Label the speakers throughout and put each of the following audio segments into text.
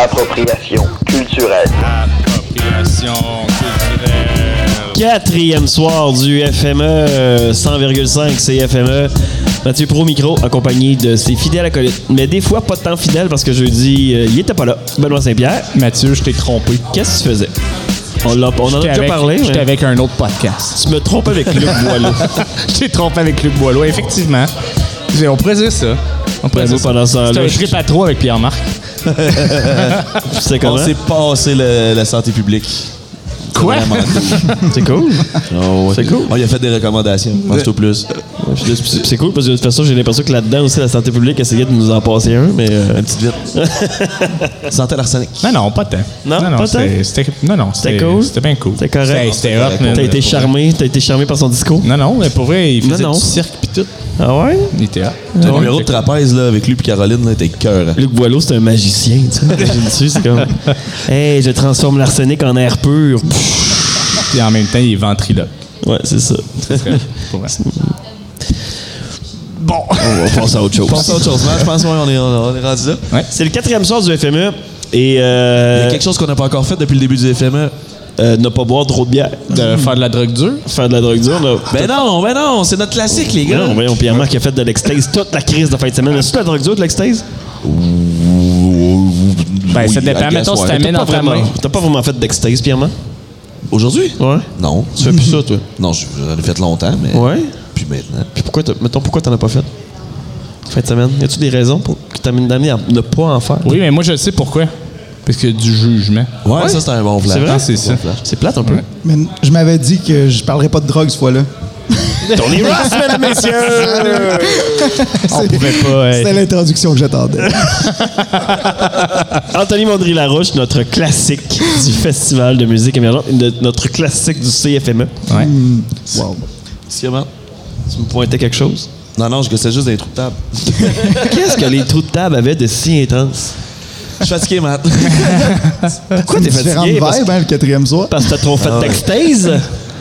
Speaker 1: Appropriation culturelle.
Speaker 2: Appropriation culturelle.
Speaker 3: Quatrième soir du FME euh, 100,5 CFME. E. Mathieu Pro Micro, accompagné de ses fidèles acolytes. Mais des fois, pas tant fidèles parce que jeudi, euh, il était pas là. Benoît Saint-Pierre,
Speaker 4: Mathieu, je t'ai trompé.
Speaker 3: qu'est-ce que tu faisais? On, l'a- on en a
Speaker 4: J'étais
Speaker 3: déjà
Speaker 4: avec-
Speaker 3: parlé.
Speaker 4: J'étais
Speaker 3: mais
Speaker 4: avec un autre podcast.
Speaker 3: Tu me trompes avec Luc Boileau.
Speaker 4: Je t'ai trompé avec Luc Boileau, effectivement. J'ai- On prédit ça. On prédit
Speaker 3: moi, Ben, pendant ce temps-là,
Speaker 4: C'était un
Speaker 3: je-
Speaker 4: trip à trois avec Pierre-Marc.
Speaker 3: tu sais
Speaker 5: On
Speaker 3: comment?
Speaker 5: s'est passé le- la santé publique.
Speaker 4: Quoi?
Speaker 5: Vraiment cool.
Speaker 3: C'est cool.
Speaker 5: Oh, ouais.
Speaker 3: C'est cool.
Speaker 5: On lui a fait des recommandations. Pense au plus.
Speaker 3: Puis C'est cool parce que de toute façon, j'ai l'impression que là-dedans aussi, la santé publique essayait de nous en passer un, mais. euh,
Speaker 5: Une petite vite. santé à l'arsenic.
Speaker 4: Non, non, pas tant.
Speaker 3: Non, pas
Speaker 4: c'était-
Speaker 3: tant?
Speaker 4: c'était- Non, non,
Speaker 3: C'était cool?
Speaker 4: C'était bien cool.
Speaker 3: C'était correct?
Speaker 4: C'était- C'était hot, man.
Speaker 3: T'as été
Speaker 4: Pour vrai.
Speaker 3: charmé, t'as été charmé par son discours.
Speaker 4: Non, non, mais pour vrai, il faisait
Speaker 3: non.
Speaker 4: du cirque pis tout.
Speaker 3: Ah ouais?
Speaker 4: Il était hot.
Speaker 5: Le
Speaker 4: Ouais,
Speaker 5: numéro de
Speaker 4: c'était cool.
Speaker 5: trapèze là, avec lui et Caroline là, était cœur. hein.
Speaker 3: Luc Boileau, c'est un magicien, tu sais. Imagine-tu, c'est comme. Hey, je transforme l'arsenic en air pur. Pff,
Speaker 4: Puis en même temps, il est ventriloque.
Speaker 3: Ouais, c'est ça.
Speaker 4: Pour vrai.
Speaker 3: Bon. On va passer à autre chose.
Speaker 5: Pense à autre chose, man. Je pense qu'on est, on est rendu là.
Speaker 3: C'est le quatrième soir du FME et. euh,
Speaker 5: Il y a quelque chose qu'on n'a pas encore fait depuis le début du E. FME.
Speaker 3: euh, ne pas boire trop de bière.
Speaker 4: De Euh, faire de la drogue dure.
Speaker 3: Faire de la drogue dure, là.
Speaker 5: Mm-hmm. Ben non, ben non, c'est notre classique, les gars.
Speaker 3: Non, voyons, Pierre-Marc a fait de l'extase toute la crise de fin de semaine. Est-ce que la drogue dure de l'extase?
Speaker 4: Ben, ça
Speaker 5: Oui,
Speaker 4: dépend.
Speaker 5: I guess,
Speaker 4: Mettons, si
Speaker 5: ouais.
Speaker 4: t'amènes
Speaker 3: Pas
Speaker 4: dans ta main.
Speaker 3: vraiment. T'as pas vraiment fait d'extase, Pierre-Marc?
Speaker 5: Aujourd'hui?
Speaker 3: Ouais.
Speaker 5: Non. Tu fais plus ça, toi? Non, je- j'en ai fait longtemps, mais.
Speaker 3: Ouais.
Speaker 5: Puis maintenant.
Speaker 3: Puis pourquoi, t'as- mettons, pourquoi t'en as pas fait? Fin de semaine. Y a-tu des raisons pour qui t'amènent d'amener à ne pas en faire?
Speaker 4: Oui, mais moi, je sais pourquoi. Parce que du jugement.
Speaker 5: Ouais, ça, c'est un bon flash.
Speaker 3: C'est vrai?
Speaker 5: Ah,
Speaker 4: c'est ça.
Speaker 5: bon flash.
Speaker 3: C'est plate un peu.
Speaker 6: Mais je m'avais dit que je parlerais pas de drogue cette fois-là.
Speaker 3: Tony Ross, mesdames et messieurs!
Speaker 4: On pouvait pas.
Speaker 6: C'était
Speaker 4: euh,
Speaker 6: l'introduction que j'attendais.
Speaker 3: Anthony Mondry-Larouche, notre classique du Festival de musique émergente, de- notre classique du CFME.
Speaker 4: ouais.
Speaker 5: Hmm,
Speaker 6: wow.
Speaker 5: Qu'est-ce qu'il y a, man?
Speaker 3: E. Tu me pointais quelque chose?
Speaker 5: Non, non, je gossais juste des trous de table.
Speaker 3: Qu'est-ce que les trous de table avaient de si intense?
Speaker 5: Je suis fatigué, man.
Speaker 3: Pourquoi t'es
Speaker 6: Différentes
Speaker 3: fatigué? Parce,
Speaker 6: vibes, hein, le quatrième soir.
Speaker 3: parce que t'as trop fait d'extase?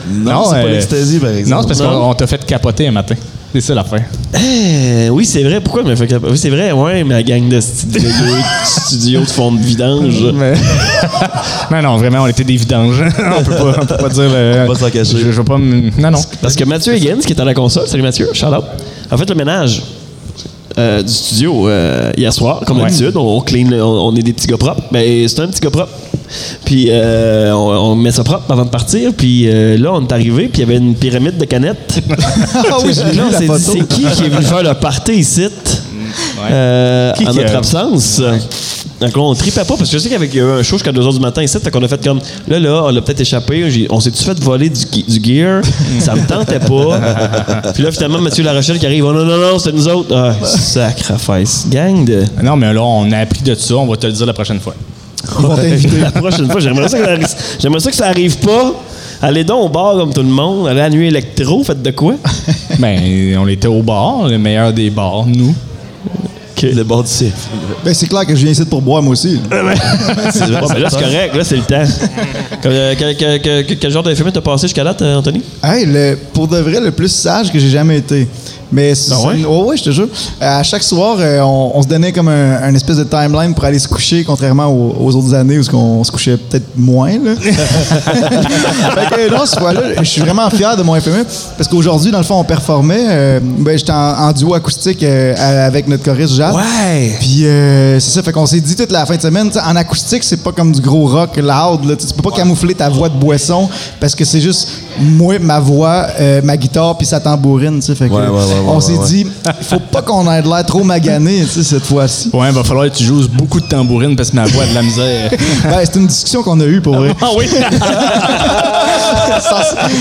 Speaker 5: non, c'est pas
Speaker 4: euh,
Speaker 5: l'ecstasy, par exemple.
Speaker 4: Non, c'est parce
Speaker 3: Non.
Speaker 4: qu'on on t'a fait capoter un matin. C'est ça l'affaire.
Speaker 3: Eh, oui, c'est vrai. Pourquoi? Mais fait que- oui, c'est vrai. Ouais, ma gang de studio, studio de fond de vidange.
Speaker 4: non, non, vraiment, on était des vidanges. hein. on, peut pas, on peut pas dire. Le,
Speaker 5: On va s'en cacher.
Speaker 4: Je, je veux pas me- Non, non.
Speaker 3: Parce que Mathieu Higgins, qui est à la console, salut Mathieu, shout out, a fait le ménage euh, du studio euh, hier soir, comme d'habitude. On, clean, le- on, on est des petits gars propres. Mais c'est un petit gars propre. Puis euh, on, on met ça propre avant de partir. Puis euh, là, on est arrivé, puis il y avait une pyramide de canettes.
Speaker 6: Ah oui, j'ai
Speaker 3: Puis
Speaker 6: vu
Speaker 3: là, on
Speaker 6: la
Speaker 3: s'est dit,
Speaker 6: photo.
Speaker 3: c'est qui qui est venu faire le party ici? Euh,
Speaker 4: Qui
Speaker 3: en
Speaker 4: qui
Speaker 3: notre
Speaker 4: a-
Speaker 3: absence. Donc là, on tripait pas parce que je sais qu'avec il y a eu un show jusqu'à 2h du matin ici, fait qu'on a fait comme là là, on l'a peut-être échappé, j'ai- on s'est-tu fait voler du, gui- du gear, ça me tentait pas. Puis là finalement Mathieu Larochelle qui arrive, oh non non non, c'est nous autres. Ah, sacrifice. Gang de
Speaker 4: Non, mais là, on a appris de ça. On va te le dire la prochaine fois.
Speaker 6: Ils vont t'inviter.
Speaker 3: la prochaine fois, j'aimerais ça que ça arrive, j'aimerais ça que ça arrive pas. Allez donc au bar comme tout le monde, allez à nuit électro, faites de quoi
Speaker 4: ben, on était au bar, le meilleur des bars, nous.
Speaker 5: Le bord du cirque.
Speaker 6: Ben, c'est clair que je viens ici pour boire, moi aussi.
Speaker 5: C'est vrai,
Speaker 3: Bon, ben là, c'est correct, là, c'est le temps. Comme, euh, que- que- que- que- quel genre de film t'as passé jusqu'à date, euh, Anthony?
Speaker 6: Hey, le- pour de vrai, le plus sage que j'ai jamais été. Mais c'est-
Speaker 3: Ah ouais?
Speaker 6: c'est- ouais, ouais, je te jure. Euh, À chaque soir, euh, on, on se donnait comme un, un espèce de timeline pour aller se coucher, contrairement aux, aux autres années où on se couchait peut-être moins. Là. fait que non, ce fois-là, je suis vraiment fier de mon FME parce qu'aujourd'hui, dans le fond, on performait. euh, ben, J'étais en, en duo acoustique euh, à- avec notre choriste Jade.
Speaker 5: Ouais!
Speaker 6: Puis euh, c'est ça, fait qu'on s'est dit toute la fin de semaine, t'sais, en acoustique, c'est pas comme du gros rock loud, là, t'sais, tu peux pas camoufler ta voix de boisson parce que c'est juste moi, ma voix, euh, ma guitare puis sa tambourine, tu sais, fait que
Speaker 5: Ouais, ouais, ouais, ouais,
Speaker 6: on
Speaker 5: ouais,
Speaker 6: s'est
Speaker 5: ouais.
Speaker 6: dit, faut pas qu'on ait de l'air trop magané, tu sais, cette fois-ci.
Speaker 4: Ouais, va falloir que tu joues beaucoup de tambourine parce que ma voix a de la misère.
Speaker 6: Ben, c'est une discussion qu'on a eue pour vrai.
Speaker 4: ah oui!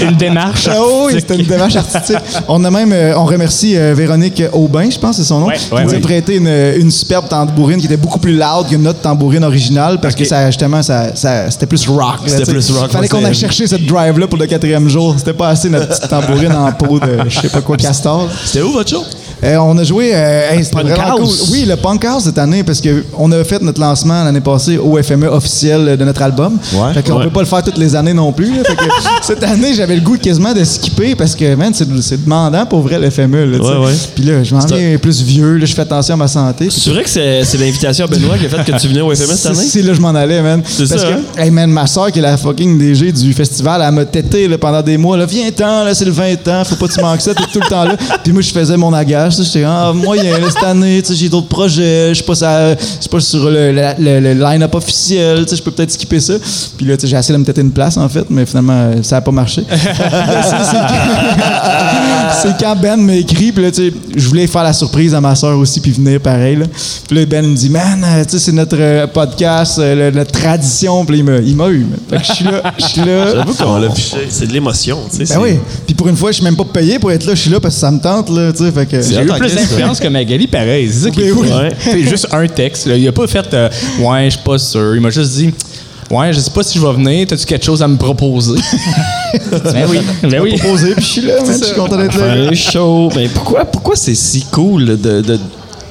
Speaker 4: Une démarche.
Speaker 6: Ah oui, c'était une démarche artistique. On a même, euh, on remercie euh, Véronique Aubin, je pense, c'est son nom,
Speaker 4: Ouais,
Speaker 6: qui
Speaker 4: ouais,
Speaker 6: nous a
Speaker 4: oui.
Speaker 6: prêté une, une superbe tambourine qui était beaucoup plus loud que notre tambourine originale parce que ça, justement, ça, ça- c'était plus rock. là,
Speaker 5: C'était
Speaker 6: tu sais.
Speaker 5: plus rock,
Speaker 6: Fallait
Speaker 5: ouais,
Speaker 6: qu'on aille
Speaker 5: c'était-
Speaker 6: chercher cette drive-là pour le quatrième jour. C'était pas assez notre petite tambourine en peau de, je sais pas quoi, castor.
Speaker 5: C'était où votre show?
Speaker 6: Euh, on a joué. euh, hey, c'était
Speaker 3: Punk
Speaker 6: vraiment cool.
Speaker 3: House.
Speaker 6: Oui, le Punk House cette année, parce qu'on a fait notre lancement l'année passée au FME officiel de notre album.
Speaker 5: Ouais.
Speaker 6: Fait qu'on
Speaker 3: Ouais.
Speaker 6: peut pas le faire toutes les années non plus. là. Fait que cette année, j'avais le goût de quasiment de skipper parce que, man, c'est c'est demandant pour vrai le FME. Là, tu sais.
Speaker 3: Ouais, ouais.
Speaker 6: Puis là, je m'en
Speaker 3: C'est
Speaker 6: viens plus vieux, là, je fais attention à ma santé.
Speaker 3: C'est vrai que c'est c'est l'invitation à Benoît qui a fait que tu venais au FMS cette
Speaker 6: C'est
Speaker 3: année?
Speaker 6: c'est là que je m'en allais, man.
Speaker 3: C'est
Speaker 6: Parce
Speaker 3: ça,
Speaker 6: que,
Speaker 3: hein?
Speaker 6: hey, man, ma soeur qui est la fucking DG du festival, elle m'a tété là, pendant des mois. Là, Viens-t'en, là, c'est le 20 ans, faut pas que tu manques ça, t'es tout le temps là. Puis moi, je faisais mon agage. tu sais, J'étais, ah, moyen, là, cette année, tu sais, j'ai d'autres projets, je suis pas, sur- je suis pas sur le, le- le- le line-up officiel, tu sais, je peux peut-être skipper ça. Puis là, tu sais, j'ai essayé de me têter une place, en fait, mais finalement, euh, ça a pas marché. C'est- c'est quand- c'est quand Ben m'a écrit, puis là, tu sais, je voulais faire la surprise à ma soeur aussi, puis venir pareil. Là. Puis là, Ben il me dit, man, euh, tu sais, c'est notre euh, podcast, euh, le- notre tradition, puis là, il m'a- il m'a eu. man. Fait que je suis là, je suis là.
Speaker 3: J'avoue qu'on l'a piché. C'est de l'émotion, tu sais. c'est-
Speaker 6: Ben oui. Puis pour une fois, je suis même pas payé pour être là, je suis là parce que ça me tente, là, tu sais, fait que.
Speaker 4: J'ai eu
Speaker 5: Attends,
Speaker 4: plus
Speaker 5: qu'est-ce que-
Speaker 4: d'influence que Magali, pareil. C'est ça qui est
Speaker 6: Ben oui.
Speaker 4: cool. C'est juste un texte. là. Il a pas fait euh, Ouais, je suis pas sûr. Il m'a juste dit Ouais, je sais pas si je vais venir. T'as-tu quelque chose à me proposer? ben oui. Ben oui.
Speaker 6: Posé, puis je suis là, man, je suis content d'être là.
Speaker 3: Faire un show. Mais pourquoi, pourquoi c'est si cool de, de,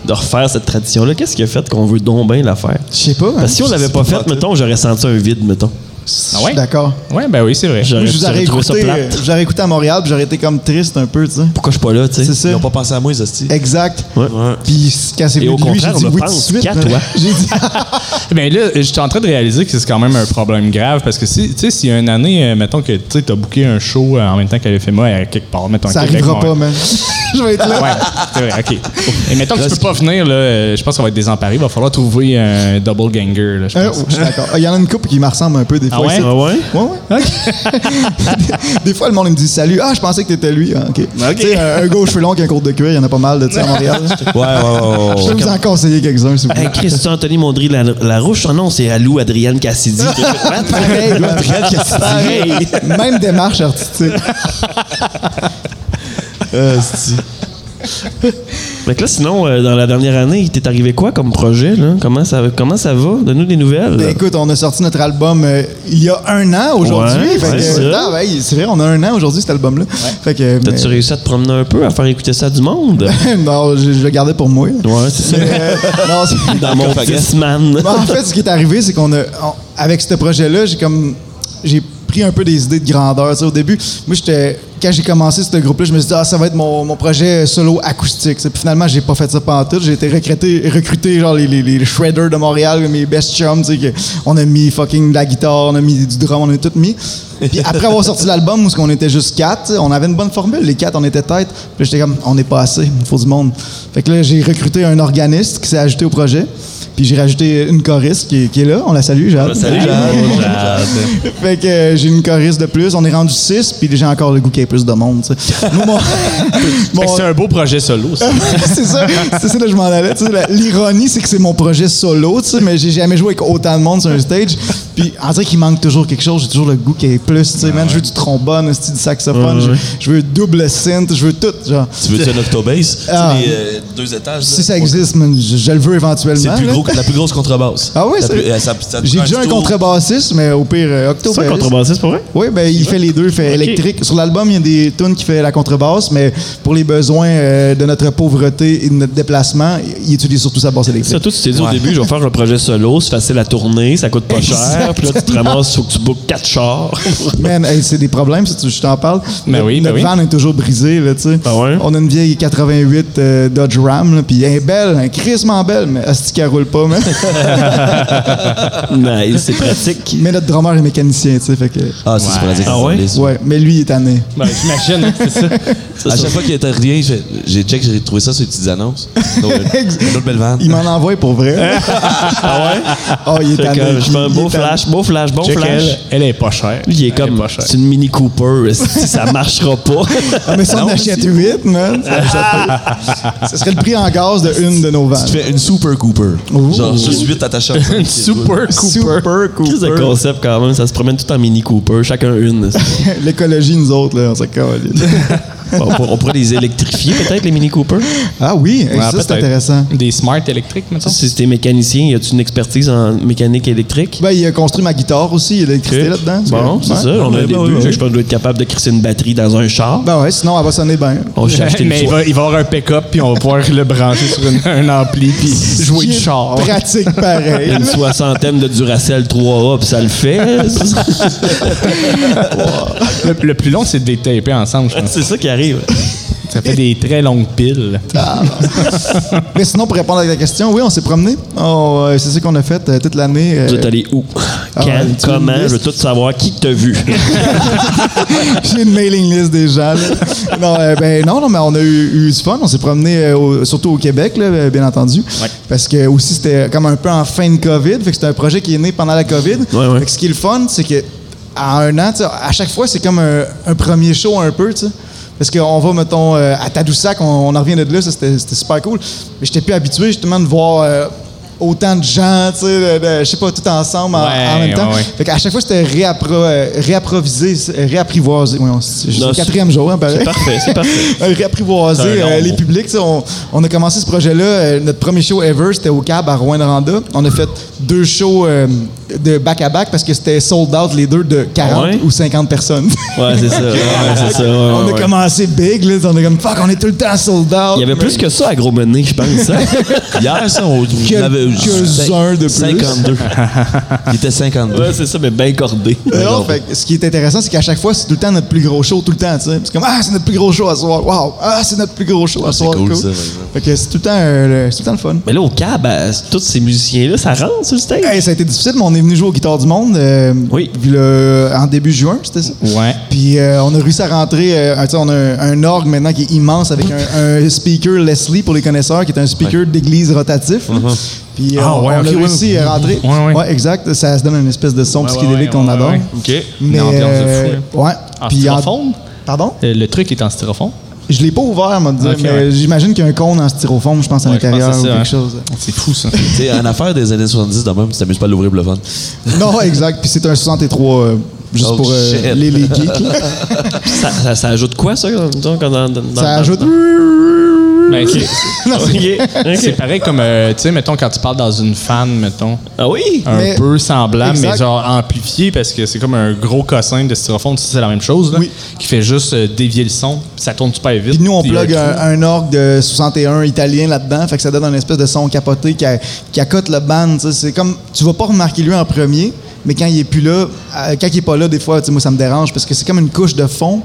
Speaker 3: de refaire cette tradition-là? Qu'est-ce qui a fait qu'on veut donc bien la faire?
Speaker 6: Je sais pas, hein.
Speaker 3: Parce que si on l'avait pas faite, mettons, j'aurais senti un vide, mettons.
Speaker 6: Je
Speaker 4: Ah ouais?
Speaker 6: suis d'accord.
Speaker 4: Ouais, ben oui, c'est vrai.
Speaker 3: J'aurais
Speaker 6: Moi, je vous
Speaker 3: j'aurais
Speaker 6: aurais
Speaker 3: trouvé ça
Speaker 6: écouté, euh,
Speaker 3: plate.
Speaker 6: je vous aurais écouté à Montréal, puis j'aurais été comme triste un peu, tu sais.
Speaker 3: Pourquoi je suis pas là, tu
Speaker 6: C'est
Speaker 3: sais?
Speaker 6: ça.
Speaker 5: Ils ont pas pensé à moi, les hosties.
Speaker 6: Exact.
Speaker 3: Ouais.
Speaker 6: Puis quand c'est
Speaker 3: Et
Speaker 6: venu
Speaker 3: au
Speaker 6: de lui, j'ai
Speaker 3: contraire,
Speaker 6: dit
Speaker 3: on me
Speaker 6: oui tout de
Speaker 3: pense
Speaker 6: suite.
Speaker 3: qu'à
Speaker 6: man.
Speaker 3: toi.
Speaker 6: J'ai dit
Speaker 4: Ben là, je suis en train de réaliser que c'est quand même un problème grave parce que si, tu sais, s'il y a une année, euh, mettons que tu sais, t'as booké un show euh, en même temps qu'elle fait moi à quelque part, mettons. à
Speaker 6: ça
Speaker 4: Québec,
Speaker 6: arrivera
Speaker 4: Montréal.
Speaker 6: pas, man. je
Speaker 3: Ah
Speaker 6: vais être là.
Speaker 4: Ouais, c'est vrai, ok. Et mettons que tu peux pas venir, là, euh, je pense qu'on va être désemparé. Il va falloir trouver un double ganger, là, je
Speaker 6: Euh,
Speaker 4: pense.
Speaker 6: oh, je suis d'accord. Ah, Il y en a une couple qui me ressemble un peu des fois.
Speaker 4: Ah ouais?
Speaker 6: ici.
Speaker 3: Ah ouais?
Speaker 6: Ouais, ouais. des fois, le monde il me dit salut. Ah, je pensais que t'étais lui. Ah, ok. Tu sais, un un gauche cheveux long qui a un cours de cuir, il y en a pas mal de ça à Montréal.
Speaker 5: Ouais, ouais, ouais,
Speaker 6: Je
Speaker 5: ouais,
Speaker 6: peux vous en conseiller quelques-uns, s'il vous
Speaker 3: Hey,
Speaker 6: plaît.
Speaker 3: Chris, c'est Anthony Mondry La- Larouche? Ah non, c'est Alou Adrienne Cassidy.
Speaker 6: Pareil, pareil. Même démarche artistique. Euh,
Speaker 5: ouais. Hostie.
Speaker 3: Fait que là, sinon, euh, dans la dernière année, il t'est arrivé quoi comme projet? Là? Comment, ça, comment ça va? Donne-nous des nouvelles.
Speaker 6: Ben, écoute, on a sorti notre album euh, il y a un an aujourd'hui.
Speaker 3: Ouais,
Speaker 6: Fait que,
Speaker 3: c'est ça.
Speaker 6: ah, ouais, c'est vrai, on a un an aujourd'hui cet album-là. Fait que,
Speaker 3: T'as-tu
Speaker 6: mais-
Speaker 3: réussi à te promener un peu, à faire écouter ça à du monde?
Speaker 6: non, je, je le gardais pour moi.
Speaker 3: ouais, c'est ça.
Speaker 6: Ben, Euh, non, c'est-
Speaker 3: Dans mon
Speaker 5: Copagan.
Speaker 3: fils, man.
Speaker 6: Bon, Bah, en fait, ce qui est arrivé, c'est qu'on a. on- avec ce projet-là, j'ai comme. J'ai pris un peu des idées de grandeur. Tu sais, au début, moi, j'étais. Quand j'ai commencé ce groupe-là, je me suis dit, ah, ça va être mon, mon projet solo acoustique. tu sais. Puis finalement, j'ai pas fait ça pendant tout. J'ai été recruté, recruté genre les, les, les shredders de Montréal, mes best chums. tu sais, que On a mis fucking de la guitare, on a mis du drum, on a tout mis. Puis après avoir sorti l'album, où on était juste quatre, tu sais, on avait une bonne formule. Les quatre, on était tête. Puis j'étais comme, on n'est pas assez, il faut du monde. Fait que là, j'ai recruté un organiste qui s'est ajouté au projet. Puis j'ai rajouté une choriste qui est, qui est là. On la salue, Jade.
Speaker 3: Salut, Jade.
Speaker 6: Fait que euh, j'ai une choriste de plus. On est rendu 6, puis j'ai encore le goût qu'il y ait plus de monde. tu sais. Moi, mon-
Speaker 4: Fait que
Speaker 6: mon-
Speaker 4: c'est un beau projet solo, ça.
Speaker 6: c'est ça, c'est ça là, je m'en allais. tu sais, la- L'ironie, c'est que c'est mon projet solo, tu sais, mais j'ai jamais joué avec autant de monde sur un stage. Puis, on dirait qu'il manque toujours quelque chose. J'ai toujours le goût qu'il y ait plus. tu sais, man, je veux du trombone, un style du saxophone, je, je veux double synth, je veux tout. Genre.
Speaker 5: Tu veux-tu un octobase?
Speaker 6: Ah.
Speaker 5: Tu sais, les euh, deux étages.
Speaker 6: Si
Speaker 5: là?
Speaker 6: ça existe, man, je, je le veux éventuellement.
Speaker 5: C'est plus
Speaker 6: là.
Speaker 5: gros que- la plus grosse contrebasse.
Speaker 6: Ah oui,
Speaker 5: La
Speaker 6: c'est-
Speaker 5: plus- euh, ça- ça te
Speaker 6: J'ai
Speaker 5: prend
Speaker 6: déjà un
Speaker 5: stool.
Speaker 6: contrebassiste, mais au pire, euh,
Speaker 3: C'est ça,
Speaker 6: octoballiste.
Speaker 3: contrebassiste, pour vrai?
Speaker 6: Oui, ben il fait les deux, il fait électrique. Sur l'album, il y a des tunes qui fait la contrebasse, mais pour les besoins euh, de notre pauvreté et de notre déplacement, il utilise surtout sa basse électrique.
Speaker 3: Surtout, tu t'es dit au
Speaker 5: Ouais.
Speaker 3: début, je vais faire un projet solo, c'est facile à tourner, ça coûte pas cher. Puis là, tu te ramasses, faut que tu bookes quatre chars.
Speaker 6: Man, hey, c'est des problèmes, si tu- je t'en parle.
Speaker 4: Ben
Speaker 6: Notre-
Speaker 4: oui, ben
Speaker 6: notre
Speaker 4: oui.
Speaker 6: van est toujours brisé, là, tu sais.
Speaker 3: Ah ouais?
Speaker 6: On a une vieille 88 euh, Dodge Ram, là, puis elle est belle, un crissement belle, mais asti qu'elle roule pas, man.
Speaker 3: nice, c'est pratique.
Speaker 6: mais notre drummer est mécanicien, tu sais, fait que...
Speaker 5: Ah, ça, c'est pratique.
Speaker 3: Ah ouais?
Speaker 5: Les-
Speaker 6: Ouais, mais lui, il est tanné.
Speaker 4: Ben, j'imagine, hein, c'est ça.
Speaker 5: À chaque fois qu'il était rien, il fait- j'ai check, j'ai trouvé ça sur les petites annonces. Donc, euh, une autre belle vanne.
Speaker 6: Il m'en envoie pour vrai.
Speaker 3: Ah ouais?
Speaker 6: Oh, il est
Speaker 3: Fait que,
Speaker 6: tanné.
Speaker 3: euh, je fais un
Speaker 6: il
Speaker 3: beau
Speaker 6: est tanné.
Speaker 3: flash, beau flash, bon
Speaker 4: Check
Speaker 3: flash.
Speaker 4: elle, elle est pas chère.
Speaker 3: Lui, Ah, il est
Speaker 4: Elle
Speaker 3: comme,
Speaker 4: pas chère.
Speaker 3: c'est une Mini Cooper, si ça marchera pas.
Speaker 6: Ah, mais si on en achète 8, man, ça, ça serait le prix en gaz de une de nos vannes.
Speaker 5: Tu fais une Super Cooper. Genre, juste 8 attachants. Une
Speaker 4: Super Cooper.
Speaker 3: Qu'est-ce que le concept quand même? Ça se promène tout en Mini Cooper, chacun une.
Speaker 6: L'écologie, nous autres, là, on s'en calisse.
Speaker 3: Bon, on, pour- on pourrait les électrifier peut-être, les Mini Cooper.
Speaker 6: Ah oui,
Speaker 4: Ouais,
Speaker 6: ça c'est
Speaker 4: peut-être.
Speaker 6: intéressant.
Speaker 4: Des smart électriques, mettons.
Speaker 3: Si t'es mécanicien, y a-tu une expertise en mécanique électrique?
Speaker 6: Ben, il a construit ma guitare aussi, il a l'électricité là-dedans.
Speaker 3: Bon,
Speaker 6: Ouais.
Speaker 3: c'est ça, on a
Speaker 5: Ouais,
Speaker 3: des
Speaker 5: ben
Speaker 3: buts.
Speaker 5: oui, oui.
Speaker 3: Je pense qu'on doit être capable de crisser une batterie dans un char.
Speaker 6: Ben ouais, sinon elle va sonner bien.
Speaker 3: On va acheter le
Speaker 4: Mais il
Speaker 3: soir.
Speaker 4: va, il va avoir un pick-up, puis on va pouvoir le brancher sur une- un ampli, puis jouer du
Speaker 6: Qui est
Speaker 4: char.
Speaker 6: Pratique pareil.
Speaker 3: Une soixantaine de Duracell 3A, puis ça le fait.
Speaker 4: Le, le plus long, c'est de les taper ensemble, je pense.
Speaker 3: c'est ça qui arrive.
Speaker 4: Ça fait des très longues piles.
Speaker 6: Mais sinon, pour répondre à la question, oui, on s'est promené. Oh, euh, c'est ça qu'on a fait euh, toute l'année. euh,
Speaker 3: Vous êtes allé où? Quand?
Speaker 6: Ah, tu veux
Speaker 3: comment?
Speaker 6: une
Speaker 3: Je veux
Speaker 6: liste?
Speaker 3: tout savoir. Qui t'a vu?
Speaker 6: J'ai une mailing list des gens. là. Non, euh, ben, non, non, mais on a eu, eu du fun. On s'est promené euh, au- surtout au Québec, là, euh, bien entendu. Parce que aussi, c'était comme un peu en fin de COVID. Fait que c'était un projet qui est né pendant la COVID.
Speaker 3: Ouais, ouais.
Speaker 6: Fait que ce qui est le fun, c'est que à un an, tu sais, à chaque fois, c'est comme un, un premier show un peu. tu sais. Parce qu'on va, mettons, euh, à Tadoussac, on, on en revient de là, ça, c'était c'était super cool. Mais j'étais plus habitué justement de voir. euh, Autant de gens, tu sais, de- de- je sais pas, tout ensemble en,
Speaker 4: Ouais,
Speaker 6: en même temps.
Speaker 4: ouais, ouais.
Speaker 6: Fait qu'à chaque fois, c'était réappro euh, réapprovisé, c'est- euh, réapprivoisé. Oui, on- c'est
Speaker 3: Non,
Speaker 6: le quatrième jour, hein, pareil.
Speaker 3: C'est parfait, c'est parfait.
Speaker 6: Euh, réapprivoiser
Speaker 3: C'est un
Speaker 6: euh,
Speaker 3: long
Speaker 6: les
Speaker 3: mot.
Speaker 6: publics. tu sais, On, on a commencé ce projet-là. euh, notre premier show ever, c'était au CAB à Rouen-Noranda. On a fait deux shows euh, de back-à-back parce que c'était sold out les deux de 40
Speaker 3: Ouais.
Speaker 6: ou 50 personnes.
Speaker 3: Ouais, c'est ça. ouais, ouais, c'est ça. ouais,
Speaker 6: on
Speaker 3: ouais,
Speaker 6: a
Speaker 3: ouais.
Speaker 6: commencé big. Là, on est comme « Fuck, on est tout le temps sold out ».
Speaker 3: Il y avait plus que ça à gros mené, je pense. hein?
Speaker 5: Hier, ça, on on avait eu
Speaker 6: Quelques-uns de plus.
Speaker 5: 52. Il était 52.
Speaker 3: Ouais, c'est ça, mais bien cordé.
Speaker 5: Ben
Speaker 6: Euh, non, fait que ce qui est intéressant, c'est qu'à chaque fois, c'est tout le temps notre plus gros show, tout le temps, tu sais. C'est comme, ah, c'est notre plus gros show à soir. Wow, ah, c'est notre plus gros show à
Speaker 5: c'est
Speaker 6: soir.
Speaker 5: cool, ça, par exemple.
Speaker 6: Fait que c'est tout le temps, euh, le- c'est tout le temps le fun.
Speaker 3: Mais là, au cab, euh, tous ces musiciens-là, ça rentre sur le stage.
Speaker 6: Hey, ça a été difficile, mais on est venu jouer aux guitares du monde. euh,
Speaker 3: Oui.
Speaker 6: Puis le- en début juin, c'était ça.
Speaker 4: Ouais.
Speaker 6: Puis euh, on a réussi à rentrer. euh, un- tu sais, on a un, un orgue maintenant qui est immense avec un, un speaker Leslie pour les connaisseurs, qui est un speaker d'église rotatif. Puis euh,
Speaker 4: Ah,
Speaker 6: on,
Speaker 4: ouais,
Speaker 6: on
Speaker 4: ok,
Speaker 6: a
Speaker 4: ouais.
Speaker 6: réussi à rentrer.
Speaker 4: Ouais, ouais.
Speaker 6: exact. Ça se donne une espèce de son
Speaker 4: Ouais,
Speaker 6: psychédélique
Speaker 4: ouais, ouais,
Speaker 6: qu'on
Speaker 4: ouais,
Speaker 6: adore.
Speaker 4: ouais.
Speaker 5: OK.
Speaker 6: Mais,
Speaker 4: Une ambiance de fou,
Speaker 6: euh,
Speaker 4: là.
Speaker 6: ouais.
Speaker 4: En
Speaker 6: Puis en-
Speaker 4: styrofoam?
Speaker 6: Pardon?
Speaker 4: Euh, Le truc est en styrofoam.
Speaker 6: Je l'ai pas ouvert, on va te dire,
Speaker 4: Ok,
Speaker 6: mais
Speaker 4: ouais.
Speaker 6: j'imagine qu'il y a un cône en styrofoam, je pense, à
Speaker 4: Ouais, je pense
Speaker 6: l'intérieur
Speaker 4: que c'est
Speaker 6: ou
Speaker 4: ça,
Speaker 6: quelque
Speaker 4: hein.
Speaker 6: chose.
Speaker 4: C'est fou, ça.
Speaker 5: Tu sais, en affaire des années 70, de même, tu t'amuses pas à l'ouvrir pour le fun.
Speaker 6: non, exact. Puis c'est un 63, euh, juste
Speaker 5: Oh,
Speaker 6: pour euh,
Speaker 5: shit.
Speaker 6: les, les geeks. là.
Speaker 3: Ça, ça- ça ajoute quoi, ça? disons, quand dans- dans- dans-
Speaker 6: Ça ajoute.
Speaker 4: Ben, c'est-
Speaker 3: Ok, ok.
Speaker 4: c'est pareil comme, euh, tu sais, mettons, quand tu parles dans une fan, mettons,
Speaker 3: Ah oui?
Speaker 4: un
Speaker 6: Mais-
Speaker 4: peu semblant, mais
Speaker 6: Exact.
Speaker 4: genre amplifié, parce que c'est comme un gros cossin de styrofoam, tu sais, c'est la même chose, là,
Speaker 6: Oui.
Speaker 4: qui fait juste euh, dévier le son, puis ça tourne super vite.
Speaker 6: Puis nous, on
Speaker 4: puis euh, il y a
Speaker 6: plug
Speaker 4: un trou.
Speaker 6: un, un orgue de 61 italien là-dedans, fait que ça donne un espèce de son capoté qui, a- qui accote le band. tu sais. C'est comme, tu vas pas remarquer lui en premier, mais quand il est plus là, euh, quand il est pas là, des fois, tu sais, moi, ça me dérange parce que c'est comme une couche de fond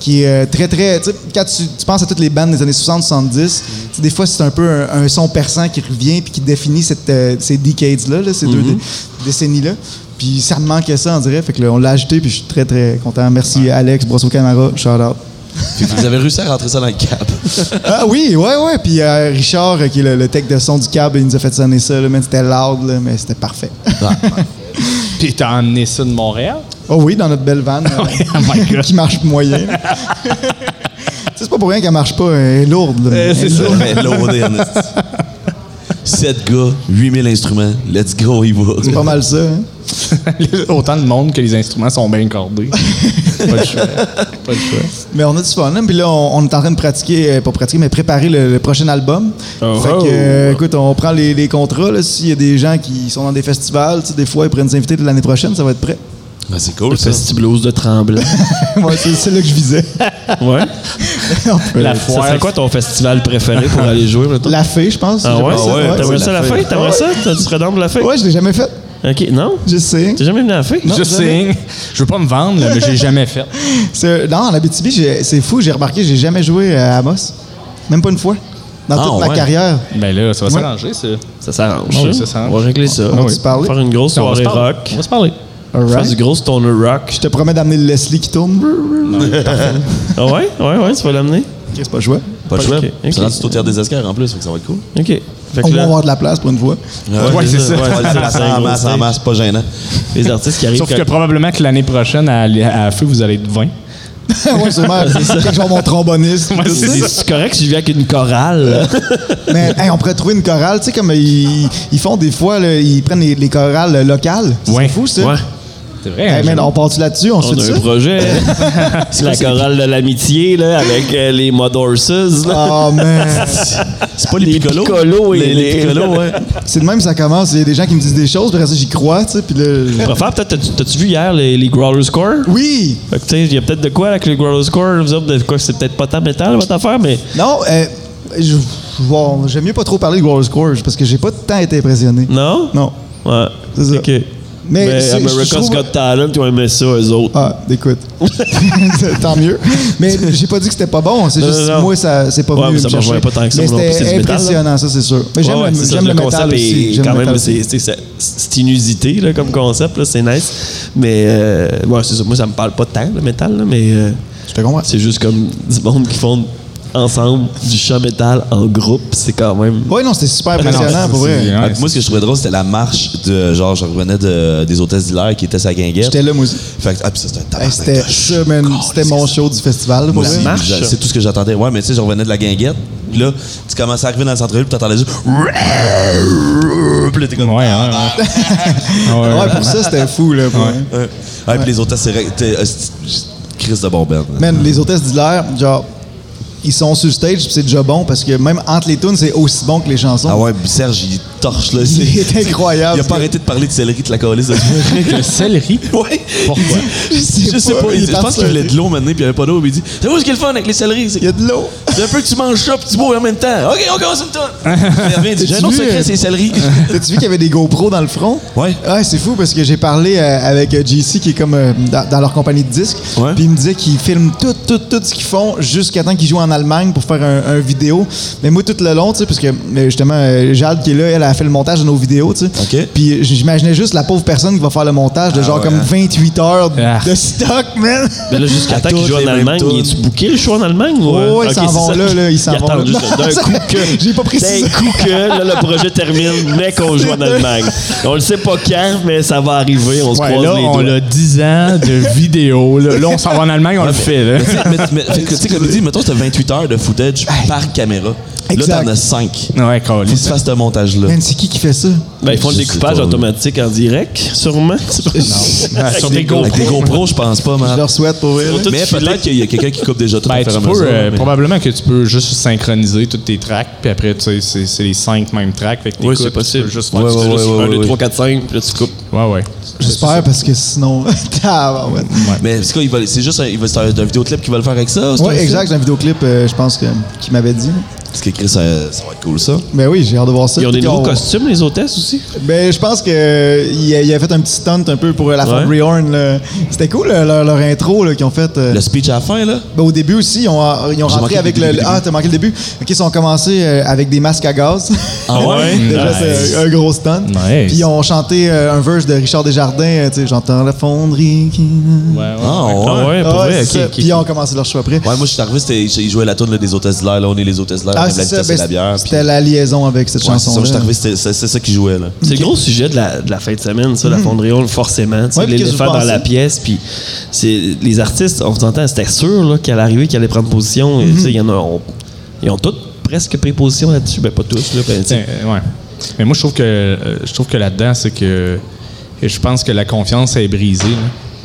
Speaker 6: qui est euh, très, très. tu sais, Quand tu, tu penses à toutes les bandes des années 60-70, des fois, c'est un peu un, un son perçant qui revient puis qui définit cette, euh, ces decades-là, là, ces deux dé- décennies-là. Puis ça me manquait ça, on dirait. Fait que là, on l'a ajouté, puis je suis très, très content. Merci, Alex, Brosso-Camara, shout out.
Speaker 5: Fait que vous avez réussi à rentrer ça dans le cap.
Speaker 6: Ah oui, ouais, ouais. Puis euh, Richard, euh, qui est le, le tech de son du câble, il nous a fait sonner ça. Là, mais c'était loud, là, mais c'était parfait.
Speaker 4: Puis t'as emmené ça de Montréal?
Speaker 6: Oh oui, dans notre belle van. euh,
Speaker 4: oh my God.
Speaker 6: qui marche moyen. Tu sais, c'est pas pour rien qu'elle marche pas. Elle est lourde. là, mais-
Speaker 4: Euh, c'est ça.
Speaker 5: Mais loadé, en esti. Sept gars, 8000 instruments. Let's go, il va.
Speaker 6: C'est pas mal ça. hein.
Speaker 4: Autant de monde que les instruments sont bien cordés. pas le choix. Pas le choix.
Speaker 6: Mais on a du fun. hein. Puis là, on, on est en train de pratiquer, euh, pas pratiquer, mais préparer le, le prochain album.
Speaker 4: Oh,
Speaker 6: fait que,
Speaker 4: oh.
Speaker 6: euh, écoute, on prend les, les contrats. là. S'il y a des gens qui sont dans des festivals, tu sais, des fois, ils prennent des invités de l'année prochaine, ça va être prêt.
Speaker 5: Ben, c'est cool, ça.
Speaker 3: Festi blues de Tremblant.
Speaker 6: Ouais, c'est c'est là que je visais.
Speaker 3: ouais.
Speaker 4: La
Speaker 3: Euh, Ça serait
Speaker 4: foire.
Speaker 3: quoi ton festival préféré pour aller jouer, maintenant?
Speaker 6: La fée, je pense.
Speaker 3: Ah ouais?
Speaker 6: J'aimerais ça, ouais.
Speaker 3: T'aimerais ça la fête? T'aimerais ça? Tu serais dans pour la fête?
Speaker 6: Ouais, je l'ai jamais faite.
Speaker 3: Ok, non?
Speaker 6: Je sais.
Speaker 3: T'es jamais venu à la fête?
Speaker 4: Just saying. Je veux pas me vendre, là, mais j'ai jamais fait.
Speaker 6: C'est- Non, en Abitibi, j'ai- c'est fou, j'ai remarqué, j'ai jamais joué euh, à Amos. Même pas une fois. Dans
Speaker 5: Ah,
Speaker 6: toute ma
Speaker 5: ouais.
Speaker 6: carrière.
Speaker 4: Ben là, ça va
Speaker 6: Ouais.
Speaker 4: s'arranger, ça.
Speaker 3: Ça s'arrange.
Speaker 4: Ah oui,
Speaker 3: hein?
Speaker 4: ça s'arrange.
Speaker 3: On va régler ça.
Speaker 6: On va se parler.
Speaker 3: Faire une grosse
Speaker 4: On va se
Speaker 3: soirée
Speaker 4: parler.
Speaker 3: rock.
Speaker 4: On va se parler.
Speaker 3: Faire du gros stoner rock.
Speaker 6: Je te promets d'amener le Leslie qui tourne.
Speaker 3: Ah ouais? Ouais, ouais, tu vas l'amener?
Speaker 6: C'est pas joué.
Speaker 5: Pas de
Speaker 3: Ok,
Speaker 5: choix.
Speaker 3: ok.
Speaker 5: Tu rentres sur terre des escars en plus, fait que ça va être cool.
Speaker 3: Ok. Fait que
Speaker 6: On va
Speaker 3: là-
Speaker 6: avoir de la place pour une fois.
Speaker 4: Ouais, c'est ça.
Speaker 5: Ouais, c'est ça.
Speaker 3: c'est
Speaker 5: Ça en
Speaker 3: un gros
Speaker 5: masse, en
Speaker 3: stage.
Speaker 5: masse, pas gênant.
Speaker 3: Les artistes qui arrivent.
Speaker 4: Sauf que
Speaker 3: quand-
Speaker 4: probablement que l'année prochaine, à, à feu, vous allez être 20.
Speaker 6: ouais, sûrement. Quelque chose mon tromboniste. tout ça.
Speaker 3: C'est c'est correct si je viens avec une chorale.
Speaker 6: Mais hey, on pourrait trouver une chorale, tu sais, comme ils, ils font des fois, là, ils prennent les, les chorales euh, locales. C'est
Speaker 4: Ouais.
Speaker 6: fou, ça. Eh,
Speaker 3: Ouais.
Speaker 4: C'est vrai. hein,
Speaker 6: Hey, man, on part-tu là-dessus? On se
Speaker 3: On
Speaker 6: fait
Speaker 3: a
Speaker 6: ça?
Speaker 3: un projet. C'est la chorale de l'amitié, là, avec euh, les Mud Horses. là.
Speaker 6: Oh, man.
Speaker 5: C'est pas les, piccolos.
Speaker 3: piccolos et
Speaker 5: les, les
Speaker 3: les-
Speaker 5: piccolos, ouais.
Speaker 6: C'est de même que ça commence. Il y a des gens qui me disent des choses, puis après ça, j'y crois, tu sais, puis là...
Speaker 3: Préfère, peut-être, t'as-tu- t'as-tu vu hier les, les Growler Score?
Speaker 6: Oui!
Speaker 3: Fait que, tu sais, il y a peut-être de quoi avec les Growler Score. Vous autres, de quoi, c'est peut-être pas tant métal, votre affaire, mais.
Speaker 6: Non, euh, je- bon, j'aime mieux pas trop parler de Glorious Scourge, parce que j'ai pas tant été impressionné.
Speaker 3: Non?
Speaker 6: Non.
Speaker 3: Ouais.
Speaker 6: C'est ça.
Speaker 3: Ok.
Speaker 6: Mais
Speaker 3: Mais,
Speaker 6: c'est- je
Speaker 3: America's
Speaker 6: trouve-
Speaker 3: Got Talent, ils ont aimé ça, eux autres.
Speaker 6: Ah, écoute. Tant mieux. Mais j'ai pas dit que c'était pas bon, c'est
Speaker 3: Non,
Speaker 6: juste
Speaker 3: non, non.
Speaker 6: moi ça c'est pas
Speaker 3: Ouais,
Speaker 6: venu
Speaker 3: mais ça
Speaker 6: me
Speaker 3: me rejoint
Speaker 6: chercher.
Speaker 3: pas tant que ça,
Speaker 6: Mais
Speaker 3: moi non plus, c'est
Speaker 6: c'était
Speaker 3: du métal,
Speaker 6: impressionnant ça c'est sûr. Mais j'aime
Speaker 3: Ouais, ouais,
Speaker 6: le,
Speaker 3: c'est ça,
Speaker 6: j'aime le
Speaker 3: concept
Speaker 6: métal
Speaker 3: est
Speaker 6: aussi, j'aime
Speaker 3: quand
Speaker 6: le
Speaker 3: même,
Speaker 6: métal
Speaker 3: c'est
Speaker 6: aussi.
Speaker 3: c'est- c'est- c'est inusité là, comme concept, là, c'est nice. Mais euh, ouais, c'est ça. Moi, ça me parle pas tant, le métal, là, mais euh,
Speaker 6: Je te comprends.
Speaker 3: c'est juste comme du monde qui font ensemble du chant métal en groupe. C'est quand même.
Speaker 6: Ouais non, c'était super
Speaker 3: Ah,
Speaker 4: non,
Speaker 6: impressionnant
Speaker 4: c'est-
Speaker 6: pour
Speaker 4: c'est-
Speaker 6: vrai.
Speaker 4: ouais,
Speaker 5: Ah, moi, ce que je trouvais drôle, c'était la marche de. Genre, je revenais de, des hôtesses d'hilaire qui étaient sa guinguette.
Speaker 6: J'étais là moi aussi.
Speaker 5: Fait que, ah, puis ça, c'était un
Speaker 6: Hey,
Speaker 5: tabarnak.
Speaker 6: c'était
Speaker 5: de
Speaker 6: ça, man,
Speaker 5: chiot.
Speaker 6: c'était mon show du festival là, pour
Speaker 5: Moi aussi,
Speaker 6: vrai.
Speaker 3: marche.
Speaker 5: j'a- C'est tout ce que j'attendais. Ouais, mais tu sais, je revenais de la guinguette. Puis là, tu commençais à arriver dans le centre-ville, puis t'entendais juste. Puis là, t'es
Speaker 4: c'est-
Speaker 5: comme.
Speaker 4: Ouais, ouais, ouais. Ah, ouais, ouais.
Speaker 6: Ouais, pour ça c'était fou là. pour vrai.
Speaker 5: Ouais. Ouais, puis les hôtesses, c'est. vrai- t'es- euh, c'est- Crise de Ben, bomben.
Speaker 6: Man, les hôtesses d'hilaire, genre ils sont sur le stage, puis c'est déjà bon parce que même entre les tunes, c'est aussi bon que les chansons.
Speaker 5: Ah ouais, puis Serge, il torche, là. c'est-
Speaker 6: Il est incroyable,
Speaker 5: Il a
Speaker 6: ce
Speaker 5: pas
Speaker 6: gars.
Speaker 5: arrêté de parler de céleri de la calice. de-
Speaker 4: Le céleri.
Speaker 5: Ouais.
Speaker 4: Pourquoi?
Speaker 5: Je sais, je sais
Speaker 6: pas,
Speaker 5: pas.
Speaker 6: il
Speaker 5: il- Je
Speaker 6: part
Speaker 5: pense qu'il
Speaker 6: sur-
Speaker 5: voulait de l'eau maintenant, puis il n'y avait pas d'eau. puis Il dit C'est ce qui est le fun avec les céleris. C'est
Speaker 6: Il y a de l'eau.
Speaker 5: c'est un peu que tu manges ça, puis tu bois en même temps. Ok, on commence une tonne. Il revient, il dit, J'ai un autre
Speaker 6: T'as-tu vu,
Speaker 5: secret,
Speaker 6: euh,
Speaker 5: c'est les céleris.
Speaker 6: T'as-tu vu qu'il y avait des GoPros dans le front?
Speaker 5: Ouais.
Speaker 6: Ouais, c'est fou parce que j'ai parlé euh, avec euh, JC qui est comme euh, dans, dans leur compagnie de disques.
Speaker 5: Ouais.
Speaker 6: Puis il me disait qu'ils filment tout, tout, tout ce qu'ils font jusqu'à temps qu'ils jouent en Allemagne pour faire un, un vidéo. Mais moi, tout le long, tu sais, parce que euh, justement, euh, Jade qui est là, elle a fait le montage de nos vidéos, tu sais.
Speaker 5: Ok.
Speaker 6: Puis euh, j'imaginais juste la pauvre personne qui va faire le montage de genre
Speaker 5: ouais,
Speaker 6: comme
Speaker 5: hein.
Speaker 6: 28 heures
Speaker 4: Ah.
Speaker 6: de stock, man.
Speaker 3: Mais là, jusqu'à temps qu'ils
Speaker 5: toutes
Speaker 3: jouent
Speaker 5: les
Speaker 3: en
Speaker 5: mêmes
Speaker 3: Allemagne,
Speaker 5: tunes.
Speaker 3: il est-tu booké le show en Allemagne? ou, euh,
Speaker 6: Oh, ils
Speaker 3: ok,
Speaker 6: s'en
Speaker 3: c'est
Speaker 6: vont
Speaker 3: ça.
Speaker 6: là, là, ils s'en vont
Speaker 3: attendent
Speaker 6: là.
Speaker 3: juste d'un
Speaker 6: Ça-
Speaker 3: coup que.
Speaker 6: J'ai pas précisé.
Speaker 3: D'un coup que là, le projet termine, mais qu'on joue en Allemagne. On le sait pas quand, mais ça va arriver. On se
Speaker 4: Ouais,
Speaker 3: croise
Speaker 4: là,
Speaker 3: les
Speaker 4: on
Speaker 3: doigts.
Speaker 4: a 10 ans de vidéos. Là, Là, on s'en va en Allemagne, on le fait. Là.
Speaker 5: Mais- mais- fait que, Tu sais, comme il dit, mettons, c'était 28 heures de footage par caméra. Là,
Speaker 6: Exact.
Speaker 5: t'en as 5.
Speaker 4: Ouais,
Speaker 5: Faut que
Speaker 4: câlisse.
Speaker 5: tu fasses ce montage-là.
Speaker 6: Man, c'est qui qui fait ça?
Speaker 3: Ben, ils font le
Speaker 5: Je sais
Speaker 3: découpage
Speaker 5: pas.
Speaker 3: automatique en direct, sûrement.
Speaker 4: Ah, Sur des
Speaker 5: Avec
Speaker 4: GoPros.
Speaker 5: des GoPros, je pense pas,
Speaker 6: Je
Speaker 5: man.
Speaker 6: leur souhaite pour vrai. là.
Speaker 3: Surtout
Speaker 5: Mais
Speaker 3: du filet.
Speaker 5: peut-être qu'il y a quelqu'un qui coupe déjà tout
Speaker 4: Ben,
Speaker 5: à
Speaker 4: tu
Speaker 5: faire à
Speaker 4: peux,
Speaker 5: mesure.
Speaker 4: euh,
Speaker 5: mais-
Speaker 4: probablement que tu peux juste synchroniser tous tes tracks, puis après, tu sais, c'est- c'est les cinq mêmes tracks. Fait que
Speaker 3: Oui,
Speaker 4: t'écoutes,
Speaker 3: c'est possible.
Speaker 4: tu peux juste
Speaker 5: Ouais,
Speaker 4: faire
Speaker 5: ouais,
Speaker 4: du-
Speaker 5: ouais, ouais,
Speaker 3: 1,
Speaker 5: ouais,
Speaker 3: 2,
Speaker 5: ouais.
Speaker 3: 3, 4, 5, puis là, tu coupes.
Speaker 4: Ouais, ouais.
Speaker 6: J'espère parce que sinon. Tabarouette.
Speaker 5: Mais c'est quoi, ils veulent- c'est juste un, ils veulent- c'est un, un vidéoclip qu'ils veulent faire avec ça? c'est un
Speaker 6: Ouais,
Speaker 5: film?
Speaker 6: exact, j'ai un vidéoclip, euh, je pense, que, qui m'avait dit.
Speaker 5: Parce que Chris, euh, ça, ça va être cool, ça.
Speaker 6: Ben oui, j'ai hâte de voir ça.
Speaker 3: Ils ont des
Speaker 6: Puis
Speaker 3: nouveaux
Speaker 6: on-
Speaker 3: costumes, les hôtesses aussi.
Speaker 6: Ben, je pense qu'il a, il a fait un petit stunt un peu pour euh, la fin de
Speaker 3: Ouais.
Speaker 6: Rehorn. là. C'était cool euh, leur, leur intro là, qu'ils ont fait. euh,
Speaker 5: Le speech à la fin, là?
Speaker 6: ben, au début aussi, ils ont, euh, ils ont rentré
Speaker 5: manqué le
Speaker 6: avec
Speaker 5: début,
Speaker 6: le.
Speaker 5: le début.
Speaker 6: Ah, t'as manqué le début? Ok, ils ont commencé euh, avec des masques à gaz.
Speaker 5: Ah ouais?
Speaker 6: Déjà, c'est un gros stunt.
Speaker 4: Nice.
Speaker 6: Puis ils ont chanté euh, un verse de Richard Desjardins, euh, tu sais, j'entends la fonderie. qui-
Speaker 4: Ouais, ouais.
Speaker 5: Ah ouais?
Speaker 3: Ah ouais, pour
Speaker 6: Ah,
Speaker 3: vrai,
Speaker 6: c'est
Speaker 3: ok,
Speaker 6: ça.
Speaker 3: ok,
Speaker 6: Puis ils ont commencé leur show après.
Speaker 5: Ouais, moi, je suis arrivé, c'était, ils jouaient la tourne là, des hôtesses de l'air. Là, on est les hôtesses de l'air. on
Speaker 6: Ah,
Speaker 5: aime la
Speaker 6: c'est ça,
Speaker 5: vitesse et
Speaker 6: ben,
Speaker 5: la bière. puis-
Speaker 6: c'était la liaison avec cette
Speaker 5: Ouais, c'est ça,
Speaker 6: chanson.
Speaker 5: moi, je suis arrivé, c'était- c'est c'est ça qu'ils jouaient, là.
Speaker 3: C'est le gros sujet de la, de la fin de semaine, ça, la Fondriole, forcément. Tu sais,
Speaker 6: Mhm. Ouais, puis qu'est-ce que
Speaker 3: L'éléphant
Speaker 6: vous
Speaker 3: dans la
Speaker 6: pensez?
Speaker 3: pièce, puis c'est- les artistes, on s'entend, c'était sûr là, qu'elle arrivait, qu'elle allait prendre position. Et, tu sais, il y en a, on- ils ont tous presque pris position là-dessus. Ben, pas tous, là. ben, tu sais.
Speaker 4: Tiens, euh, ouais. Mais moi, je trouve que, euh, je trouve que là-dedans, c'est que que je pense que la confiance est brisée. là.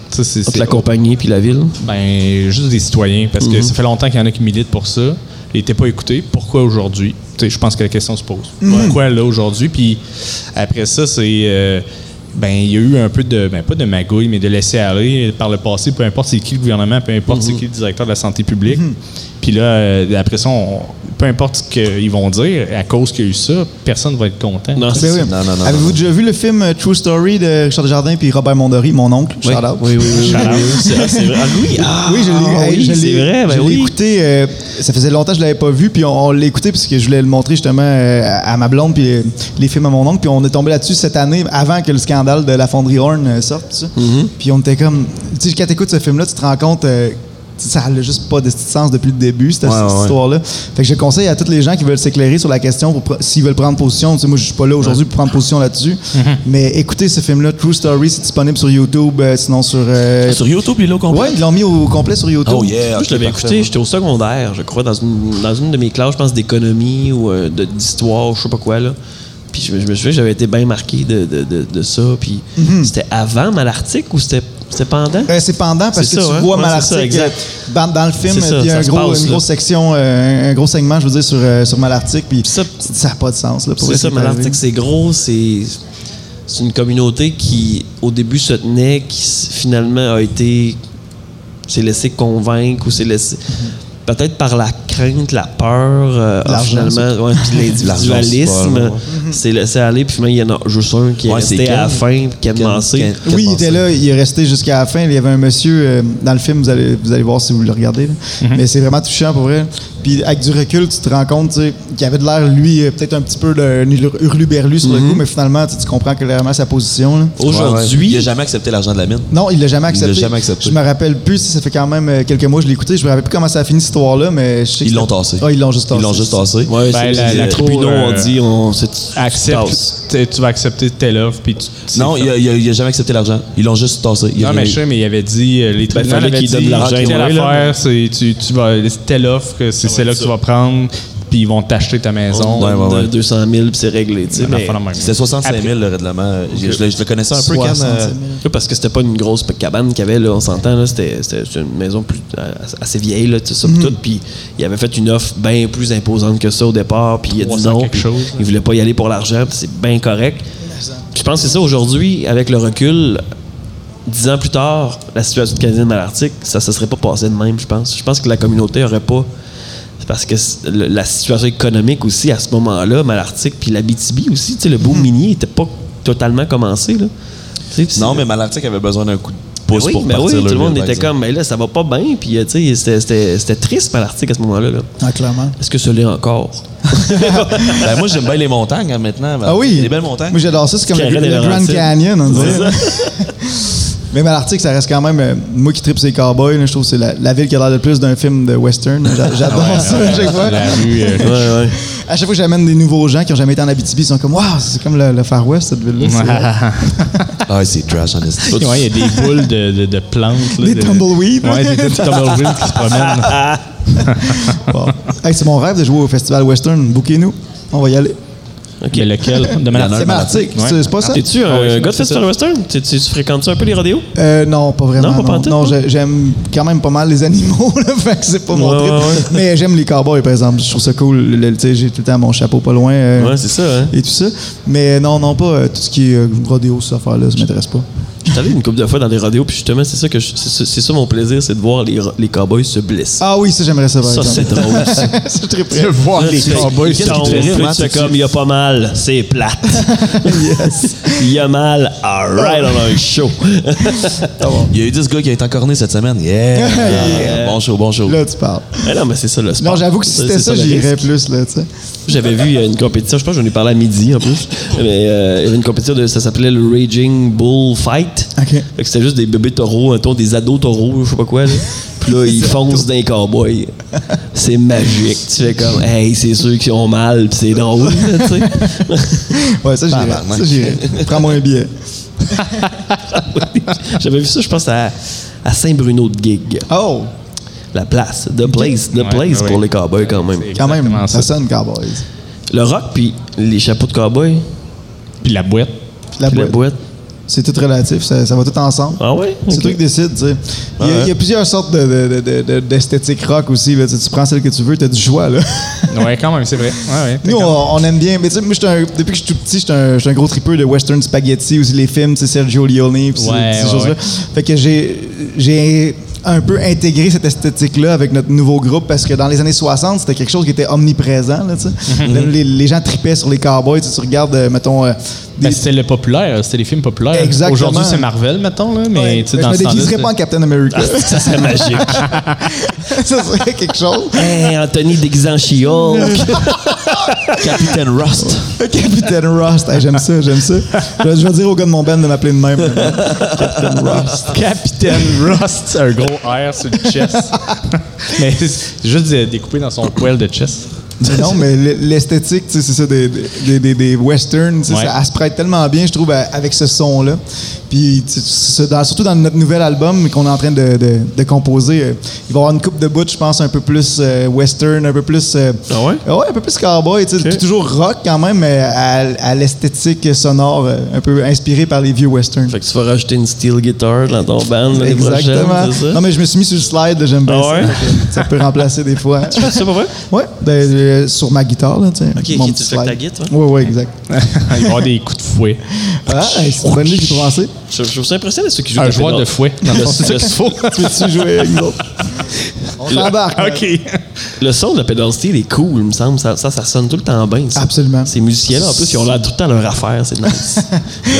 Speaker 4: Tu sais, c'est-
Speaker 3: Entre
Speaker 4: c'est-
Speaker 3: la compagnie Ah, puis la ville.
Speaker 4: Ben, juste des citoyens, parce
Speaker 3: Mhm.
Speaker 4: que ça fait longtemps qu'il y en a qui militent pour ça. Ils n'étaient pas écoutés. Pourquoi aujourd'hui? Tu sais, Je pense que la question se pose.
Speaker 3: Mhm.
Speaker 4: Pourquoi là aujourd'hui? Puis après ça, c'est. euh, ben, il y a eu un peu de, ben, pas de magouille, mais de laisser aller par le passé, peu importe c'est qui le gouvernement, peu importe
Speaker 3: Mhm.
Speaker 4: c'est qui le directeur de la santé publique. Puis là, euh, après ça, on- peu importe ce qu'ils vont dire, à cause qu'il y a eu ça, personne ne va être content.
Speaker 3: Non,
Speaker 6: Ben
Speaker 3: c'est
Speaker 6: oui.
Speaker 5: Non, non, non,
Speaker 6: Avez-vous
Speaker 5: non.
Speaker 6: déjà vu le film euh, True Story de Richard Desjardins puis Robert Mondori, mon oncle?
Speaker 3: Oui,
Speaker 6: Shout out.
Speaker 3: oui, oui, oui, oui, oui, c'est ah, c'est vrai. Ah, oui, ah,
Speaker 6: Oui, je l'ai
Speaker 3: ah,
Speaker 6: hey,
Speaker 3: oui,
Speaker 6: je l'ai-
Speaker 3: c'est vrai, ben
Speaker 6: je l'ai
Speaker 3: oui.
Speaker 6: écouté. euh, ça faisait longtemps que je l'avais pas vu, puis on, on l'a écouté parce que je voulais le montrer justement euh, à à ma blonde, puis euh, les films à mon oncle, puis on est tombé là-dessus cette année avant que le scandale de la fonderie Horn euh, sorte, tout ça.
Speaker 3: Mm-hmm.
Speaker 6: Puis on était comme, tu sais, quand t'écoutes ce film-là, tu te rends compte. euh, ça n'a juste pas de sens depuis le début, cette,
Speaker 5: Ouais,
Speaker 6: cette
Speaker 5: ouais.
Speaker 6: histoire-là. Fait que je conseille à tous les gens qui veulent s'éclairer sur la question, pour pre- s'ils veulent prendre position. Tu sais, moi, je suis pas là aujourd'hui pour prendre position là-dessus. Mais écoutez ce film-là, True Story, c'est disponible sur YouTube, euh, sinon sur euh,
Speaker 5: Sur YouTube, il est là, qu'on
Speaker 6: Ouais, ils l'ont mis au complet sur YouTube.
Speaker 5: Oh yeah.
Speaker 3: Moi, je
Speaker 5: ok,
Speaker 3: l'avais
Speaker 5: parfait,
Speaker 3: écouté,
Speaker 5: ouais.
Speaker 3: j'étais au secondaire, je crois, dans une, dans une de mes classes, je pense, d'économie ou euh, de- d'histoire, je sais pas quoi, là. Puis je, me- je me souviens, que j'avais été bien marqué de, de, de, de ça. Puis c'était avant Malartic ou c'était c'était pendant?
Speaker 6: Mhm. Euh, c'est pendant parce
Speaker 3: C'est
Speaker 6: que
Speaker 3: ça,
Speaker 6: tu
Speaker 3: hein?
Speaker 6: vois
Speaker 3: Ouais,
Speaker 6: Malartic.
Speaker 3: c'est ça, exact.
Speaker 6: euh, Dans, dans le film,
Speaker 3: C'est ça,
Speaker 6: il y a
Speaker 3: ça
Speaker 6: un
Speaker 3: se
Speaker 6: gros,
Speaker 3: passe,
Speaker 6: une
Speaker 3: là.
Speaker 6: grosse section, euh, un gros segment, je veux dire, sur, euh, sur Malartic. Puis
Speaker 3: ça-
Speaker 6: ça n'a pas de sens. Là, pour
Speaker 3: C'est
Speaker 6: vrai,
Speaker 3: ça,
Speaker 6: arrivé.
Speaker 3: Malartic, c'est gros, c'est. C'est une communauté qui, au début, se tenait, qui s- finalement a été. s'est laissé convaincre ou s'est laissé. Peut-être par la crainte, la peur, euh, a
Speaker 6: L'argent,
Speaker 3: finalement, ouais, puis
Speaker 5: L'argent,
Speaker 3: l'individualisme, s'est laissé aller, puis finalement, il y en a juste un qui est
Speaker 5: Ouais, c'est
Speaker 3: resté à la
Speaker 5: Ken.
Speaker 3: fin, puis qui a
Speaker 5: Ken-
Speaker 3: commencé.
Speaker 5: Ken-
Speaker 6: Oui, il
Speaker 5: Quelle
Speaker 6: était
Speaker 5: pensée.
Speaker 6: là, il est resté jusqu'à la fin. Il y avait un monsieur euh, dans le film, vous allez, vous allez voir si vous le regardez. là.
Speaker 3: Mm-hmm.
Speaker 6: Mais c'est vraiment touchant pour vrai. Puis avec du recul, tu te rends compte tu sais, qu'il avait de l'air, lui, euh, peut-être un petit peu d'un hurlu- hurluberlu sur
Speaker 3: Mm-hmm.
Speaker 6: le coup, mais finalement, tu sais, tu comprends clairement sa position. là.
Speaker 5: Ouais, ouais.
Speaker 3: Aujourd'hui,
Speaker 5: Il a jamais accepté l'argent de la mine.
Speaker 6: Non, il l'a
Speaker 5: Il
Speaker 6: jamais
Speaker 5: l'a
Speaker 6: accepté.
Speaker 5: jamais accepté.
Speaker 6: Je me rappelle plus, ça fait quand même euh, quelques mois que je l'ai écouté. Je me rappelle plus comment ça a fini cette histoire-là, mais je sais que
Speaker 5: Ils l'ont
Speaker 6: c'était-
Speaker 5: tassé.
Speaker 6: Ah, ils l'ont juste tassé.
Speaker 5: Ils l'ont juste tassé.
Speaker 4: Ben,
Speaker 3: Ouais, c'est-
Speaker 4: la-
Speaker 3: les
Speaker 4: la
Speaker 3: tribunaux
Speaker 4: cour,
Speaker 3: ont
Speaker 4: euh,
Speaker 3: dit on, c'est- tu tasses.
Speaker 4: Accepte, t'es- tu vas accepter telle offre, puis tu. c'est
Speaker 5: Non,
Speaker 4: fait.
Speaker 5: il a, il a- il a jamais accepté l'argent. Ils l'ont juste tassé. Il a
Speaker 4: Non,
Speaker 5: rien
Speaker 4: mais
Speaker 5: eu.
Speaker 4: je sais, mais il avait dit, euh, les tribunaux
Speaker 3: fallait
Speaker 4: avaient
Speaker 3: qu'il donne
Speaker 4: dit,
Speaker 3: de l'argent,
Speaker 4: telle
Speaker 3: ouais, là.
Speaker 4: affaire, c'est, tu, tu vas, c'est telle offre, que c'est celle-là que tu vas prendre, puis ils vont t'acheter ta maison.
Speaker 5: Ouais, ouais, ouais.
Speaker 3: de 200 000, puis c'est réglé. tu sais,
Speaker 4: Une
Speaker 3: mais-
Speaker 4: affaire de même.
Speaker 5: C'était 65 000 le règlement. Je, je le- je le connaissais un peu quand. euh,
Speaker 6: 65 000.
Speaker 3: Là, parce que c'était pas une grosse cabane qu'il y avait, là, on s'entend, là, c'était c'était- c'était une maison plus, euh, assez vieille, là, tout ça, pis tout, puis il avait fait une offre bien plus imposante que ça au départ, puis il a dit
Speaker 4: 300
Speaker 3: non,
Speaker 4: quelque
Speaker 3: puis
Speaker 4: chose,
Speaker 3: il voulait pas y aller pour l'argent, puis c'est bien correct. Je pense que c'est ça, aujourd'hui, avec le recul, dix ans plus tard, la situation canadienne à l'Arctique, ça se serait pas passé de même, je pense. Je pense que la communauté aurait pas... c'est Parce que c'est- le- la situation économique aussi, à ce moment-là, Malartic, puis l'Abitibi aussi, tu sais, le boom minier était pas totalement commencé. Là. Tu sais, puis
Speaker 5: Non,
Speaker 3: c'est-
Speaker 5: mais Malartic avait besoin d'un coup de pouce
Speaker 3: Ben oui,
Speaker 5: pour
Speaker 3: mais
Speaker 5: partir
Speaker 3: oui, tout le
Speaker 5: mur,
Speaker 3: monde
Speaker 5: par
Speaker 3: était
Speaker 5: exemple.
Speaker 3: comme, mais là, ça va pas bien. Puis, euh, tu sais, c'était- c'était c'était triste par l'article à ce moment-là. là.
Speaker 6: Ah, clairement.
Speaker 3: Est-ce que ce l'est encore?
Speaker 5: Ben, moi, j'aime bien les montagnes hein, maintenant.
Speaker 6: Ah oui?
Speaker 5: Les belles montagnes.
Speaker 6: Moi, j'adore ça. C'est comme
Speaker 3: Qui
Speaker 6: le,
Speaker 3: arrête
Speaker 6: le
Speaker 3: de
Speaker 6: Grand
Speaker 3: ralentir.
Speaker 6: Canyon, on dirait. Mais Malartic, ça reste quand même. euh, moi qui tripe ces cowboys, là, je trouve que c'est la, la ville qui a l'air le plus d'un film de western. J'a- J'adore ça à chaque fois.
Speaker 4: La rue, euh,
Speaker 6: À chaque fois que j'amène des nouveaux gens qui ont jamais été en Abitibi, ils sont comme Waouh, c'est comme le, le Far West, cette ville-là. C'est-
Speaker 5: Ah, c'est trash, en esti.
Speaker 4: Ouais, Il y a des boules de, de, de plantes. Là,
Speaker 6: Des
Speaker 4: de-
Speaker 6: tumbleweeds.
Speaker 4: Ouais, des petits tumbleweeds qui se promènent.
Speaker 6: Wow. Hey, c'est mon rêve de jouer au festival western. Bouquez-nous. On va y aller.
Speaker 4: Mais lequel De Malartic.
Speaker 6: C'est Malartic,
Speaker 4: Ouais.
Speaker 6: c'est c'est pas ça?
Speaker 3: T'es-tu un
Speaker 4: Ah oui,
Speaker 3: euh,
Speaker 4: c'est
Speaker 3: gars de Festival Western? T'es- Tu tu fréquentes-tu un peu les rodéos?
Speaker 6: Euh, non, pas vraiment.
Speaker 3: Non, pas
Speaker 6: Non,
Speaker 3: pantoute,
Speaker 6: Non,
Speaker 3: non?
Speaker 6: j'ai- j'aime quand même pas mal les animaux, là, fait que c'est pas mon
Speaker 3: Ouais,
Speaker 6: trip.
Speaker 3: ouais, ouais.
Speaker 6: Mais j'aime les cowboys, par exemple. Je trouve ça cool. Le- tu sais, J'ai tout le temps mon chapeau pas loin. euh,
Speaker 3: Ouais, c'est ça, hein?
Speaker 6: Et tout ça. Mais non, non, pas euh, tout ce qui est euh, rodéo, ces affaires-là, ça m'intéresse pas.
Speaker 3: J'étais allé une couple de fois dans les rodéos, puis justement, c'est ça que je- c'est ça- c'est ça mon plaisir, c'est de voir les, ro- les cowboys se blesser.
Speaker 6: Ah oui, ça, j'aimerais ça, par
Speaker 3: ça, c'est
Speaker 6: exemple.
Speaker 3: drôle. ça.
Speaker 6: Ça, je triperais.
Speaker 4: voir
Speaker 3: Là, tu fais-
Speaker 4: cowboys
Speaker 3: Qu'est-ce
Speaker 4: qui
Speaker 3: qui te fait rire,
Speaker 4: tombent.
Speaker 3: man? C'est comme, il y a pas mal, c'est plate. Il y a mal, alright, on a un show.
Speaker 5: Il y a eu 10 gars qui ont été encornés cette semaine. Yeah! Ah,
Speaker 6: Yeah.
Speaker 5: Bon show, bon show.
Speaker 6: Là, tu parles.
Speaker 3: Mais Eh non, mais c'est Ah, ça le sport.
Speaker 6: Non, j'avoue que si
Speaker 3: C'est-
Speaker 6: c'était
Speaker 3: c'est
Speaker 6: ça,
Speaker 3: le
Speaker 6: j'irais
Speaker 3: risque.
Speaker 6: plus, là, tu sais.
Speaker 3: J'avais vu euh, une compétition, je pense que j'en ai parlé à midi en plus, mais euh, il y avait une compétition, de, ça s'appelait le Raging Bull Fight.
Speaker 6: Ok.
Speaker 3: Fait que c'était juste des bébés taureaux, un tour des ados taureaux, je sais pas quoi. Là. Puis là, ils foncent d'un cowboy. C'est magique. Tu fais comme, hey, c'est ceux qui ont mal, puis c'est drôle. là, tu sais.
Speaker 6: Ouais, ça, j'irais.
Speaker 5: Tabarnak.
Speaker 6: Ça, j'irais. Prends-moi un billet.
Speaker 3: J'avais vu ça, je pense, à, à Saint-Bruno de Gig.
Speaker 6: Oh!
Speaker 3: La place, the place, the
Speaker 4: Ouais,
Speaker 3: place
Speaker 4: ouais.
Speaker 3: pour les cowboys quand même.
Speaker 6: Quand même,
Speaker 4: Exactement
Speaker 6: ça
Speaker 4: ça.
Speaker 6: sonne, Cowboys.
Speaker 3: Le rock, puis les chapeaux de cowboy,
Speaker 4: Puis la boîte.
Speaker 6: Puis la
Speaker 3: puis la
Speaker 6: boîte.
Speaker 3: boîte.
Speaker 6: C'est tout relatif, ça, ça va tout ensemble.
Speaker 3: Ah ouais?
Speaker 6: C'est
Speaker 3: Ok.
Speaker 6: toi qui décides, tu sais. Il y, a- il y a plusieurs sortes de- de- de- de- d'esthétique rock aussi. Là. Tu, sais, tu prends celle que tu veux, t'as du choix, là.
Speaker 4: Ouais, quand même, c'est vrai. Ouais, ouais.
Speaker 6: Nous, on, on aime bien. Mais tu sais, moi, j'étais un- depuis que je suis tout petit, j'étais un, j'étais un gros tripeux de western spaghetti, aussi les films, tu sais, Sergio Leone, puis ces-
Speaker 4: Ouais,
Speaker 6: ces
Speaker 4: ouais,
Speaker 6: choses-là.
Speaker 4: ouais.
Speaker 6: Fait que j'ai- j'ai un peu intégré cette esthétique-là avec notre nouveau groupe parce que dans les années 60, c'était quelque chose qui était omniprésent, là, tu sais. les, les gens tripaient sur les cowboys. Tu sais, tu regardes, euh, mettons, euh, des,
Speaker 4: Ben, c'était le populaire, c'était les films populaires.
Speaker 6: Exactement.
Speaker 4: Aujourd'hui, c'est Marvel, mettons, là, mais
Speaker 6: Ouais,
Speaker 4: tu sais,
Speaker 6: mais
Speaker 4: dans
Speaker 6: je
Speaker 4: ce
Speaker 6: me
Speaker 4: temps-là. Ah,
Speaker 6: déguiserais pas en Captain America.
Speaker 3: Ça, c'est magique.
Speaker 6: ça serait quelque chose.
Speaker 3: Hey, Eh, Anthony déguisé en She-Hulk.
Speaker 5: Capitaine Rust.
Speaker 6: Captain Rust. Hey, j'aime ça, j'aime ça. Je, je vais dire au gars de mon band de m'appeler de même. Captain Rust.
Speaker 4: c'était Capitaine Rust, un gros R sur le chest. mais c'est juste dé- découpé dans son poil de chest.
Speaker 6: Mais non, mais l- l'esthétique, tu sais, c'est ça, des, des, des, des westerns, tu sais,
Speaker 4: Ouais.
Speaker 6: ça, elle se prête tellement bien, je trouve, à- avec ce son-là. Puis, tu sais, ce- dans- surtout dans notre nouvel album qu'on est en train de, de- de composer, euh, il va y avoir une coupe de bouts, je pense, un peu plus euh, western, un peu plus. euh,
Speaker 3: Ah ouais?
Speaker 6: euh, Ouais, un peu plus cowboy, tu sais, puis toujours rock quand même, mais à, à l'esthétique sonore, euh, un peu inspirée par les vieux westerns.
Speaker 3: Fait que tu vas rajouter une steel guitar dans ton band l'année prochaine,
Speaker 6: Exactement.
Speaker 3: c'est ça?
Speaker 6: Non, mais je me suis mis sur le slide, là, j'aime bien
Speaker 3: Ah
Speaker 6: ça.
Speaker 3: ouais?
Speaker 6: Fait que Ça peut remplacer des fois.
Speaker 3: C'est pas vrai?
Speaker 6: Ouais, ben, euh, sur ma guitare, là, tu sais.
Speaker 3: Ok, ok, tu fais ta guitare, toi?
Speaker 6: Oui, oui, exact.
Speaker 4: Ah, Il va y avoir des coups de fouet.
Speaker 6: Ah, hey, c'est une bonne idée, j'ai pensé.
Speaker 3: Je, je vous impressionne à ceux qui jouent
Speaker 4: Un
Speaker 3: de la
Speaker 4: joueur
Speaker 3: pédale.
Speaker 4: de fouet. dans le fond, C'est ça qu'il faut.
Speaker 6: Tu jouais avec nous autres. On t'embarque. là.
Speaker 4: OK.
Speaker 3: Le son de la pedal steel est cool, il me semble. Ça, ça, ça sonne tout le temps bien. ça.
Speaker 6: Absolument.
Speaker 3: Ces musiciens-là, en plus, ils ont l'air tout le temps à leur affaire. C'est nice. la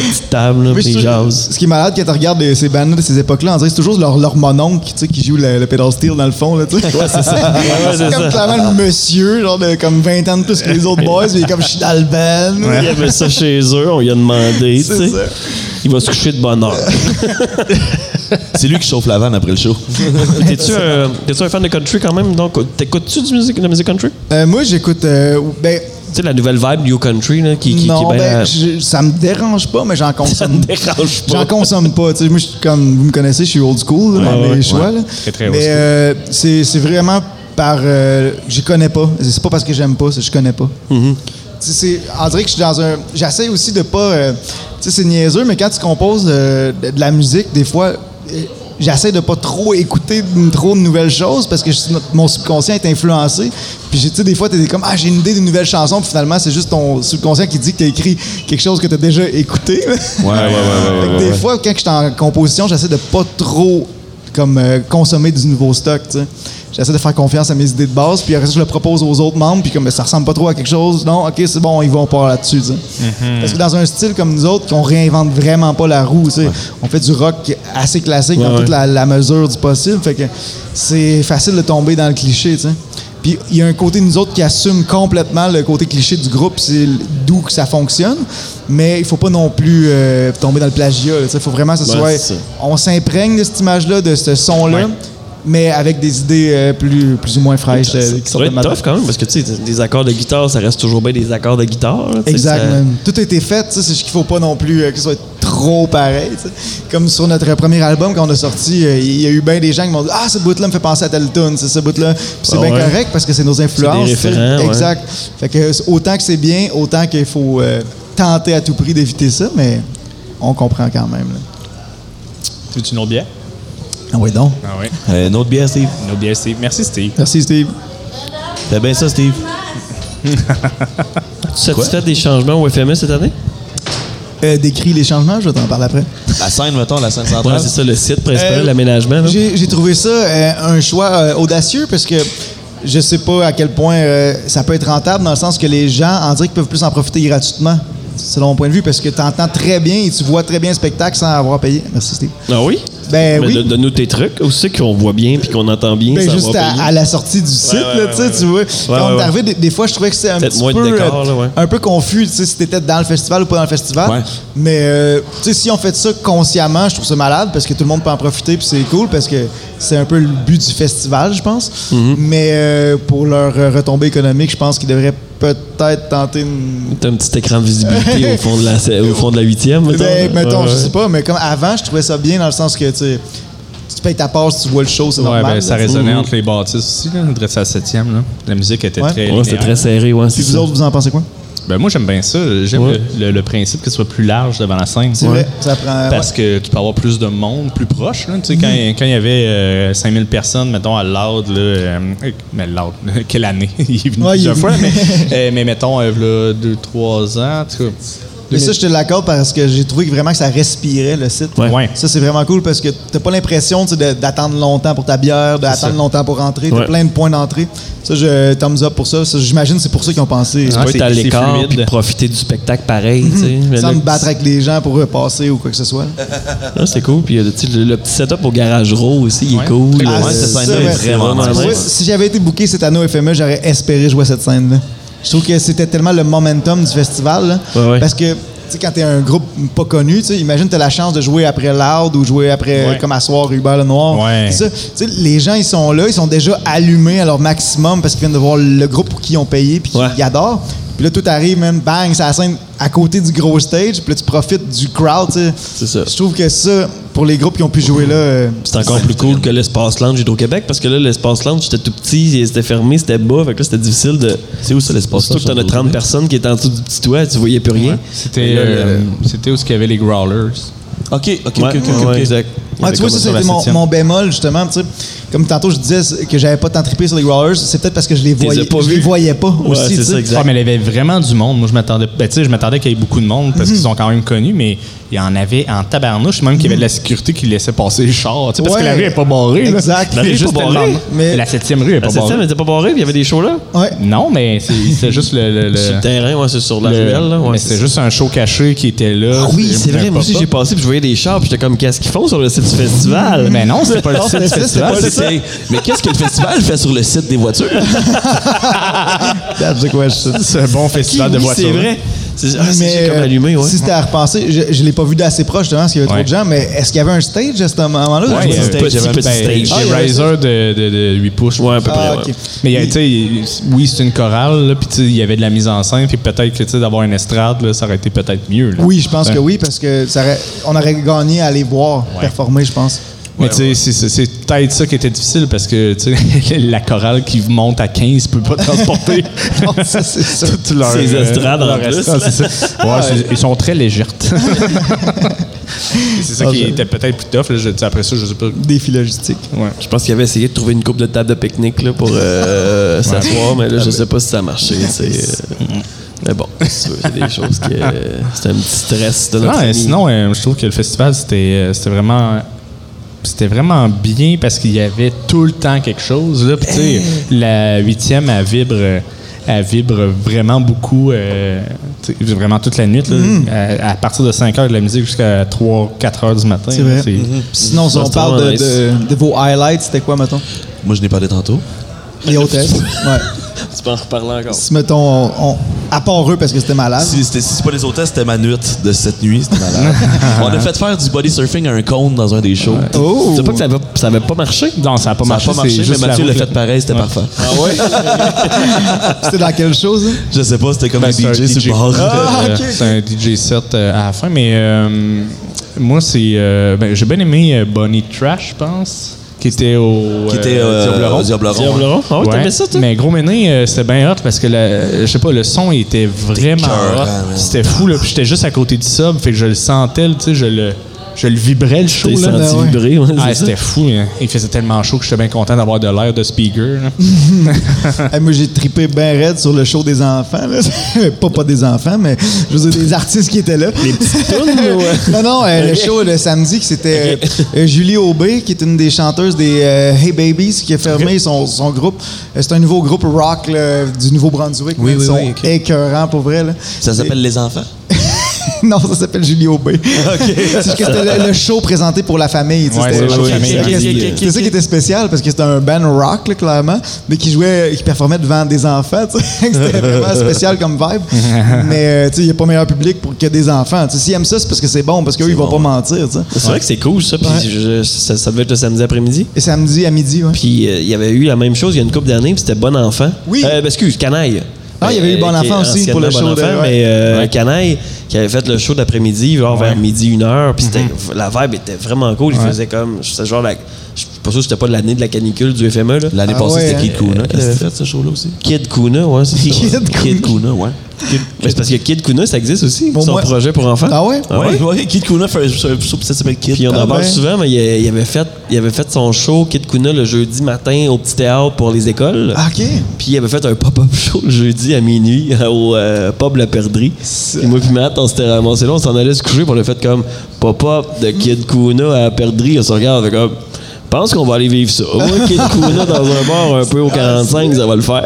Speaker 3: petite table, là,
Speaker 6: Mais
Speaker 3: puis
Speaker 6: c'est
Speaker 3: ils
Speaker 6: sûr-
Speaker 3: jasent.
Speaker 6: Ce qui est malade quand tu regardes les- ces bandes de ces époques-là, on dirait que c'est toujours leur, leur mononcle tu sais, qui joue le, le pedal steel dans le fond. Là, tu sais.
Speaker 3: Ouais, c'est ça. Ouais, ouais,
Speaker 6: c'est
Speaker 3: c'est
Speaker 6: comme
Speaker 3: ça.
Speaker 6: clairement le monsieur, genre de comme 20 ans de plus que les autres boys, mais il est comme je suis dans le band.
Speaker 3: Il y avait ça chez eux, on lui a demandé. tu
Speaker 6: C'est
Speaker 3: sais.
Speaker 6: ça.
Speaker 3: Il va se coucher de bonne heure.
Speaker 5: C'est lui qui chauffe la vanne après le show.
Speaker 3: T'es-tu un, t'es-tu un fan de country quand même? Donc, t'écoutes-tu du musique, de la musique country?
Speaker 6: Euh, moi, j'écoute. euh, ben,
Speaker 3: Tu sais, la nouvelle vibe New Country, là, qui, qui, qui euh,
Speaker 6: non,
Speaker 3: est bien-
Speaker 6: ben, je- ça me dérange pas, mais j'en consomme.
Speaker 3: dérange pas.
Speaker 6: J'en consomme pas. tu sais, Moi, je suis comme vous me connaissez, je suis old school là, dans
Speaker 4: Ouais,
Speaker 6: mes
Speaker 4: ouais,
Speaker 6: choix.
Speaker 4: ouais.
Speaker 6: là.
Speaker 4: Très, très old
Speaker 6: Mais
Speaker 4: school.
Speaker 6: euh, c'est c'est vraiment par. euh, je connais pas. C'est pas parce que j'aime pas, c'est que je connais pas.
Speaker 4: Mm-hmm.
Speaker 6: Tu sais, c'est- on dirait que je suis dans un. J'essaie aussi de pas. euh, tu sais, c'est niaiseux, mais quand tu composes euh, de, de la musique, des fois. euh, J'essaie de pas trop écouter de- trop de nouvelles choses parce que je- mon subconscient est influencé. Puis j'ai- tu sais, des fois, t'es comme ah j'ai une idée d'une nouvelle chanson, puis finalement c'est juste ton subconscient qui dit que t'as écrit quelque chose que t'as déjà écouté. là.
Speaker 5: Ouais,
Speaker 4: Euh,
Speaker 5: ouais, ouais. ouais,
Speaker 6: Fait que des fois, quand je suis en composition, j'essaie de pas trop comme euh, consommer du nouveau stock. tu sais. J'essaie de faire confiance à mes idées de base, puis après ça, je le propose aux autres membres, puis comme ben, ça ressemble pas trop à quelque chose, non, ok, c'est bon, ils vont pas là-dessus. tu sais.
Speaker 5: Mm-hmm.
Speaker 6: Parce que dans un style comme nous autres, qu'on réinvente vraiment pas la roue, tu sais. on fait du rock assez classique dans toute la, la mesure du possible, fait que c'est facile de tomber dans le cliché. tu sais. Puis il y a un côté de nous autres qui assume complètement le côté cliché du groupe, c'est l- d'où que ça fonctionne. Mais il faut pas non plus euh, tomber dans le plagiat. là, tu sais. Il faut vraiment que ce
Speaker 3: Ouais,
Speaker 6: soit.
Speaker 3: c'est ça.
Speaker 6: On s'imprègne de cette image-là, de ce son-là, mais avec des idées euh, plus, plus ou moins fraîches. euh, qui
Speaker 3: Ça
Speaker 6: sortent
Speaker 3: doit
Speaker 6: de
Speaker 3: être
Speaker 6: ma-
Speaker 3: tough quand même, parce que tu sais, des accords de guitare, ça reste toujours bien des accords de guitare. là, tu sais,
Speaker 6: Exact.
Speaker 3: ça-
Speaker 6: man. Tout a été fait, tu sais, c'est ce qu'il faut pas non plus euh, que ce soit trop pareil. tu sais. Comme sur notre premier album qu'on a sorti, euh, il y a eu bien des gens qui m'ont dit Ah, ce bout-là me fait penser à telle tune, c'est ce bout-là. Puis c'est
Speaker 3: Ah
Speaker 6: bien
Speaker 3: ouais.
Speaker 6: correct parce que c'est nos influences.
Speaker 3: C'est des
Speaker 6: tu sais.
Speaker 3: référents, ouais.
Speaker 6: Exact. Fait que euh, autant que c'est bien, autant qu'il faut euh, tenter à tout prix d'éviter ça, mais on comprend quand même. là.
Speaker 4: Tu veux-tu une autre bière?
Speaker 6: Ah oui donc.
Speaker 4: Ah oui.
Speaker 5: Euh, une autre bière, Steve.
Speaker 4: Une autre bière, Steve. Merci, Steve.
Speaker 6: Merci Steve.
Speaker 5: Fais bien ça, Steve.
Speaker 3: Tu satisfait des changements au FME cette année?
Speaker 6: Euh, décris les changements, je vais t'en parler après.
Speaker 5: La scène, mettons, la scène
Speaker 3: Ouais,
Speaker 5: centrale.
Speaker 3: c'est ça le site principal,
Speaker 6: Euh,
Speaker 3: l'aménagement. là.
Speaker 6: J'ai j'ai trouvé ça euh, un choix euh, audacieux parce que je sais pas à quel point euh, ça peut être rentable dans le sens que les gens en direct peuvent plus en profiter gratuitement, selon mon point de vue, parce que tu entends très bien et tu vois très bien le spectacle sans avoir payé. Merci Steve.
Speaker 3: Ah oui?
Speaker 6: Ben
Speaker 3: Mais
Speaker 6: oui.
Speaker 3: de- Donne-nous tes trucs aussi qu'on voit bien puis qu'on entend bien.
Speaker 6: Ben,
Speaker 3: ça va
Speaker 6: juste à,
Speaker 3: payer.
Speaker 6: à la sortie du site, là, tu sais, tu vois. Quand on
Speaker 3: ouais.
Speaker 6: est arrivé, des, des fois, je trouvais que c'était un
Speaker 3: Peut-être
Speaker 6: petit
Speaker 3: moins de
Speaker 6: peu,
Speaker 3: décor,
Speaker 6: euh,
Speaker 3: là, ouais.
Speaker 6: un peu confus, tu sais, si t'étais dans le festival ou pas dans le festival.
Speaker 5: Ouais.
Speaker 6: Mais, euh, tu sais, si on fait ça consciemment, je trouve ça malade parce que tout le monde peut en profiter puis c'est cool parce que c'est un peu le but du festival, je pense.
Speaker 3: Mm-hmm.
Speaker 6: Mais euh, pour leur euh, retombée économique, je pense qu'ils devraient peut-être tenter une
Speaker 3: T'as un petit écran de visibilité au fond de la se- au fond de la huitième, mettons.
Speaker 6: ben, mettons,
Speaker 3: Ouais,
Speaker 6: je
Speaker 3: ouais.
Speaker 6: sais pas, mais comme avant, je trouvais ça bien dans le sens que, tu sais, tu payes ta part si tu vois le show, c'est
Speaker 4: Ouais,
Speaker 6: normal.
Speaker 4: ben, ça
Speaker 6: là.
Speaker 4: résonnait entre les bâtisses aussi, là, dressé à la septième. Là. La musique était
Speaker 6: Ouais.
Speaker 4: très.
Speaker 3: Ouais, c'était
Speaker 4: linéaire.
Speaker 3: très serré, ouais.
Speaker 6: Puis
Speaker 3: c'est
Speaker 6: vous
Speaker 3: ça.
Speaker 6: autres, vous en pensez quoi?
Speaker 4: Ben, moi, j'aime bien ça. J'aime
Speaker 3: Ouais.
Speaker 4: le, le- le principe que ce soit plus large devant la scène.
Speaker 6: C'est vrai, ça prend... Mm-hmm.
Speaker 4: Parce que tu peux avoir plus de monde, plus proche. Là, tu sais, quand quand il y avait 5000 personnes, mettons, à Loud, là, euh, mais Loud, quelle année? Il est venu
Speaker 6: Ouais, il est
Speaker 4: plusieurs fois,
Speaker 6: venu.
Speaker 4: mais, euh, mais mettons, euh, v'là deux, trois ans. en tout cas.
Speaker 6: Mais ça, je te l'accorde parce que j'ai trouvé que vraiment que ça respirait le site.
Speaker 4: Ouais. Ouais.
Speaker 6: Ça, c'est vraiment cool parce que t'as pas l'impression tu sais, de- d'attendre longtemps pour ta bière, d'attendre longtemps pour rentrer. T'as
Speaker 3: Ouais.
Speaker 6: plein de points d'entrée. Ça, je thumbs up pour ça. Ça, J'imagine que c'est pour ça qu'ils ont pensé.
Speaker 3: Tu
Speaker 4: Ouais,
Speaker 3: peux
Speaker 4: c'est-
Speaker 3: être à
Speaker 4: c'est
Speaker 3: l'écart
Speaker 4: fluide.
Speaker 3: puis profiter du spectacle pareil, tu sais. Mais
Speaker 6: Sans
Speaker 3: le-
Speaker 6: Mhm. me battre avec les gens pour repasser ou quoi que ce soit.
Speaker 3: Ah, c'est cool. Puis euh, tu sais, le, le petit setup au garage row aussi, il est
Speaker 4: Ouais.
Speaker 3: cool.
Speaker 5: Ah,
Speaker 3: Ouais,
Speaker 5: cette
Speaker 3: c'est
Speaker 5: scène-là est
Speaker 3: c'est
Speaker 5: vraiment
Speaker 6: Tu vois,
Speaker 5: nice.
Speaker 6: Si j'avais été booké cette année au E, FME, j'aurais espéré jouer cette scène-là. Je trouve que c'était tellement le momentum du festival. là.
Speaker 3: Ouais, ouais.
Speaker 6: Parce que tu sais, quand t'es un groupe pas connu, tu sais, imagine t'as la chance de jouer après Loud ou jouer après,
Speaker 4: Ouais.
Speaker 6: comme à soir, Hubert Lenoir.
Speaker 4: Ouais.
Speaker 6: C'est ça. Tu sais, les gens, ils sont là, ils sont déjà allumés à leur maximum parce qu'ils viennent de voir le groupe pour qui ils ont payé puis qu'ils
Speaker 3: Ouais.
Speaker 6: adorent. Puis là, tout arrive, man, bang, c'est la scène à côté du gros stage, puis là, tu profites du crowd, tu sais.
Speaker 3: C'est ça.
Speaker 6: Je trouve que ça, pour les groupes qui ont pu jouer là, euh,
Speaker 3: C'est encore plus cool que l'espace lounge Hydro-Québec parce que là, l'espace lounge, c'était tout petit, et c'était fermé, c'était bas, fait que là, c'était difficile de.
Speaker 5: C'est où ça l'espace
Speaker 3: Surtout que t'en as 30 personnes qui étaient en dessous du petit toit, tu voyais plus rien.
Speaker 4: C'était
Speaker 3: Et là,
Speaker 4: euh,
Speaker 3: le-
Speaker 4: c'était où ce qu'il y avait les growlers.
Speaker 5: Ok, ok, ok,
Speaker 3: Ouais,
Speaker 5: ok, ok.
Speaker 3: ouais, exact.
Speaker 6: Ouais, Ah, tu vois,
Speaker 4: commencé sur
Speaker 6: ça, c'était
Speaker 4: la
Speaker 6: mon,
Speaker 4: septième.
Speaker 6: mon bémol, justement. tu sais. Comme tantôt, je disais que j'avais pas tant trippé sur les Growlers. C'est peut-être parce que je les
Speaker 3: les
Speaker 6: voyais
Speaker 3: as pas
Speaker 6: je les
Speaker 3: vus.
Speaker 6: voyais pas
Speaker 3: Ouais,
Speaker 6: aussi.
Speaker 3: c'est
Speaker 6: tu sais.
Speaker 3: ça, exact.
Speaker 4: Ah, mais il y avait vraiment du monde. Moi, je m'attendais ben, tu sais, je m'attendais qu'il y ait beaucoup de monde parce qu'ils sont quand même connus, mais il y en avait en tabarnouche, même qu'il y avait de la sécurité qui laissait passer les chars. tu sais, Parce
Speaker 6: Ouais.
Speaker 4: que la rue n'est pas barrée. là.
Speaker 6: Exact.
Speaker 4: La rue est juste pas barrée.
Speaker 6: mais-
Speaker 4: La septième rue n'est pas
Speaker 3: La septième,
Speaker 4: barrée.
Speaker 3: elle était pas barrée, puis il y avait des shows là.
Speaker 4: Euh,
Speaker 6: Ouais.
Speaker 4: Non, mais c'est c'est juste le. le- le-
Speaker 3: Sur le terrain, ouais, c'est sur la
Speaker 4: le-
Speaker 3: ruelle, là.
Speaker 4: mais
Speaker 3: Ouais,
Speaker 4: c'est juste un show caché qui était là.
Speaker 3: Ah oui, c'est vrai, moi aussi
Speaker 4: Pas-
Speaker 3: j'ai passé puis je voyais des chars puis j'étais comme qu'est-ce qu'ils font sur le site du festival
Speaker 4: Ah, Mais non, c'est pas le
Speaker 6: Non,
Speaker 4: site
Speaker 6: c'est
Speaker 4: du
Speaker 6: ça, c'est
Speaker 4: festival.
Speaker 6: pas
Speaker 5: Ah, c'est- Mais qu'est-ce que le festival fait sur le site des voitures?
Speaker 6: That's the question.
Speaker 4: C'est un bon festival de
Speaker 3: Oui,
Speaker 4: voitures.
Speaker 3: c'est vrai. C'est ah, c'est-
Speaker 6: Mais,
Speaker 3: j'ai comme
Speaker 6: euh,
Speaker 3: allumé, ouais.
Speaker 6: Si c'était à repenser, je, je l'ai pas vu d'assez proche, justement, parce qu'il y avait
Speaker 4: Ouais.
Speaker 6: trop de gens, mais est-ce qu'il y avait un stage à ce moment-là?
Speaker 4: Ouais,
Speaker 6: Je
Speaker 4: il y
Speaker 6: vois-
Speaker 4: avait
Speaker 3: Petit,
Speaker 4: j'avais-
Speaker 3: petit stage.
Speaker 6: Ah, il y
Speaker 4: J'ai
Speaker 6: avait
Speaker 4: Riser de, de, 8 pouces.
Speaker 3: Ouais, à peu
Speaker 6: Ah,
Speaker 3: près. ouais.
Speaker 6: ok.
Speaker 4: Mais il y a- tu sais, il- oui, c'est une chorale, là, puis tu sais, il y avait de la mise en scène, puis peut-être que tu sais, d'avoir une estrade, là, ça aurait été peut-être mieux. là. Hein?
Speaker 6: Oui, je pense
Speaker 4: Ouais.
Speaker 6: que oui, parce que ça aurait- on aurait gagné à les voir performer, je pense.
Speaker 4: Mais tu sais, c'est- c'est c'est peut-être ça qui était difficile parce que tu sais, la chorale qui monte à 15 peut pas transporter
Speaker 6: Ça, c'est sûr.
Speaker 4: toutes leurs.
Speaker 3: Ces
Speaker 4: euh,
Speaker 3: estrades, en
Speaker 4: leurs
Speaker 3: plus.
Speaker 4: estrades, c'est ça. Ouais, c'est- Ils sont très légères. c'est ça
Speaker 6: Ah,
Speaker 4: qui était peut-être plus tough. là, je- tu sais, après ça, je sais pas.
Speaker 6: Défi logistique.
Speaker 3: Je pense qu'il avait essayé de trouver une coupe de table de pique-nique là, pour euh, s'asseoir, mais là, je sais pas si ça a marché. c'est, euh, Mais bon, c'est sûr, il y a des choses qui. euh, C'était un petit stress de notre
Speaker 4: Ouais,
Speaker 3: ami.
Speaker 4: sinon, euh, je trouve que le festival, c'était euh, c'était vraiment. C'était vraiment bien parce qu'il y avait tout le temps quelque chose. Là. Puis, tu sais, la huitième, elle vibre, euh, elle vibre vraiment beaucoup, euh, tu sais, vraiment toute la nuit. là.
Speaker 6: Mm.
Speaker 4: À, à partir de 5 heures de la musique jusqu'à 3, 4 heures du matin.
Speaker 6: C'est
Speaker 4: là,
Speaker 6: vrai. Mhm. Mm-hmm.
Speaker 4: c'est-
Speaker 6: Sinon, si
Speaker 3: Ça,
Speaker 6: on
Speaker 3: c'est
Speaker 6: parle de,
Speaker 3: nice.
Speaker 6: de- de vos highlights, c'était quoi, mettons?
Speaker 5: Moi, je n'ai parlé tantôt.
Speaker 6: Les hôtesses. Ouais.
Speaker 3: Tu peux en reparler encore.
Speaker 6: Si, mettons, on, on- à part eux parce que c'était malade.
Speaker 5: Si c'était si c'est pas les hôtels, c'était ma nuit de cette nuit. C'était malade. On a fait faire du body surfing à un cône dans un des shows.
Speaker 6: Oh!
Speaker 3: C'est pas que ça avait, ça avait pas marché.
Speaker 4: Non, ça n'a pas
Speaker 5: Ça n'a
Speaker 4: marché.
Speaker 5: pas marché,
Speaker 4: c'est
Speaker 5: mais
Speaker 4: juste la
Speaker 5: Mathieu l'a
Speaker 4: route, là.
Speaker 5: fait pareil, c'était
Speaker 4: Ouais.
Speaker 5: parfait.
Speaker 6: C'était dans quelle chose? hein?
Speaker 5: Je sais pas, c'était comme
Speaker 4: Ben,
Speaker 5: un
Speaker 4: c'est un
Speaker 5: DJ sur
Speaker 4: DJ.
Speaker 5: le bord.
Speaker 6: Ah,
Speaker 4: Euh,
Speaker 6: ok.
Speaker 4: C'est un DJ set euh, à la fin, mais euh, moi, c'est. euh, ben, J'ai bien aimé euh, Bonnie Trash, je pense, qui était au.
Speaker 5: Qui était
Speaker 4: euh,
Speaker 5: euh,
Speaker 4: Diableron.
Speaker 5: au Diableron.
Speaker 3: Diableron? Ah ouais,
Speaker 4: Ouais.
Speaker 3: t'aimais ça, toi?
Speaker 4: Mais Gros Méné, euh, c'était bien hot parce que, la- euh, je sais pas, le son il était vraiment
Speaker 5: T'écœurant,
Speaker 4: hot.
Speaker 5: man.
Speaker 4: C'était fou, là. Puis j'étais juste à côté du sub, fait que je le sentais, tu sais, je le, je le vibrais, le show,
Speaker 3: T'es
Speaker 4: là.
Speaker 3: senti
Speaker 6: ben ouais.
Speaker 3: vibrer, ouais,
Speaker 4: Ah,
Speaker 3: c'est ça.
Speaker 4: c'était fou, hein. Il faisait tellement chaud que j'étais bien content d'avoir de l'air de speaker, là.
Speaker 3: Mhm.
Speaker 6: Eh, moi, j'ai trippé ben raide sur le show des enfants. là. pas pas des enfants, mais je veux dire des artistes qui étaient là. Les petites Non, non, euh, le show le samedi, qui c'était euh, euh, Julie Aubé, qui est une des chanteuses des euh, Hey Babies, qui a fermé son, son groupe. Euh, C'est un nouveau groupe rock là, du Nouveau-Brunswick.
Speaker 5: Oui,
Speaker 6: mais
Speaker 5: oui,
Speaker 6: Ils sont
Speaker 5: oui, ok.
Speaker 6: écœurants, pour vrai. là.
Speaker 5: Ça s'appelle Les Enfants.
Speaker 6: Non, ça s'appelle Julie Aubé. C'est que c'était le, le show présenté pour la famille. tu sais,
Speaker 4: Ouais,
Speaker 6: c'était-
Speaker 4: c'est le show
Speaker 6: c'était-
Speaker 4: famille.
Speaker 6: c'était-
Speaker 4: Ok, ok,
Speaker 6: c'était-
Speaker 4: ok,
Speaker 6: C'était ça qui était spécial parce que c'était un band rock, là, clairement, mais qui jouait, qui performait devant des enfants. tu sais. C'était vraiment spécial comme vibe. Mais euh, tu sais, il n'y a pas meilleur public pour que des enfants. Tu sais, S'ils aiment ça, c'est parce que c'est bon, parce qu'eux, ils vont pas mentir. tu sais.
Speaker 3: C'est vrai que c'est cool, ça. Puis je- ça, ça devait être le samedi après-midi.
Speaker 6: Et samedi à midi, ouais.
Speaker 3: Puis euh, il y avait eu la même chose il y a une couple d'années, puis c'était Bon Enfant.
Speaker 6: Oui.
Speaker 3: Euh, ben, excuse, Canaille. Euh,
Speaker 6: Ah, il y avait eu Bon
Speaker 3: qui est
Speaker 6: Enfant aussi pour le
Speaker 3: anciennement
Speaker 6: show de- ouais.
Speaker 3: mais euh, Canaille qui avait fait le show d'après-midi, genre vers midi, une heure, puis c'était-
Speaker 6: Mm-hmm.
Speaker 3: la vibe était vraiment cool. Il faisait comme. C'était genre la. Je suis pas sûr que c'était pas de l'année de la canicule du FME, là.
Speaker 5: L'année
Speaker 6: Ah
Speaker 5: passée,
Speaker 6: ouais,
Speaker 5: c'était
Speaker 6: hein.
Speaker 5: Kid Kuna qui l'avait fait, ce show-là aussi.
Speaker 3: Kid Kuna, ouais, c'est ça.
Speaker 6: Kid Kuna.
Speaker 5: Kid Kuna, ouais.
Speaker 3: Kid- Mais c'est parce que Kid Kuna, ça existe aussi.
Speaker 6: Bon,
Speaker 3: son
Speaker 6: moi-
Speaker 3: projet pour enfants.
Speaker 6: Ah ouais?
Speaker 5: Ouais, ouais, Kid Kuna fait un un show, puis ça s'appelle Kid.
Speaker 3: Puis on en
Speaker 6: Ah
Speaker 3: parle
Speaker 6: ben.
Speaker 3: souvent, mais il, a- il avait fait, il avait fait son show Kid Kuna le jeudi matin au petit théâtre pour les écoles.
Speaker 6: Ah, OK.
Speaker 3: Puis il avait fait un pop-up show le jeudi à minuit au euh, pub La Perdrie. Puis moi puis Matt, on s'était ramassés là, on s'en allait se coucher, puis on a fait comme pop-up de Kid Kuna à La Perdrie. On se regarde, on fait comme... Je pense qu'on va aller vivre ça. Moi, Kid Kuna dans un bar un peu
Speaker 6: Ah,
Speaker 3: au 45, ça va le faire.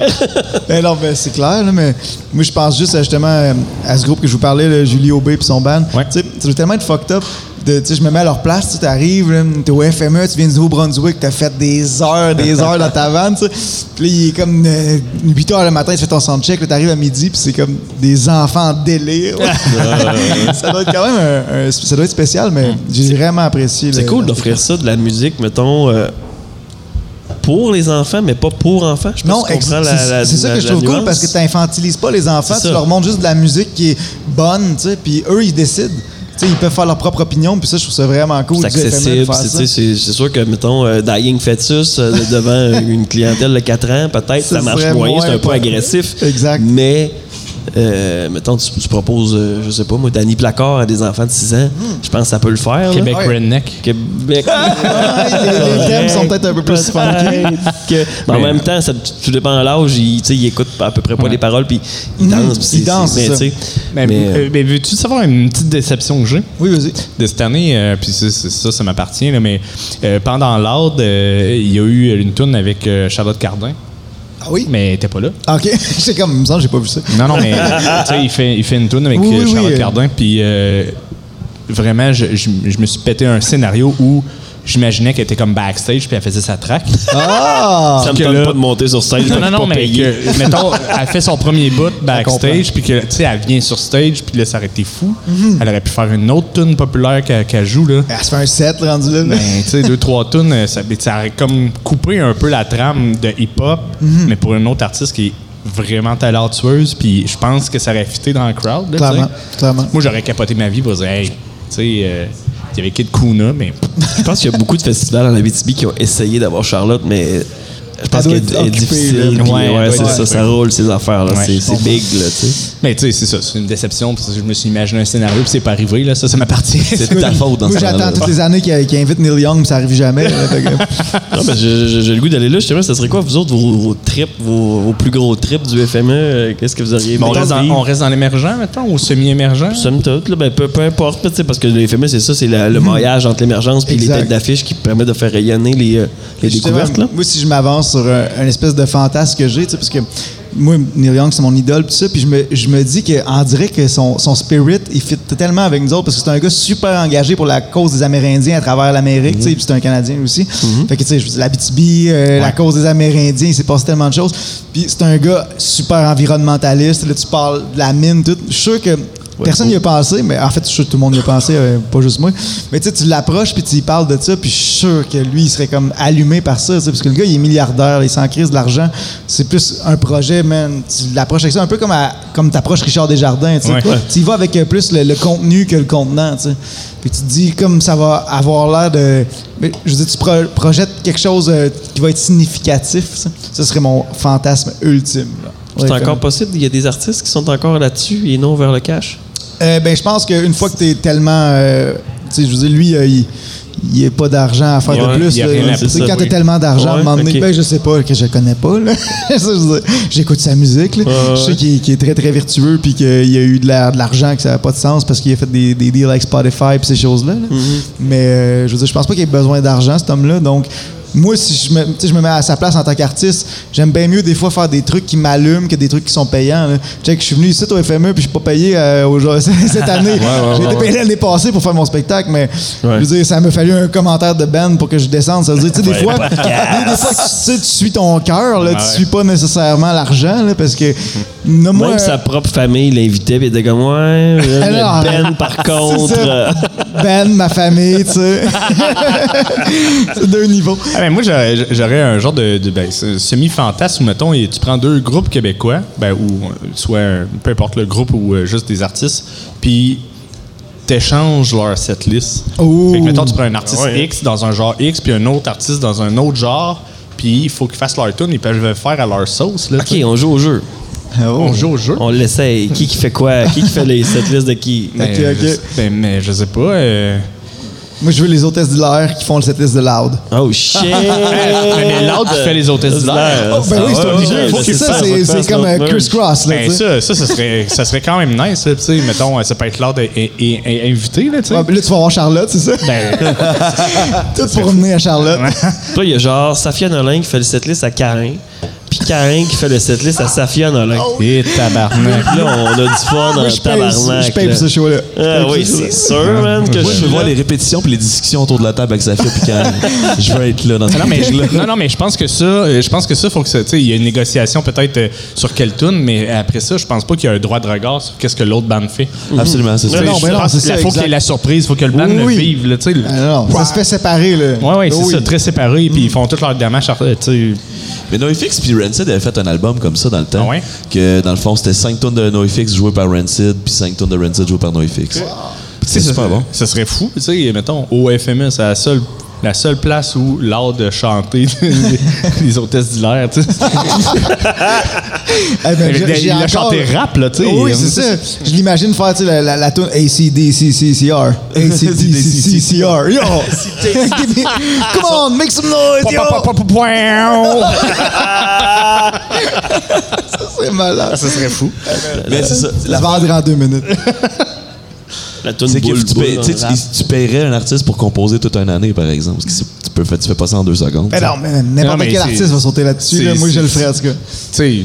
Speaker 6: Eh non, mais c'est clair, là, mais moi, euh, je pense juste à, justement euh, à ce groupe que je vous parlais, là, Julie Aubé et son band.
Speaker 4: Ouais.
Speaker 6: Tu sais, ça doit tellement être fucked up de, tu sais, je me mets à leur place, tu arrives, t'es au FME, tu viens du Nouveau-Brunswick, t'as fait des heures, des heures dans ta vanne, tu sais. Puis là, il est comme euh, 8 heures le matin, tu fais ton soundcheck, là, t'arrives à midi, puis c'est comme des enfants en délire. ça doit être quand même un, un- ça doit être spécial, mais j'ai vraiment apprécié.
Speaker 3: C'est
Speaker 6: le-
Speaker 3: cool d'offrir ça, de la musique, mettons, euh, pour les enfants, mais pas pour enfants. Je sais pas
Speaker 6: Non,
Speaker 3: si tu
Speaker 6: ex-
Speaker 3: comprends la- la-
Speaker 6: c'est c'est ça
Speaker 3: la-
Speaker 6: que je
Speaker 3: la
Speaker 6: trouve cool
Speaker 3: nuance.
Speaker 6: parce que tu infantilises pas les enfants,
Speaker 3: C'est
Speaker 6: tu
Speaker 3: ça.
Speaker 6: leur montres juste de la musique qui est bonne, tu sais, puis eux ils décident. Tu sais, ils peuvent faire leur propre opinion, puis ça je trouve ça vraiment cool.
Speaker 3: C'est
Speaker 6: du FME de
Speaker 3: accessible.
Speaker 6: faire
Speaker 3: c'est-
Speaker 6: ça.
Speaker 3: tu sais, C'est c'est sûr que, mettons, euh, Dying Fetus euh, de- devant une clientèle de 4 ans, peut-être,
Speaker 6: Ça
Speaker 3: ça marche
Speaker 6: serait
Speaker 3: moyen,
Speaker 6: moins
Speaker 3: c'est un peu
Speaker 6: pas-
Speaker 3: agressif.
Speaker 6: Exact.
Speaker 3: Mais, euh, mettons, tu, tu proposes, euh, je sais pas, moi, Danny Placard à des enfants de 6 ans,
Speaker 6: Hmm.
Speaker 3: je pense que ça peut le faire. là.
Speaker 4: Québec
Speaker 6: Ouais.
Speaker 4: Redneck.
Speaker 3: Québec.
Speaker 6: Ouais, Ah, les, les thèmes sont peut-être un peu plus funky.
Speaker 3: Que- mais en
Speaker 4: Mais- euh,
Speaker 3: même temps, ça, tout dépend de l'âge. Il, tu sais, il écoute à peu près pas les paroles, puis il
Speaker 6: Mhm,
Speaker 3: danse. puis
Speaker 6: il
Speaker 3: c'est-
Speaker 6: danse,
Speaker 3: c'est- mais,
Speaker 6: ça.
Speaker 3: tu sais,
Speaker 4: Mais,
Speaker 3: mais, euh,
Speaker 4: euh, mais veux-tu savoir une petite déception que j'ai?
Speaker 6: Oui, vas-y.
Speaker 4: de cette année, euh, puis ça, c'est- ça, ça m'appartient, là, mais euh, pendant l'Aude, euh, il y a eu une tourne avec euh, Charlotte Cardin,
Speaker 6: Ah oui?
Speaker 4: mais elle était pas là.
Speaker 6: Ah, OK. J'étais comme, il me semble que j'ai pas vu ça.
Speaker 4: Non, non, mais tu sais, il fait, il fait une tourne avec
Speaker 6: Oui,
Speaker 4: euh,
Speaker 6: oui,
Speaker 4: Charlotte
Speaker 6: oui.
Speaker 4: Cardin, puis euh, vraiment, je, je- je me suis pété un scénario où j'imaginais qu'elle était comme backstage, puis elle faisait sa track.
Speaker 6: Ah!
Speaker 3: ça me
Speaker 4: que
Speaker 3: tente
Speaker 4: là-
Speaker 3: pas de monter sur scène.
Speaker 4: Non,
Speaker 3: je
Speaker 4: non,
Speaker 3: suis
Speaker 4: non,
Speaker 3: pas
Speaker 4: mais
Speaker 3: payé.
Speaker 4: que, mettons, elle fait son premier bout backstage, puis que, tu sais, elle vient sur stage, puis là, ça aurait été fou. Elle aurait pu faire une autre tune populaire qu'elle qu'elle joue, là.
Speaker 6: Elle se fait un set rendu là. là.
Speaker 4: Ben, tu sais, deux, trois tunes, euh, ça, ça aurait comme coupé un peu la trame de hip-hop, mais pour une autre artiste qui est vraiment talentueuse, puis je pense que ça aurait fité dans le crowd. là,
Speaker 6: Clairement,
Speaker 4: tu sais.
Speaker 6: clairement.
Speaker 4: Moi, j'aurais capoté ma vie pour dire, hey, tu sais, euh, il y avait Kid Kuna, mais
Speaker 3: Je pense qu'il y a beaucoup de festivals en Abitibi qui ont essayé d'avoir Charlotte, mais je pense
Speaker 6: doit
Speaker 3: qu'elle
Speaker 6: être
Speaker 3: est
Speaker 6: occupée,
Speaker 3: difficile.
Speaker 4: là.
Speaker 3: puis
Speaker 4: Ouais, elle
Speaker 3: ouais,
Speaker 4: doit
Speaker 3: c'est
Speaker 4: être
Speaker 3: ça,
Speaker 4: occupée.
Speaker 3: ça roule ces affaires-là.
Speaker 4: Ouais,
Speaker 3: c'est
Speaker 4: je
Speaker 3: c'est big, là, tu sais.
Speaker 4: mais tu sais, c'est ça, c'est une déception, parce que je me suis imaginé un scénario, puis c'est pas arrivé, là, ça, ça m'appartient.
Speaker 5: C'est ta faute dans
Speaker 6: Moi,
Speaker 5: ce
Speaker 6: j'attends
Speaker 5: moment-là.
Speaker 6: toutes les années qu'il qu'il invite Neil Young, mais ça arrive jamais. là. Fait que-
Speaker 3: Non, mais j'ai- j'ai j'ai le goût d'aller là. Je sais pas, ça serait quoi, vous autres, vos, vos trips, vos, vos plus gros trips du FME? euh, Qu'est-ce que vous auriez aimé
Speaker 4: on, reste dans,
Speaker 3: vivre?
Speaker 4: on reste dans l'émergent, mettons, ou semi-émergent?
Speaker 3: Somme toute, là, ben, peu, peu importe, tu sais, parce que le FME, c'est ça, c'est la- le maillage entre l'émergence et les
Speaker 6: Exact.
Speaker 3: têtes d'affiche qui permet de faire rayonner les, euh, les
Speaker 6: Justement,
Speaker 3: découvertes. Là.
Speaker 6: Moi, si je m'avance sur un, un espèce de fantasme que j'ai, tu sais, parce que moi, Neil Young, c'est mon idole, puis ça, puis je me, je me dis qu'on dirait que son, son spirit, il fit tellement avec nous autres, parce que c'est un gars super engagé pour la cause des Amérindiens à travers l'Amérique, tu sais, puis c'est un Canadien aussi.
Speaker 3: Mhm.
Speaker 6: Fait que, tu sais, je veux dire, la BTB, la cause des Amérindiens, il s'est passé tellement de choses. Puis c'est un gars super environnementaliste, là, tu parles de la mine, tout. Je suis sûr que Personne n'y a pensé, mais en fait, je suis sûr que tout le monde y a pensé, euh, pas juste moi. Mais tu sais, tu l'approches puis tu y parles de ça, puis je suis sûr que lui, il serait comme allumé par ça, tu sais, parce que le gars, il est milliardaire, il s'en crise de l'argent. C'est plus un projet, man. Tu l'approches avec ça, un peu comme, à- comme t'approches Richard Desjardins, tu sais.
Speaker 4: Ouais. Ouais.
Speaker 6: Tu y vas avec euh, plus le, le contenu que le contenant, tu sais. Puis tu te dis, comme ça va avoir l'air de. mais je veux dire, tu pro- projettes quelque chose euh, qui va être significatif, ça. Ça serait mon fantasme ultime, là.
Speaker 3: C'est
Speaker 6: Ouais,
Speaker 3: encore possible, il y a des artistes qui sont encore là-dessus et non vers le cash.
Speaker 6: Euh, ben, je pense qu'une fois que t'es tellement. euh, tu sais, je veux dire, lui, euh, il. Il n'y a pas d'argent à faire
Speaker 4: Ouais,
Speaker 6: de plus.
Speaker 4: il y a
Speaker 6: là.
Speaker 4: rien à
Speaker 6: Tu sais,
Speaker 4: prouver.
Speaker 6: quand t'as tellement d'argent, à un
Speaker 3: Ouais,
Speaker 6: moment donné,
Speaker 3: ok.
Speaker 6: ben, je sais pas, que je connais pas. là. Ça, je veux dire, J'écoute sa musique. là.
Speaker 3: ouais.
Speaker 6: Je sais qu'il est- qu'il est très, très vertueux puis qu'il y a eu de la- de l'argent, que ça n'a pas de sens parce qu'il a fait des, des deals avec Spotify et ces choses-là. là. Mais euh, je veux dire, je pense pas qu'il ait besoin d'argent, cet homme-là. Donc, moi, si je me, tu sais, je me mets à sa place en tant qu'artiste, j'aime bien mieux des fois faire des trucs qui m'allument que des trucs qui sont payants. là. Check, je suis venu ici au FME puis je suis pas payé euh, aujourd'hui- cette année. J'ai été payé l'année passée pour faire mon spectacle, mais je veux dire, ça m'a fallu un commentaire de Ben pour que je descende. Ça veut dire, tu sais, des fois, des, des fois, tu sais, tu suis ton cœur, là, tu suis pas nécessairement l'argent, là, parce que nomme-moi
Speaker 3: Même
Speaker 6: un-
Speaker 3: sa propre famille l'invitait, puis il était comme, ouais, euh,
Speaker 6: Alors,
Speaker 3: Ben, par contre.
Speaker 6: c'est ça.
Speaker 3: euh,
Speaker 6: Ben, ma famille, tu sais. c'est deux niveaux.
Speaker 4: Ah ben moi, j'aurais j'aurais un genre de, de, ben, ce- semi-fantasme où, mettons, et tu prends deux groupes québécois, ben, ou euh, soit euh, peu importe le groupe ou euh, juste des artistes, puis t'échanges leur setlist.
Speaker 6: Oh.
Speaker 4: Fait que, mettons, tu prends un artiste X dans un genre X, puis un autre artiste dans un autre genre, puis il faut qu'ils fassent leur tune, ils peuvent le faire à leur sauce. Là,
Speaker 3: OK, on joue au jeu.
Speaker 4: on joue au jeu.
Speaker 3: On l'essaye. Qui qui fait quoi? Qui qui fait les setlists de qui?
Speaker 4: Ben,
Speaker 6: Ok, ok.
Speaker 4: je sais- ben, mais je sais pas. euh,
Speaker 6: Moi, je veux les hôtesses de l'air qui font le setlist de Loud.
Speaker 4: Ah,
Speaker 3: Oh shit!
Speaker 4: mais- mais l'autre qui fait les hôtesses de l'air.
Speaker 6: Oh, ben oui, c'est obligé.
Speaker 4: ouais,
Speaker 6: Faut que
Speaker 4: c'est
Speaker 6: ça,
Speaker 4: ça,
Speaker 6: c'est- c'est comme euh,
Speaker 3: Chris
Speaker 6: Criss Cross, là,
Speaker 4: Ben
Speaker 6: tu
Speaker 4: ça,
Speaker 6: sais.
Speaker 4: ça, ça serait, ça serait quand même nice, là, tu sais, mettons, euh, ça peut être l'art et, et, et invité, là, tu sais.
Speaker 6: Ouais, ben là, tu vas voir Charlotte, c'est ça?
Speaker 4: Ben,
Speaker 6: Tout pour emmener à Charlotte.
Speaker 3: Toi, il y a genre Safia Nolin qui fait le setlist à Carin, puis Carin qui fait le setlist à Safia Nolin.
Speaker 4: Et tabarnak.
Speaker 3: Là, on a du fun dans
Speaker 6: Oh. Moi,
Speaker 3: le
Speaker 6: je paye,
Speaker 3: tabarnak.
Speaker 6: je paye
Speaker 3: là.
Speaker 6: pour ce show-là.
Speaker 3: Ah oui, c'est sûr, man, que
Speaker 5: Moi, je
Speaker 3: suis
Speaker 5: veux voir
Speaker 3: là.
Speaker 5: les répétitions puis les discussions autour de la table avec Safia puis Karen. Je veux être là dans ce
Speaker 4: Non mais,
Speaker 5: là
Speaker 4: non, non, mais je pense que ça, euh, je pense que ça, faut que ça, tu sais, il y a une négociation peut-être euh, sur quelle tune, mais après ça, je pense pas qu'il y a un droit de regard sur qu'est-ce que l'autre band fait.
Speaker 5: Absolument, c'est
Speaker 4: Tu
Speaker 5: ça.
Speaker 4: sais,
Speaker 6: non,
Speaker 4: je
Speaker 6: mais non,
Speaker 4: pense
Speaker 6: c'est
Speaker 4: que la-
Speaker 6: ça,
Speaker 4: faut qu'il y ait
Speaker 6: exact.
Speaker 4: la surprise, faut que le band
Speaker 6: Oui,
Speaker 4: le
Speaker 6: oui.
Speaker 4: vive, là, tu sais. le-
Speaker 6: Ah non, non, ça se fait séparer, là. Ben
Speaker 4: Ouais, ouais, c'est
Speaker 6: Oui.
Speaker 4: ça, très séparé, puis ils font toutes leurs démarches, euh, tu sais.
Speaker 5: Mais NoFX puis Rancid avaient fait un album comme ça dans le temps.
Speaker 4: Ah ouais?
Speaker 5: Que dans le fond, c'était 5 tonnes de NoFX jouées par Rancid puis 5 tonnes de Rancid jouées par NoFX. C'est
Speaker 4: ça
Speaker 5: super
Speaker 4: serait-
Speaker 5: bon.
Speaker 4: Ça serait fou, tu sais, mettons, au FME, c'est la seule, la seule place où l'art de chanter les, les hôtesses d'hilaire, tu sais.
Speaker 6: Eh ben, j'ai- j'ai
Speaker 4: Il a
Speaker 6: encore-
Speaker 4: chanté rap, là, tu sais.
Speaker 6: Oui, c'est ça. Je l'imagine faire tu sais, la, la, la toune ACDCCCR. ACDCCCR. Yo! Give me- Come on, make some noise, yo! C'est malade. Ça serait fou.
Speaker 5: Mais c'est ça. La-
Speaker 6: La vendre en deux minutes.
Speaker 3: La toune
Speaker 5: C'est que
Speaker 3: boule,
Speaker 5: tu,
Speaker 3: boule
Speaker 5: payes-
Speaker 3: dans
Speaker 5: tu sais,
Speaker 3: le
Speaker 5: tu-
Speaker 3: rap.
Speaker 5: tu paierais un artiste pour composer toute une année, par exemple. Parce que c'est- tu, peux, fa- tu fais pas ça en deux
Speaker 4: Ben,
Speaker 5: secondes.
Speaker 6: Mais
Speaker 5: tu sais.
Speaker 6: non, mais
Speaker 4: Non,
Speaker 6: n'importe
Speaker 4: mais
Speaker 6: quel
Speaker 4: c'est-
Speaker 6: artiste va sauter là-dessus.
Speaker 4: c'est-
Speaker 6: là. Moi, je
Speaker 4: c'est-
Speaker 6: le ferais, en tout cas.
Speaker 4: Tu sais,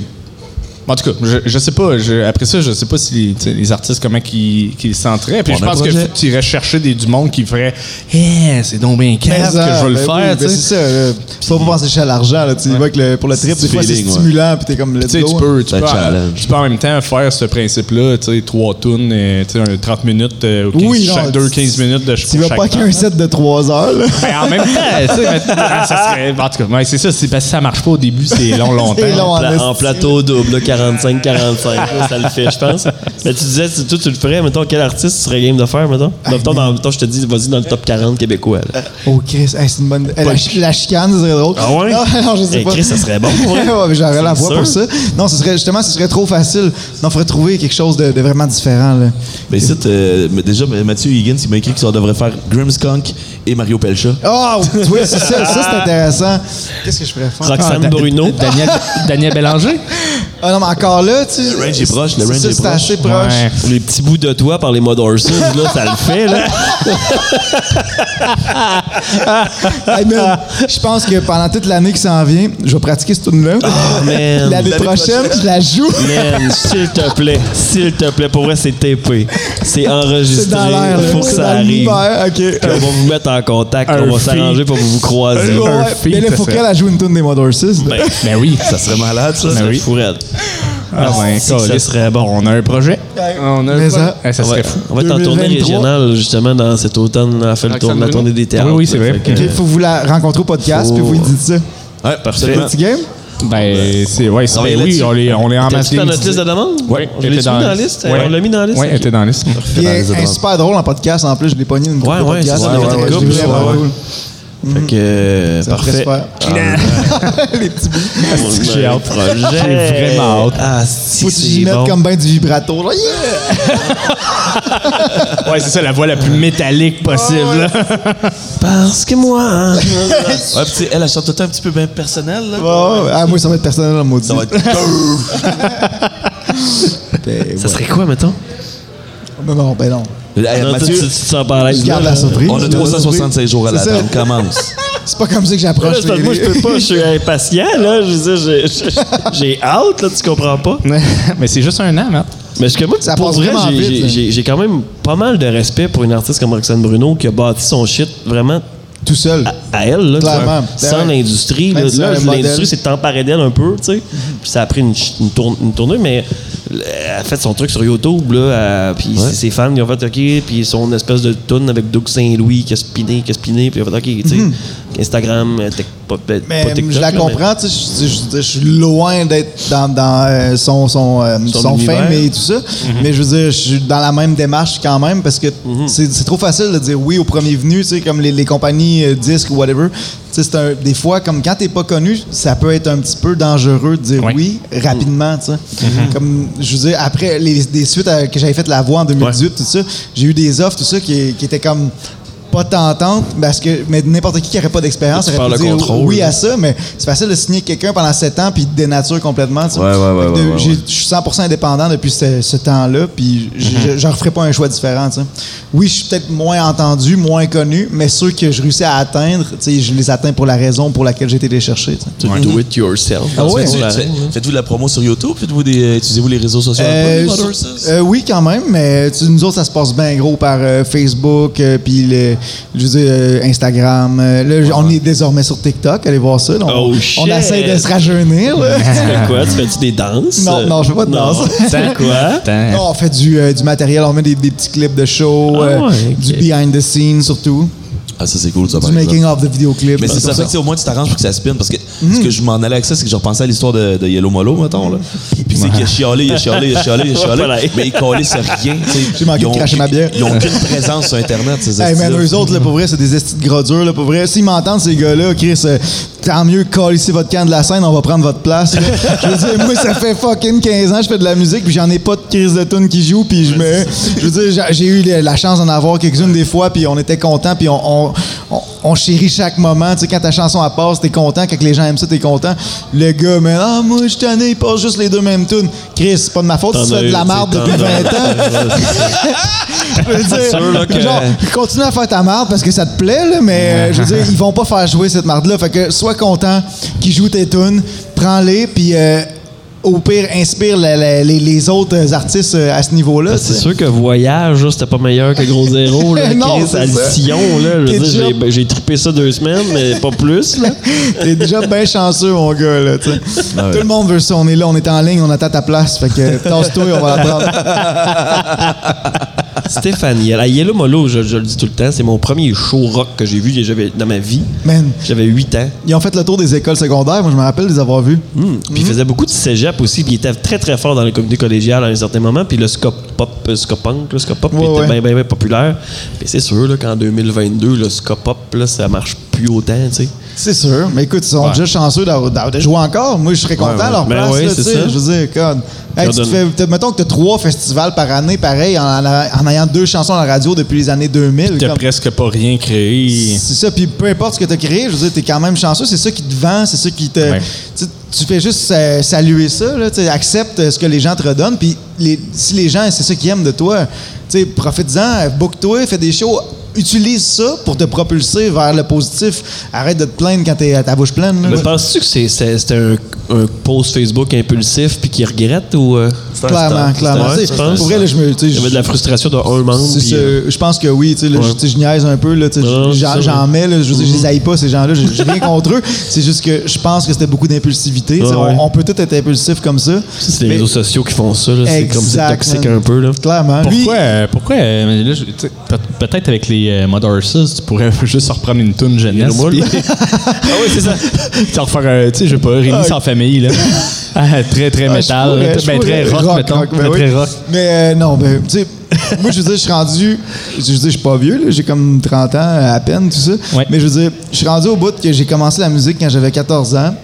Speaker 4: En tout cas, je, je sais pas. je- après ça, je sais pas si les, tu sais, les artistes, comment qu'ils qu'ils se sentiraient. Puis
Speaker 5: On
Speaker 4: je
Speaker 5: a un
Speaker 4: pense que
Speaker 5: projet.
Speaker 4: faut que tu irais chercher des, du monde qui ferait Eh, c'est donc bien
Speaker 6: Mais
Speaker 4: calme que
Speaker 6: ça,
Speaker 4: je veux le
Speaker 6: ben oui,
Speaker 4: faire.
Speaker 6: ben
Speaker 4: tu sais.
Speaker 6: C'est ça. là. Faut pas penser juste à l'argent. là. Tu y vas que le- pour le trip,
Speaker 5: C'est
Speaker 6: des fois, c'est
Speaker 5: feeling, ouais.
Speaker 6: stimulant. Puis t'es comme, let's
Speaker 4: Tu sais,
Speaker 6: go. hein.
Speaker 4: tu peux, tu,
Speaker 5: C'est un
Speaker 4: peux,
Speaker 5: challenge.
Speaker 4: tu peux en même temps faire ce principe-là, tu sais, trois tunes, euh, tu sais, un 30 minutes, euh, ou 15,
Speaker 6: Oui, non,
Speaker 4: chaque deux,
Speaker 6: tu-
Speaker 4: 15 minutes de ch-
Speaker 6: Tu
Speaker 4: pour
Speaker 6: vas
Speaker 4: chaque
Speaker 6: pas
Speaker 4: bande.
Speaker 6: qu'un set de 3 heures, là.
Speaker 4: Ben, en même temps, tu sais, mais- ah, ça serait, en tout cas, ouais, c'est ça, c'est parce que ça marche pas au début, c'est long, longtemps.
Speaker 6: C'est long,
Speaker 3: Pla- en
Speaker 6: esti.
Speaker 3: plateau double, là, 45-45, là, ça le fait, je pense. Mais tu disais, tu, toi, tu le ferais, mettons, quel artiste tu serais game de faire, mettons?
Speaker 6: Ah,
Speaker 3: Mettons, dans, mettons, je te dis, vas-y dans le top 40 québécois. là.
Speaker 6: Oh Chris, hey, c'est une bonne. Eh, la, chi- la chicane, ça serait drôle.
Speaker 3: Ah ouais?
Speaker 6: Non, non, je sais
Speaker 3: Eh,
Speaker 6: pas.
Speaker 3: Chris, ça serait bon, ouais.
Speaker 6: ouais, mais j'aurais la
Speaker 3: C'est
Speaker 6: voix pour ça.
Speaker 3: sûr.
Speaker 6: Non, ce serait justement, ce serait trop facile. Non, faudrait trouver quelque chose de, de vraiment différent. Là.
Speaker 5: Mais ici, euh, mais déjà, mais Mathieu Higgins, il m'a écrit qu'on devrait faire Grimmskunk et Mario Pelcha.
Speaker 6: Oh, tu vois, c'est ça, ça c'est intéressant. Qu'est-ce que je pourrais faire?
Speaker 3: Roxane Bruno.
Speaker 4: Daniel, Daniel Bélanger?
Speaker 6: Ah non, mais encore là, tu. Le
Speaker 5: range est proche, le range est
Speaker 6: C'est
Speaker 5: proche.
Speaker 6: assez proche.
Speaker 4: Ouais.
Speaker 3: Les petits bouts de toi par les modes Orsons, là, ça le fait, là.
Speaker 6: Hey, man, je pense que pendant toute l'année qui s'en vient, je vais pratiquer cette tune-là.
Speaker 3: Ah, man.
Speaker 6: L'année prochaine, je la joue.
Speaker 3: Man, s'il te plaît, s'il te plaît, pour vrai, c'est TP. C'est enregistré.
Speaker 6: C'est dans l'air, là.
Speaker 3: faut que
Speaker 6: C'est
Speaker 3: ça
Speaker 6: dans
Speaker 3: arrive.
Speaker 6: l'univers,
Speaker 3: Puis on
Speaker 6: ok.
Speaker 3: va vous mettre en contact,
Speaker 4: Un
Speaker 3: on va
Speaker 4: feat.
Speaker 3: s'arranger pour que vous vous croiser.
Speaker 6: Ouais,
Speaker 4: un feat,
Speaker 6: mais là,
Speaker 4: ça
Speaker 6: faut
Speaker 4: serait-
Speaker 6: qu'elle a joué une tune des Mother
Speaker 3: Ben,
Speaker 4: Ben oui, ça
Speaker 5: C'est malade, ça.
Speaker 4: Ben oui.
Speaker 3: fourette.
Speaker 4: Ah, ben,
Speaker 3: si que ça
Speaker 4: câlisse.
Speaker 3: serait bon.
Speaker 4: On a un projet. On a un
Speaker 6: Mais
Speaker 4: projet.
Speaker 6: ça-
Speaker 4: Eh, ça
Speaker 3: On va,
Speaker 4: serait fou.
Speaker 3: on va être en tournée
Speaker 6: 2023.
Speaker 3: régionale, justement, dans cet automne. On a fait le tour- la
Speaker 4: Bruno?
Speaker 3: tournée des théâtres.
Speaker 4: Oui, oui, c'est
Speaker 3: là,
Speaker 4: vrai.
Speaker 3: fait que-
Speaker 6: Il faut que vous la rencontrez au podcast, puis vous lui dites ça.
Speaker 5: euh, Ouais,
Speaker 3: Parfait.
Speaker 5: absolument.
Speaker 6: Petit game?
Speaker 4: Ben, c'est, ouais, c'est-
Speaker 5: Non, mais
Speaker 4: ben oui,
Speaker 5: là-dessus-
Speaker 4: on est, on est en masse.
Speaker 3: T'as-tu dans notre liste de demande?
Speaker 4: Ouais,
Speaker 3: Je l'ai-tu mis dans la liste? On l'a mis dans la liste?
Speaker 4: Oui, elle était dans la liste.
Speaker 6: Puis
Speaker 5: dans
Speaker 6: elle-
Speaker 5: les
Speaker 6: elle est
Speaker 5: autres.
Speaker 6: super drôle en podcast. En plus, je l'ai pogné une
Speaker 3: Ouais,
Speaker 6: couple de
Speaker 3: ouais,
Speaker 6: podcasts.
Speaker 3: c'est ça, on a fait une
Speaker 6: ouais,
Speaker 3: couple,
Speaker 6: c'est
Speaker 3: ça,
Speaker 6: vraiment
Speaker 3: ouais.
Speaker 6: cool.
Speaker 3: Fait que, euh,
Speaker 6: Ça
Speaker 3: parfait.
Speaker 6: serait super.
Speaker 5: Ah,
Speaker 3: On a
Speaker 4: J'ai
Speaker 3: un
Speaker 4: hâte.
Speaker 3: projet.
Speaker 4: J'ai vraiment hâte.
Speaker 3: Ah, si,
Speaker 6: Faut que tu
Speaker 3: c'est
Speaker 6: y mettes
Speaker 3: bon.
Speaker 6: comme ben du vibrato. là. Yeah!
Speaker 4: Ouais, c'est ça, la voix la plus métallique possible. là.
Speaker 3: Parce que moi... hein.
Speaker 5: Ouais, puis tu sais, elle, elle chante tout le temps un petit peu ben, bien personnel. Là.
Speaker 6: Oh, ah, moi, ça va être personnel, en maudit.
Speaker 5: Ça va être.
Speaker 6: Ben,
Speaker 3: Ça serait quoi, mettons?
Speaker 6: Non, non, ben non.
Speaker 5: Hey,
Speaker 3: Non, tu, tu, tu
Speaker 5: Mathieu,
Speaker 3: te sens pas à
Speaker 6: Je
Speaker 3: l'aise.
Speaker 6: garde
Speaker 3: là.
Speaker 6: la surprise.
Speaker 5: on a
Speaker 6: Je garde la
Speaker 5: 365 jours à
Speaker 6: C'est ça.
Speaker 5: l'attendre. Commence.
Speaker 6: surprise. C'est pas comme ça que j'approche.
Speaker 3: Là, c'est parce que moi, je peux pas, je suis impatient, là. Je veux dire, j'ai- j'ai- j'ai hâte, là, tu comprends pas.
Speaker 4: Mais c'est juste un an, Matt.
Speaker 3: Mais je- que moi,
Speaker 6: Ça
Speaker 3: pour
Speaker 6: passe
Speaker 3: vrai,
Speaker 6: vraiment
Speaker 3: j'ai-
Speaker 6: vite,
Speaker 3: j'ai-
Speaker 6: là.
Speaker 3: j'ai- j'ai quand même pas mal de respect pour une artiste comme Roxane Bruno qui a bâti son shit vraiment
Speaker 6: Tout seul.
Speaker 3: à elle, là, tu
Speaker 6: Clairement.
Speaker 3: vois. sans
Speaker 6: Ben ouais.
Speaker 3: l'industrie. là.
Speaker 6: Même si
Speaker 3: Là,
Speaker 6: elle a un modèle.
Speaker 3: l'industrie s'est emparée d'elle un peu, tu sais. Puis ça a pris une, ch- une tourne- une tournée, mais elle a fait son truc sur YouTube, là, à- puis ses fans, ils ont fait OK, puis son espèce de tune avec Doug Saint-Louis qui a spiné, qui a spiné, puis ils ont fait OK, tu sais, Instagram, euh, tec- pas, pas
Speaker 6: Mhm. Mais
Speaker 3: TikTok,
Speaker 6: je
Speaker 3: là,
Speaker 6: la
Speaker 3: mais-
Speaker 6: comprends, tu sais, je- je je- je suis loin d'être dans, dans, euh, son, son, euh,
Speaker 3: Son
Speaker 6: son
Speaker 3: univers.
Speaker 6: fame et tout ça.
Speaker 3: Mhm.
Speaker 6: Mais je veux dire, je suis dans la même démarche quand même parce que c'est c'est trop facile de dire oui au premier venu, tu sais, comme les, les compagnies euh, disques ou whatever. Tu sais, c'est un- des fois, comme quand t'es pas connu, ça peut être un petit peu dangereux de dire
Speaker 4: Ouais.
Speaker 6: oui
Speaker 3: Mhm.
Speaker 6: rapidement, tu sais. Comme, je veux dire, après les, des suites à- que j'avais fait la voix en 2018, tout ça, j'ai eu des offres, tout ça, qui, qui étaient comme pas tentante, parce que mais n'importe qui qui n'aurait pas d'expérience
Speaker 3: Tu
Speaker 6: aurait
Speaker 3: perds
Speaker 6: pu
Speaker 3: le
Speaker 6: dire
Speaker 3: contrôle.
Speaker 6: oui à ça, mais c'est facile de signer quelqu'un pendant 7 ans puis de dénature complètement. tu sais.
Speaker 5: Ouais, ouais, ouais,
Speaker 6: Fait que de-
Speaker 5: ouais, ouais,
Speaker 6: j'ai-
Speaker 5: ouais.
Speaker 6: Je suis 100% indépendant depuis ce, ce temps-là, puis je-
Speaker 5: Mm-hmm.
Speaker 6: je- j'en referai pas un choix différent. tu sais. Oui, je suis peut-être moins entendu, moins connu, mais ceux que je réussis à atteindre, tu sais, je les atteins pour la raison pour laquelle j'ai été les chercher. tu sais.
Speaker 3: To do it yourself.
Speaker 5: Ah
Speaker 6: ouais,
Speaker 5: faites-vous,
Speaker 3: ouais.
Speaker 5: faites- faites-vous de la promo sur YouTube? Faites-vous des, euh, utilisez-vous les réseaux sociaux?
Speaker 6: Euh,
Speaker 5: Brothers,
Speaker 6: sur-
Speaker 5: ça?
Speaker 6: euh, oui, quand même, mais tu sais, nous autres, ça se passe bien gros par euh, Facebook, euh, puis le- je veux dire, euh, Instagram. euh, là, j- on est désormais sur TikTok, allez voir ça. là, on,
Speaker 3: Oh,
Speaker 6: on
Speaker 3: shit!
Speaker 6: essaie de se rajeunir. là.
Speaker 3: Tu fais quoi? Tu fais-tu des danses?
Speaker 6: Non, non, je fais pas de danse.
Speaker 3: T'as quoi?
Speaker 6: Non, on fait du, euh, du matériel, on met des, des petits clips de show,
Speaker 3: Ah
Speaker 6: euh,
Speaker 3: ouais, ok.
Speaker 6: du behind the scenes surtout,
Speaker 5: Ah, ça, c'est cool, ça, par
Speaker 6: du
Speaker 5: exemple.
Speaker 6: making of de vidéoclips.
Speaker 5: Mais c'est ça, fait que, tu sais, au moins tu t'arranges pour que ça spinne parce que
Speaker 6: Mhm.
Speaker 5: ce que je m'en allais avec ça, c'est que je repensais à l'histoire de, de Yellow Molo, mettons. Là. Puis c'est qu'il a chialé, il a chialé, il a chialé, il a
Speaker 3: Voilà.
Speaker 5: chialé, mais il collait sur rien. tu sais.
Speaker 6: J'ai manqué
Speaker 5: Ils
Speaker 6: de
Speaker 5: ont
Speaker 6: cracher ma
Speaker 5: aucune-
Speaker 6: bière.
Speaker 5: Ils ont aucune présence sur Internet, ces
Speaker 6: Hey, man,
Speaker 5: hosties-là.
Speaker 6: eux autres, là, pour vrai, c'est des estis de gros durs, là, pour vrai. S'ils m'entendent, ces gars-là, Chris, euh, tant mieux, ici votre camp de la scène, on va prendre votre place. là. je veux dire, moi, ça fait fucking 15 ans, que je fais de la musique, puis j'en ai pas de crise de tune qui joue, puis je me. Je veux dire, j'ai- j'ai eu la- la chance d'en avoir quelques-unes des fois, puis on était contents, puis on, on, on- on chérit chaque moment. Tu sais, quand ta chanson à passe, t'es content, quand les gens aiment ça, t'es content. Le gars, mais ah, moi, je suis tanné, il passe juste les deux mêmes tunes. Chris, c'est pas de ma faute,
Speaker 3: T'en
Speaker 6: tu fais
Speaker 3: as eu,
Speaker 6: de la
Speaker 3: tu sais,
Speaker 6: merde
Speaker 3: t'en
Speaker 6: depuis
Speaker 3: as eu.
Speaker 6: 20 ans. Je veux dire,
Speaker 3: sûr, là, que-
Speaker 6: genre, continue à faire ta marde parce que ça te plaît, là, mais euh, je veux dire, ils vont pas faire jouer cette marde-là. Fait que sois content qu'ils jouent tes tunes, prends-les, puis euh, au pire, inspire la- la- les, les autres artistes euh, à ce niveau-là.
Speaker 3: C'est
Speaker 6: tu sais.
Speaker 3: sûr que Voyage, là, c'était pas meilleur que Gros Zéro. Là,
Speaker 6: Non,
Speaker 3: Chris,
Speaker 6: c'est
Speaker 3: à
Speaker 6: ça.
Speaker 3: Sion, là. Je veux
Speaker 6: Ketchup.
Speaker 3: dire, j'ai- j'ai trippé ça deux semaines, mais pas plus, là.
Speaker 6: T'es déjà bien chanceux, mon gars. Là, tu sais.
Speaker 3: Ah
Speaker 6: Tout le monde veut ça. On est là, on est en ligne, on attend ta place. Fait que tasse-toi, on va la prendre.
Speaker 3: Stéphanie, à Yellow Molo, je, je le dis tout le temps, c'est mon premier show rock que j'ai vu j'ai- j'avais- dans ma vie.
Speaker 6: Man.
Speaker 3: J'avais 8 ans.
Speaker 6: Ils ont fait le tour des écoles secondaires. Moi, je me rappelle les avoir vus.
Speaker 3: Puis il faisait beaucoup de cégep aussi, puis il était très très fort dans les communautés collégiales à un certain moment, puis le scop pop, euh, scop punk, le scop pop il
Speaker 6: Ouais,
Speaker 3: était
Speaker 6: ouais.
Speaker 3: bien bien bien populaire. Puis c'est sûr là, qu'en 2022, le scop pop là, ça marche plus autant, tu sais.
Speaker 6: C'est sûr. Mais écoute, ils sont déjà chanceux d'avoir- d'avoir- de jouer encore. Moi, je serais content à leur
Speaker 3: Ben
Speaker 6: place.
Speaker 3: ouais,
Speaker 6: là,
Speaker 3: c'est
Speaker 6: tu sais.
Speaker 3: ça.
Speaker 6: Je veux dire, God. Hey,
Speaker 3: Leur
Speaker 6: tu te
Speaker 3: donne-
Speaker 6: fais- te- mettons que tu as trois festivals par année, pareil, en, en- en ayant deux chansons à la radio depuis les années 2000.
Speaker 4: T'as
Speaker 6: comme-
Speaker 4: presque pas rien créé.
Speaker 6: C'est ça. Puis peu importe ce que tu as créé, je veux dire, tu es quand même chanceux. C'est ça qui te vend, c'est ça qui te.
Speaker 4: Ouais.
Speaker 6: Tu sais, Tu fais juste euh, saluer ça, là, tu sais, accepte euh, ce que les gens te redonnent. Puis les- si les gens, c'est ça qu'ils aiment de toi, tu sais, profite-en, euh, book-toi, fais des shows. Utilise ça pour te propulser vers le positif. Arrête de te plaindre quand t'es à ta bouche pleine. là.
Speaker 3: Mais penses-tu que c'est- c'est- c'était un, un post Facebook impulsif puis qui regrette ou euh,
Speaker 6: Clairement,
Speaker 5: instant.
Speaker 6: clairement.
Speaker 3: Ouais,
Speaker 6: Tu
Speaker 3: tu
Speaker 6: sais,
Speaker 3: penses?
Speaker 6: pour vrai, là, je me. tu sais,
Speaker 3: il y avait de la frustration d'un membre
Speaker 6: C'est
Speaker 3: puis,
Speaker 6: ça,
Speaker 3: euh,
Speaker 6: je pense que oui, tu sais, là,
Speaker 3: Ouais.
Speaker 6: je- tu sais, je niaise un peu, là, tu sais,
Speaker 3: Non, c'est
Speaker 6: j'en
Speaker 3: ça, Mm.
Speaker 6: j'en
Speaker 3: ouais.
Speaker 6: mets, là, je veux dire, je les haïs pas, ces gens-là, j'ai j'ai rien contre eux, c'est juste que je pense que c'était beaucoup d'impulsivité, tu sais,
Speaker 3: Ouais, ouais.
Speaker 6: on, on peut tout être impulsif comme ça.
Speaker 3: c'est les
Speaker 6: Mais-
Speaker 3: réseaux sociaux qui font ça, là, c'est comme c'est
Speaker 6: Exact,
Speaker 3: toxique
Speaker 6: man.
Speaker 3: un peu là.
Speaker 6: Clairement. Lui,
Speaker 4: Pourquoi, euh, pourquoi euh, là, je- tu sais, peut- peut-être avec les euh, Mud Horses, tu pourrais juste reprendre une toune jeunesse.
Speaker 3: Mud.
Speaker 4: puis- ah oui, c'est ça. tu vas refaire, euh, tu sais, je sais pas, Rémi sans famille, là. Ah, très, très
Speaker 6: Ah, je
Speaker 4: métal.
Speaker 6: pourrais,
Speaker 4: là.
Speaker 6: je
Speaker 4: Ben,
Speaker 6: pourrais.
Speaker 4: très rock, mettons.
Speaker 6: rock, ben
Speaker 4: Très,
Speaker 6: oui.
Speaker 4: très rock.
Speaker 6: Mais euh, non, ben, tu sais, moi, je veux dire, je suis rendu, je veux dire, je suis pas vieux, là, j'ai comme 30 ans à peine, tout ça.
Speaker 4: Ouais.
Speaker 6: Mais je veux dire, je suis rendu au bout que j'ai commencé la musique quand j'avais 14 ans,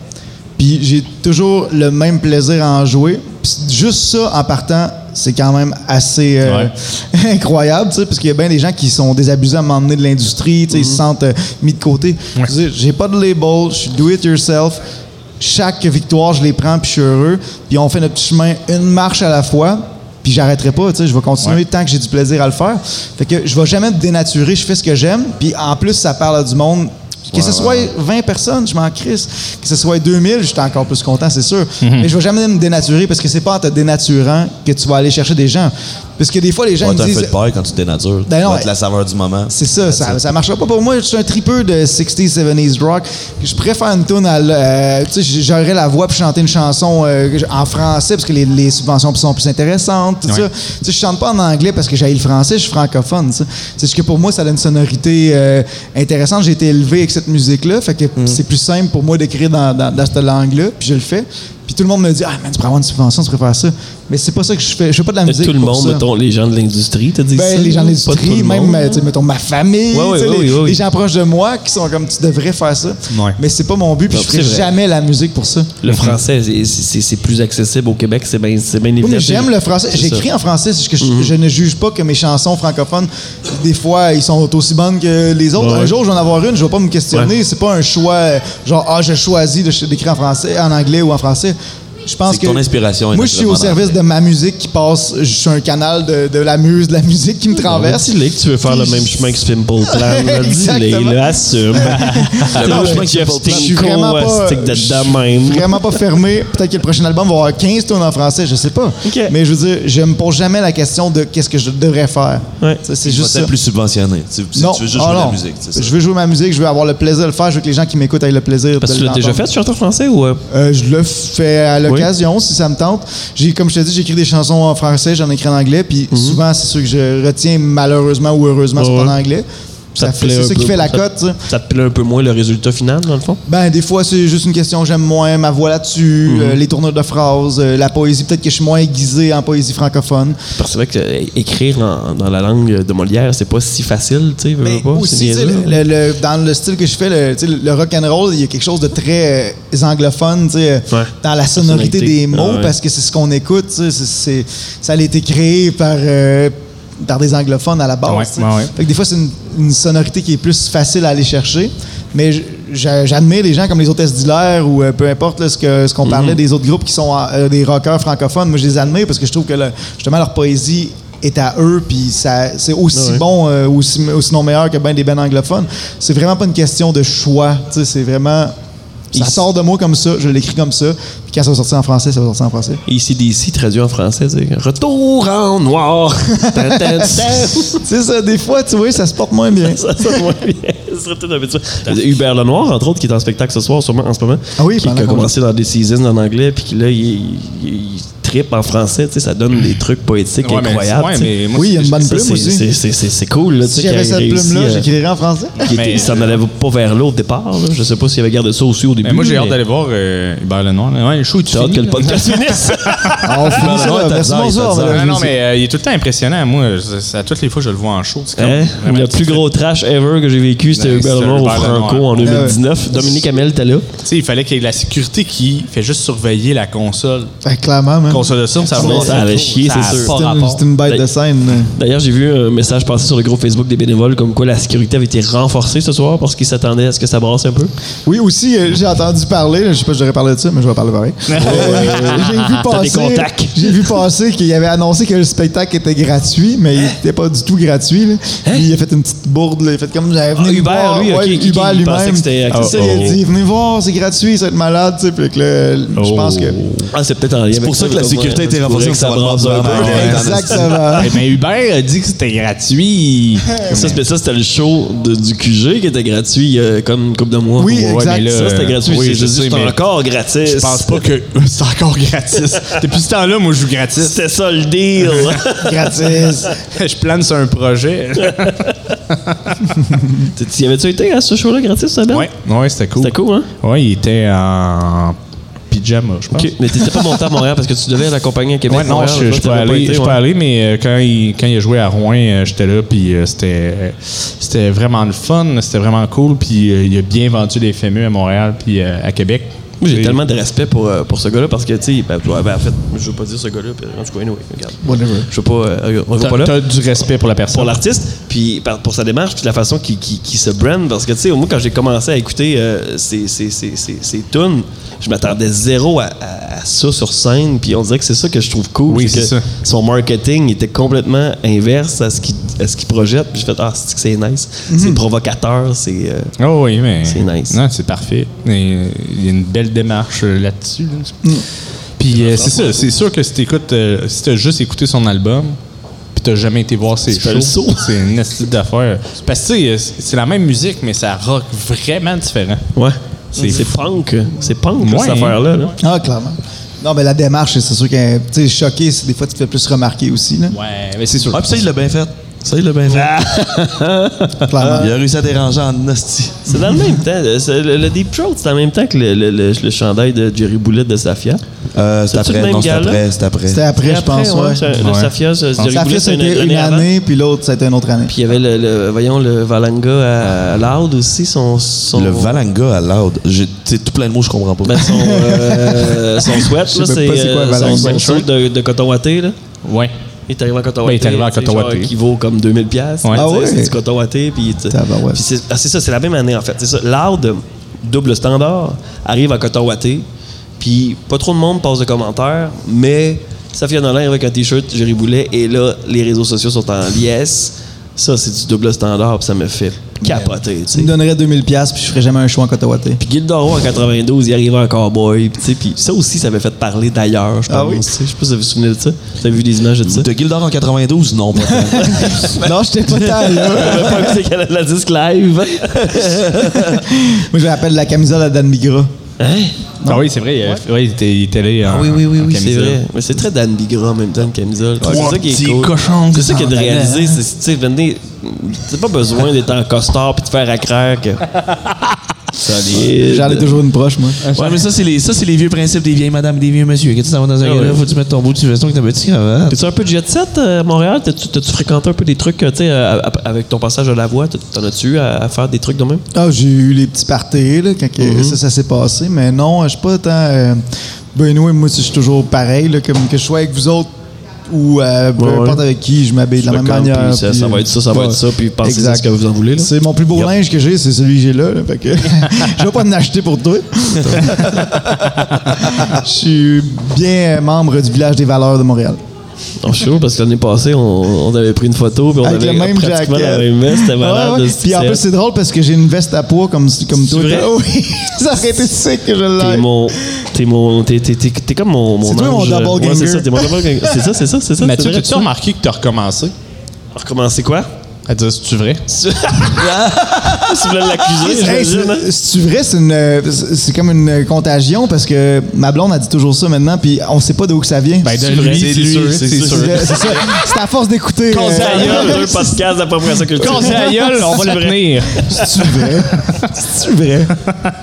Speaker 6: puis j'ai toujours le même plaisir à en jouer. Puis juste ça, en partant, c'est quand même assez euh, incroyable, tu sais, parce qu'il y a bien des gens qui sont désabusés à m'emmener de l'industrie, tu sais, ils se sentent euh, mis de côté. Je veux dire, j'ai pas de label, je suis do it yourself chaque victoire, je les prends, puis je suis heureux. Puis on fait notre petit chemin une marche à la fois, puis j'arrêterai pas, tu sais, je vais continuer tant que j'ai du plaisir à le faire. Fait que je vais jamais me dénaturer, je fais ce que j'aime, puis en plus, ça parle à du monde. Que ce soit 20 personnes, je m'en crisse. Que ce soit 2000, je suis encore plus content, c'est sûr.
Speaker 5: Mhm.
Speaker 6: Mais je vais jamais me dénaturer parce que c'est pas en te dénaturant que tu vas aller chercher des gens. Parce que des fois, les gens
Speaker 5: Ouais,
Speaker 6: me
Speaker 5: t'as un
Speaker 6: disent...
Speaker 5: feu de paille quand tu dénatures.
Speaker 6: Ben
Speaker 5: tu
Speaker 6: non,
Speaker 5: vas être la saveur du moment.
Speaker 6: C'est ça, ça, ça marchera pas pour moi. Je suis un tripeux de 60s, 70s rock. Je préfère une tune à. l- euh, tu sais, j- j'aurais la voix pour chanter une chanson euh, que j- en français parce que les, les subventions sont plus intéressantes, tout ça. Tu sais, je chante pas en anglais parce que j'ai le français, je suis francophone, tu sais. C'est juste que pour moi, ça donne une sonorité euh, intéressante.
Speaker 3: Mm.
Speaker 6: J'ai été élevé avec cette musique-là, fait que c'est plus simple pour moi d'écrire dans, dans, dans cette langue-là, puis je le fais. Puis Puis tout le monde me dit Ah, man, tu pourrais avoir une subvention, tu pourrais faire ça. Mais c'est pas ça que je fais. Je fais pas de la musique.
Speaker 3: Tout le
Speaker 6: pour
Speaker 3: monde,
Speaker 6: ça.
Speaker 3: mettons, les gens de l'industrie, t'as dit ça?
Speaker 6: Ben, les gens de
Speaker 3: là? Pas tout
Speaker 6: l'industrie,
Speaker 3: le
Speaker 6: même,
Speaker 3: monde.
Speaker 6: euh, tu sais, mettons, ma famille,
Speaker 3: Ouais, ouais,
Speaker 6: tu sais,
Speaker 3: ouais,
Speaker 6: les,
Speaker 3: ouais, ouais.
Speaker 6: les gens proches de moi qui sont comme, tu devrais faire ça.
Speaker 4: Ouais.
Speaker 6: Mais c'est pas mon but, puis
Speaker 3: Non,
Speaker 6: je ferai
Speaker 3: c'est vrai.
Speaker 6: jamais la musique pour ça.
Speaker 3: Le français, c'est- c'est c'est plus accessible au Québec, c'est bien c'est bien évident.
Speaker 6: Oui, mais j'aime le français.
Speaker 3: C'est
Speaker 6: J'écris
Speaker 3: ça. Mm-hmm.
Speaker 6: en français. c'est que je, je ne juge pas que mes chansons francophones, des fois, ils sont aussi bonnes que les autres. Un jour, je vais en avoir une, je vais pas me questionner. C'est pas un choix, euh, genre, ah, je choisis de ch- d'écrire en français, en anglais ou en français. Je pense
Speaker 5: C'est que ton inspiration est
Speaker 6: Moi, je suis au
Speaker 5: naturellement
Speaker 6: service de ma musique qui passe. Je suis un canal de, de la muse, de la musique qui me traverse.
Speaker 3: Dis-le que tu veux faire le même chemin que Simple Plan. là. Dis-le,
Speaker 6: Exactement.
Speaker 3: là, assume.
Speaker 5: même chemin
Speaker 3: Le
Speaker 5: que
Speaker 3: Jeff
Speaker 5: Simple Plan.
Speaker 6: Je suis
Speaker 3: Stinko,
Speaker 6: vraiment pas-
Speaker 3: stick
Speaker 6: je
Speaker 3: de
Speaker 6: suis
Speaker 3: la même.
Speaker 6: vraiment pas fermé. Peut-être que le prochain album va avoir 15 tonnes en français, je sais pas.
Speaker 3: Ok.
Speaker 6: Mais je veux dire, je me pose jamais la question de qu'est-ce que je devrais faire.
Speaker 3: Ouais.
Speaker 6: Ça, C'est
Speaker 5: Tu
Speaker 6: juste
Speaker 5: vas
Speaker 6: ça.
Speaker 5: être plus subventionné. Tu, tu-
Speaker 6: Non,
Speaker 5: tu veux juste
Speaker 6: ah
Speaker 5: jouer de la
Speaker 6: non.
Speaker 5: musique. c'est ça.
Speaker 6: Je veux jouer ma musique, je veux avoir le plaisir de le faire, je veux que les gens qui m'écoutent aient le plaisir
Speaker 3: Parce
Speaker 6: de
Speaker 3: que tu l'as déjà fait,
Speaker 6: l'entendre.
Speaker 3: tu chanteur français ou. euh,
Speaker 6: Euh, je le fais à l'occasion si ça me tente. J'ai comme je te dis, j'écris des chansons en français, j'en écris en anglais, puis souvent c'est ceux que je retiens malheureusement ou heureusement sont
Speaker 3: Mhm. Ouais,
Speaker 6: en
Speaker 3: ouais.
Speaker 6: anglais.
Speaker 3: Ça
Speaker 6: Ça
Speaker 3: te
Speaker 6: fait-
Speaker 3: plaît
Speaker 6: c'est
Speaker 3: un
Speaker 6: ça
Speaker 3: peu,
Speaker 6: qui fait la
Speaker 3: ça-
Speaker 6: cote. tu sais.
Speaker 3: Ça te plaît un peu moins le résultat final, dans le fond?
Speaker 6: Ben, des fois, c'est juste une question j'aime moins, ma voix là-dessus,
Speaker 3: Mhm.
Speaker 6: euh, les tournures de phrases, euh, la poésie. Peut-être que je suis moins aiguisé en poésie francophone.
Speaker 3: Parce que c'est vrai que euh, écrire en- dans la langue de Molière, c'est pas si facile, tu sais, veux, veux
Speaker 6: Mais
Speaker 3: pas, c'est
Speaker 6: aussi, tu sais,
Speaker 3: niaiseux.
Speaker 6: le- le- le- dans le style que je fais, le, tu sais, le rock and roll, il y a quelque chose de très euh, anglophone, tu sais, euh,
Speaker 3: Ouais.
Speaker 6: dans la sonorité,
Speaker 3: Sonorité.
Speaker 6: des mots,
Speaker 3: Ah ouais.
Speaker 6: parce que c'est ce qu'on écoute. tu sais, c'est- c'est- ça a été créé par, euh, par des anglophones à la base.
Speaker 4: Ouais,
Speaker 6: tu sais.
Speaker 4: ouais, ouais.
Speaker 6: Fait que des fois, c'est une, une sonorité qui est plus facile à aller chercher. Mais j- j'a- j'admire les gens comme les hôtesses d'Hilaire ou euh, peu importe là, ce qu'on ce qu'on
Speaker 3: Mhm.
Speaker 6: parlait des autres groupes qui sont en- euh, des rockers francophones. Moi, je les admire parce que je trouve que le- justement leur poésie est à eux, puis ça- c'est aussi
Speaker 3: Ouais.
Speaker 6: bon euh, ou si- ou sinon meilleur que bien des bands anglophones. C'est vraiment pas une question de choix. tu sais, C'est vraiment. Ça sort de moi comme ça, je l'écris comme ça, puis quand ça va sortir en français, ça va sortir en français.
Speaker 3: ACDC traduit en français, tu sais, Retour en noir! Tan, tan, tan.
Speaker 6: c'est ça, des fois, tu vois, ça se porte moins bien.
Speaker 3: ça sonne moins bien. Ce serait peut-être un peu de ça. Hubert Lenoir, entre autres, qui est en spectacle ce soir, sûrement en ce moment.
Speaker 6: Ah oui,
Speaker 3: qui, qui
Speaker 6: pendant
Speaker 3: a
Speaker 6: qu'on-
Speaker 3: commencé dans des seasons en anglais, puis qui là, il, il, il trippe en français, tu sais, ça donne des trucs poétiques
Speaker 4: Ouais, mais-
Speaker 3: incroyables.
Speaker 4: ouais,
Speaker 3: tu sais.
Speaker 4: mais moi,
Speaker 6: Oui, il y a une bonne
Speaker 3: Ça,
Speaker 6: plume
Speaker 3: c'est-
Speaker 6: aussi.
Speaker 3: c'est- C'est c'est- c'est cool, là, tu sais,
Speaker 6: Si j'avais
Speaker 3: qu'il a
Speaker 6: cette
Speaker 3: réussi euh,
Speaker 6: plume-là,
Speaker 3: à-
Speaker 6: j'écrirais en français.
Speaker 3: qui était-
Speaker 4: Mais-
Speaker 3: ça n'allait pas vers là au départ. Là. Je sais pas s'il y avait gardé ça aussi au début.
Speaker 4: Mais moi, j'ai hâte
Speaker 3: mais- hein?
Speaker 4: d'aller voir euh, Hubert Lenoir. là. Ouais, le show est
Speaker 3: J'ai hâte que le podcast finisse.
Speaker 6: Ah, on finit ça,
Speaker 5: ouais,
Speaker 6: là.
Speaker 5: t'as
Speaker 6: Merci,
Speaker 5: raison,
Speaker 6: bonsoir.
Speaker 5: t'as raison.
Speaker 6: madame.
Speaker 4: Non, non, mais euh, il est tout le temps impressionnant. Moi, c'est- c'est à toutes les fois que je le vois en show. c'est comme
Speaker 3: Hein?
Speaker 4: vraiment-
Speaker 3: Le plus gros trash ever que j'ai vécu, c'était
Speaker 4: Ouais,
Speaker 3: Hubert
Speaker 4: c'est
Speaker 3: Lenoir au
Speaker 4: Hubert
Speaker 3: Franco
Speaker 6: Ah
Speaker 4: Lenoir.
Speaker 3: en 2019. Dominique Hamel était là.
Speaker 4: Tu sais, il fallait qu'il y ait de la sécurité qui fait juste surveiller la console.
Speaker 6: Ben, clairement, man.
Speaker 4: Console de son, ça
Speaker 3: Sinon,
Speaker 4: va.
Speaker 3: ça allait chier,
Speaker 4: Ça
Speaker 3: c'est
Speaker 4: a
Speaker 3: sûr.
Speaker 4: pas
Speaker 6: C'est une-
Speaker 4: rapport.
Speaker 6: C'est une
Speaker 3: Ben,
Speaker 6: bête de scène.
Speaker 3: D'ailleurs, j'ai vu un message passer sur le groupe Facebook des bénévoles comme quoi la sécurité avait été renforcée ce soir parce qu'ils s'attendaient à ce que ça brasse un peu.
Speaker 6: Oui, aussi, euh, j'ai entendu parler, là, je sais pas si j'aurais parlé de ça, mais je vais parler pareil. Euh, j'ai vu
Speaker 3: des contacts.
Speaker 6: passer, j'ai vu passer qu'il avait annoncé que le spectacle était gratuit, mais il était pas du tout gratuit. là. Il a fait une petite bourde, là, il a fait comme j'avais venu
Speaker 3: Ah, Hubert,
Speaker 6: voir,
Speaker 3: lui, ok, qui- qui
Speaker 6: Hubert
Speaker 3: pensait que
Speaker 6: lui-même.
Speaker 3: c'était
Speaker 6: C'est ça,
Speaker 3: accessible.
Speaker 6: il a dit venez voir, c'est gratuit, ça va être malade, tu sais, puis que là, je pense que
Speaker 3: Ah, c'est peut-être en lien. C'est
Speaker 5: pour ça que la sécurité a été renforcée,
Speaker 3: que ça
Speaker 5: on va le
Speaker 3: brasse
Speaker 5: voir
Speaker 3: un
Speaker 5: demain.
Speaker 3: peu.
Speaker 5: Ouais.
Speaker 6: exactement.
Speaker 4: Eh, Mais Hubert a dit que c'était gratuit.
Speaker 3: Ça, c'est- ça, c'était le show de- du QG qui était gratuit il y a comme une couple de mois.
Speaker 6: Oui,
Speaker 4: Ouais,
Speaker 6: exact.
Speaker 4: mais là,
Speaker 3: Ça, c'était gratuit.
Speaker 4: euh, Oui,
Speaker 3: c'est
Speaker 4: je
Speaker 3: juste
Speaker 4: sais,
Speaker 3: c'est
Speaker 4: mais-
Speaker 3: encore gratis.
Speaker 4: Je pense pas que c'est encore gratis. Depuis ce temps-là, moi, je joue gratis.
Speaker 3: C'était ça le deal.
Speaker 6: gratis.
Speaker 4: Je plane sur un projet.
Speaker 3: Ah y avais-tu été à ce show-là gratis, ça, Ben?
Speaker 4: Ouais, ouais, c'était cool.
Speaker 3: C'était cool, hein?
Speaker 4: Ouais, il était en pyjama, je pense.
Speaker 3: Ok. Mais t'étais pas monté à Montréal parce que tu devais l'accompagner à Québec.
Speaker 4: Ouais, non,
Speaker 3: Montréal,
Speaker 4: je je suis
Speaker 3: pense que
Speaker 4: pas
Speaker 3: t'avais
Speaker 4: allé,
Speaker 3: été,
Speaker 4: je suis
Speaker 3: ouais.
Speaker 4: pas allé, mais euh, quand il, quand il a joué à Rouen, euh, j'étais là, puis euh, c'était euh, c'était vraiment le fun, c'était vraiment cool, puis euh, il a bien vendu les FMU à Montréal, puis euh, à Québec.
Speaker 3: Moi, j'ai
Speaker 4: Et-
Speaker 3: tellement de respect pour, euh, pour ce gars-là parce que, tu sais, ben, ben, ben, en fait, je veux pas dire ce gars-là, puis en tout cas, anyway, regarde. Je veux pas. euh, on va
Speaker 4: T'as
Speaker 3: pas là.
Speaker 4: t'as du respect pour la
Speaker 3: pour
Speaker 4: personne.
Speaker 3: l'artiste, puis par- pour sa démarche, puis la façon qu'il qu'il- qu'il se brand. Parce que, tu sais, moi, quand j'ai commencé à écouter euh, ses, ses- ses- ses- ses tunes, je m'attendais zéro à, à- à ça sur scène. Puis on dirait que c'est ça que je trouve cool.
Speaker 4: Oui,
Speaker 3: que
Speaker 4: c'est ça.
Speaker 3: Son marketing était complètement inverse à ce qu'il à ce qu'il projette. Puis j'ai fait, ah, c'est que c'est nice.
Speaker 4: Mm.
Speaker 3: C'est provocateur, c'est. euh,
Speaker 4: Oh oui, mais.
Speaker 3: C'est nice.
Speaker 4: Non, c'est parfait. Et, euh, Il y a une belle démarche euh, là-dessus. là. Puis euh, c'est ça, c'est sûr que si t'écoutes, euh, si t'as juste écouté son album, puis t'as jamais été voir ses
Speaker 3: Tu fais le
Speaker 4: shows,
Speaker 3: saut.
Speaker 4: c'est une astuce d'affaire. Parce que tu sais, euh, c'est c'est la même musique, mais ça rock vraiment différent.
Speaker 3: ouais.
Speaker 4: C'est
Speaker 3: C'est punk. C'est punk, là,
Speaker 4: Ouais,
Speaker 3: cette
Speaker 4: hein.
Speaker 3: affaire-là. là.
Speaker 6: Ah, clairement. Non, mais la démarche, c'est sûr que, tu sais, choqué, c'est- des fois, tu te fais plus remarquer aussi, là.
Speaker 4: Ouais, mais c'est sûr.
Speaker 5: Ah, puis ça, il l'a bien fait. Ça, il l'a bien fait.
Speaker 3: Ah,
Speaker 6: clairement.
Speaker 5: Il a réussi à déranger en hostie.
Speaker 3: C'est dans le même temps. euh, c'est- Le, le Deep Throat, c'est en même temps que le, le- le- le chandail de Jerry Boulet de Safia.
Speaker 5: Euh, c'est
Speaker 3: C'est-tu le
Speaker 5: après,
Speaker 3: même
Speaker 5: non, c'est
Speaker 3: gars-là?
Speaker 5: après, c'est après.
Speaker 6: C'était après, je pense, ouais.
Speaker 3: c'est- Le
Speaker 4: Ouais.
Speaker 3: Safia, c'est- Jerry
Speaker 6: Ça a
Speaker 3: Boulet,
Speaker 6: fait,
Speaker 3: c'est une,
Speaker 6: c'était une année, puis l'autre, c'était une autre année.
Speaker 3: Puis il y avait le, le- voyons, le Valanga à Loud aussi, son... son
Speaker 5: Le Valanga à Loud. J'ai- C'est tout plein de mots, je comprends pas.
Speaker 3: ben, son, euh, son sweat,
Speaker 6: Je
Speaker 3: là,
Speaker 6: sais
Speaker 3: c'est
Speaker 6: même pas c'est quoi,
Speaker 3: euh, son
Speaker 6: Valanga.
Speaker 3: sweatshirt de, de coton watté, là.
Speaker 4: Ouais.
Speaker 3: Il est arrivé en coton
Speaker 4: Ben, il
Speaker 3: watté.
Speaker 4: est arrivé en
Speaker 3: tu sais,
Speaker 4: coton
Speaker 3: genre,
Speaker 4: ouaté.
Speaker 3: Qui vaut comme 2000 pièces.
Speaker 4: Ouais.
Speaker 6: Ah ouais?
Speaker 3: C'est du coton watté. Puis tu-
Speaker 6: Tabarouette.
Speaker 3: puis c'est ah, c'est ça, c'est la même année en fait. C'est ça. Loud, double standard, arrive en coton watté. Puis pas trop de monde passe de commentaires, mais Safia Nolin avec un t-shirt Jerry Boulet et là, les réseaux sociaux sont en liesse. Ça, c'est du double standard, puis ça me fait capoter. tu sais.
Speaker 6: Tu me donnerais 2000$, piastres, puis je ferais jamais un show en Cotawaté.
Speaker 3: Puis Gildoro en 92, il arrivait en cowboy. Puis tu sais, puis ça aussi, ça avait fait parler d'ailleurs, je pense.
Speaker 6: Ah oui?
Speaker 3: tu sais. Je sais pas si vous vous souvenez de ça. Vous avez vu des images de ça?
Speaker 5: De Gildor en 92, non, pas tant.
Speaker 6: Non, j'étais pas tant là.
Speaker 3: J'avais pas écouté qu'elle a de la disque live.
Speaker 6: Moi, je l'appelle la camisole à Dan Migra.
Speaker 4: Ah oui, c'est vrai. il a- ouais, il était, il était allé en-
Speaker 3: oui, oui, oui,
Speaker 4: en
Speaker 3: oui c'est
Speaker 4: camisole.
Speaker 3: vrai. Mais c'est très Dan Bigra en même temps, une camisole. c'est ça qui est
Speaker 5: petits
Speaker 3: cool.
Speaker 5: cochons
Speaker 3: C'est
Speaker 5: que
Speaker 3: ça qu'il y a de
Speaker 5: ça en
Speaker 3: réaliser. C'est tu sais, venez- t'as pas besoin d'être en costard puis de faire à craque. Solide.
Speaker 6: J'en ai toujours une proche, moi.
Speaker 5: Ouais, mais ça, c'est les, ça, c'est les vieux principes des vieilles madames et des vieux monsieur. Quand tu t'en vas dans un gars-là, faut que tu mettes ton bout de veston avec ta petite cravate.
Speaker 3: Ah T'es-tu un peu de jet set euh, à Montréal? T'as-tu t'as-tu fréquenté un peu des trucs, euh, tu sais, euh, à- avec ton passage à la voix? T'as- T'en as-tu eu à, à faire des trucs de même?
Speaker 6: Ah, j'ai eu les petits parties, là, quand que
Speaker 3: Mhm.
Speaker 6: ça, ça s'est passé, mais non, je suis pas tant. euh, ben, oui, moi, je suis toujours pareil, là, comme que je sois avec vous autres ou euh, peu
Speaker 3: Ouais, ouais.
Speaker 6: importe avec qui, je m'habille de la
Speaker 3: Je
Speaker 6: même
Speaker 3: me campe,
Speaker 6: manière.
Speaker 3: puis ça- ça va être ça, ça va être ça, puis pensez-en
Speaker 6: Exact.
Speaker 3: ce que vous en voulez, là.
Speaker 6: C'est mon plus beau linge que j'ai, c'est celui que j'ai là, là, fait que je vais pas en acheter pour toi. Je suis bien euh, membre du village des valeurs de Montréal.
Speaker 3: Non, je suis sûr, parce que l'année passée, on, on avait pris une photo, puis on
Speaker 6: Avec
Speaker 3: avait
Speaker 6: le même
Speaker 3: pratiquement
Speaker 6: jacket.
Speaker 3: la même veste. C'était malade.
Speaker 6: Ouais, ouais.
Speaker 3: c'est-
Speaker 6: Puis en plus, c'est drôle parce que j'ai une veste à poids comme, comme
Speaker 3: C'est
Speaker 6: toi.
Speaker 3: vrai?
Speaker 6: Oh oui, ça aurait été sick que je
Speaker 3: T'es
Speaker 6: l'aille.
Speaker 3: mon. T'es mon. T'es, t'es, t'es, t'es comme mon. mon
Speaker 6: C'est toi mon
Speaker 3: ange.
Speaker 6: double
Speaker 3: Ouais, c'est
Speaker 6: ganger.
Speaker 3: ça, t'es mon double ganger. C'est ça, c'est ça, c'est ça. c'est
Speaker 4: Mathieu,
Speaker 3: vrai,
Speaker 4: t'as-tu
Speaker 3: ça?
Speaker 4: remarqué que t'as recommencé
Speaker 3: Recommencer quoi?
Speaker 6: Ah,
Speaker 4: à dire c'est-tu vrai?
Speaker 3: Si vous voulez l'accuser,
Speaker 6: Ah, Hey,
Speaker 3: j'imagine. hein?
Speaker 6: c'est c'est vrai, c'est une, euh, c'est- c'est comme une euh, contagion parce que ma blonde a dit toujours ça maintenant, puis on sait pas d'où que ça vient.
Speaker 4: Ben, de
Speaker 3: C'est vrai,
Speaker 4: lui,
Speaker 3: c'est
Speaker 4: c'est sûr,
Speaker 3: sûr,
Speaker 4: c'est
Speaker 6: C'est-
Speaker 4: sûr.
Speaker 6: c'est- c'est ça. C'est à force d'écouter. euh,
Speaker 3: Ta gueule, deux podcasts d'après moi, ça que le
Speaker 4: Quand c'est la gueule, on va le tenir.
Speaker 6: C'est vrai. C'est vrai.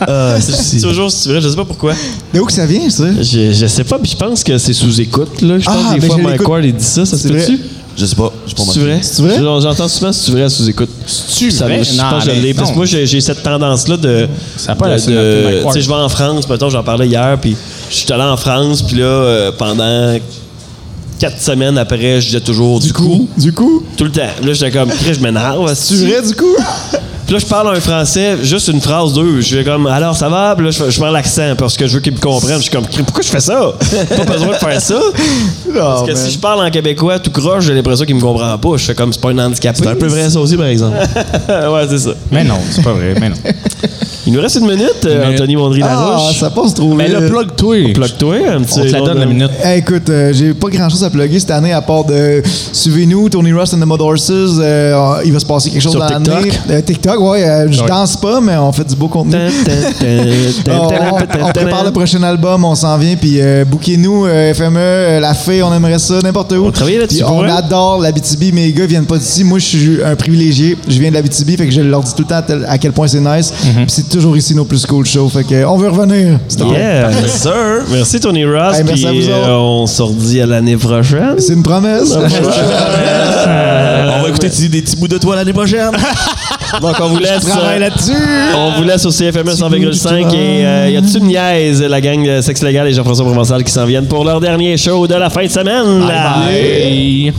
Speaker 5: Ah, si.
Speaker 3: Euh, Toujours, si tu veux, je sais pas pourquoi.
Speaker 6: D'où que ça vient, ça
Speaker 3: Je, je sais pas, puis je pense que c'est sous écoute, là. Je pense
Speaker 6: Ah,
Speaker 3: que des
Speaker 6: ben,
Speaker 3: fois,
Speaker 6: je
Speaker 3: Mike
Speaker 6: l'écoute.
Speaker 3: Ward, il dit ça, ça se
Speaker 6: C'est vrai.
Speaker 3: fait-tu?
Speaker 5: Je sais pas, je
Speaker 3: C'est vrai?
Speaker 6: C'est vrai?
Speaker 3: Je- J'entends souvent si tu vrai à sous-écoute.
Speaker 4: C'est-tu
Speaker 3: Ça
Speaker 4: vrai?
Speaker 3: me- Je
Speaker 4: Non,
Speaker 3: pense que je
Speaker 4: mais
Speaker 3: l'ai. Parce que
Speaker 4: non.
Speaker 3: moi, j'ai j'ai cette tendance-là de.
Speaker 4: Ça a pas
Speaker 3: de-
Speaker 4: la
Speaker 3: de-
Speaker 4: sonorité de Mike Ward.
Speaker 3: Tu sais, je vais en France, mettons, j'en parlais hier, puis je suis allé en France, puis là, euh, pendant quatre semaines après, je disais toujours du, coup.
Speaker 6: Du coup
Speaker 3: Tout le temps. Là, j'étais comme, Chris, je m'énerve.
Speaker 6: C'est
Speaker 3: C'est
Speaker 6: vrai, du coup
Speaker 3: Puis là, je parle un français, juste une phrase, deux. Je vais comme, alors ça va? Puis là, je, je prends l'accent parce que je veux qu'ils me comprennent. Je suis comme, pourquoi je fais ça? Pas besoin de faire ça.
Speaker 6: Oh,
Speaker 3: Parce que
Speaker 6: man.
Speaker 3: si je parle en québécois tout croche, j'ai l'impression qu'il me comprend pas. Je fais comme, c'est pas un handicapé.
Speaker 5: C'est un peu vrai, ça aussi, par exemple.
Speaker 3: ouais, c'est ça.
Speaker 4: Mais non, c'est pas vrai, mais non.
Speaker 3: Il nous reste une minute, euh,
Speaker 4: Une minute.
Speaker 3: Anthony
Speaker 6: Ah,
Speaker 3: Mondry-Larouche.
Speaker 6: ça passe trop vite.
Speaker 3: Ben,
Speaker 4: Mais là, Euh, plug-toi.
Speaker 3: Plug-toi un petit.
Speaker 4: On te la donne la minute.
Speaker 6: Hey, écoute, euh, j'ai pas grand chose à plugger cette année à part de suivez-nous, Tony Ross and the Mud Horses. euh, il va se passer quelque chose
Speaker 3: Sur
Speaker 6: dans
Speaker 3: TikTok.
Speaker 6: l'année. Euh, TikTok, ouais, euh, je
Speaker 4: Ouais.
Speaker 6: danse pas, mais on fait du beau contenu.
Speaker 3: Tan, tan,
Speaker 6: On,
Speaker 3: tan, tan, tan, tan,
Speaker 6: on- on
Speaker 3: tan,
Speaker 6: prépare
Speaker 3: tan.
Speaker 6: le prochain album, on s'en vient, puis euh, bouquez-nous, euh, FME, euh, La Fée, on aimerait ça, n'importe où.
Speaker 3: On travaille là-dessus
Speaker 6: Puis
Speaker 3: pour
Speaker 6: On
Speaker 3: elle.
Speaker 6: adore la BTB, mes gars viennent pas d'ici. Moi, je suis un privilégié, je viens de la BTB, fait que je leur dis tout le temps à, tel- à quel point c'est nice.
Speaker 3: Mhm.
Speaker 6: Puis c'est toujours ici nos plus cool shows, fait que euh, on veut revenir. C'est drôle.
Speaker 3: Yeah. Merci Tony Ross.
Speaker 6: Hey,
Speaker 3: puis,
Speaker 6: merci à vous
Speaker 3: euh,
Speaker 6: autres.
Speaker 3: on se redit à l'année prochaine.
Speaker 6: C'est une promesse.
Speaker 3: Euh,
Speaker 5: On va écouter des petits bouts de toi l'année prochaine.
Speaker 3: Donc on vous laisse.
Speaker 6: Ah, Travaille
Speaker 3: euh,
Speaker 6: là-dessus.
Speaker 3: On vous laisse au CFME 100,5
Speaker 6: bout qui
Speaker 3: et euh, y a-tu une niaise, la gang de Sexe Légal et Jean-François Provençal qui s'en viennent pour leur dernier show de la fin de semaine.
Speaker 4: Bye.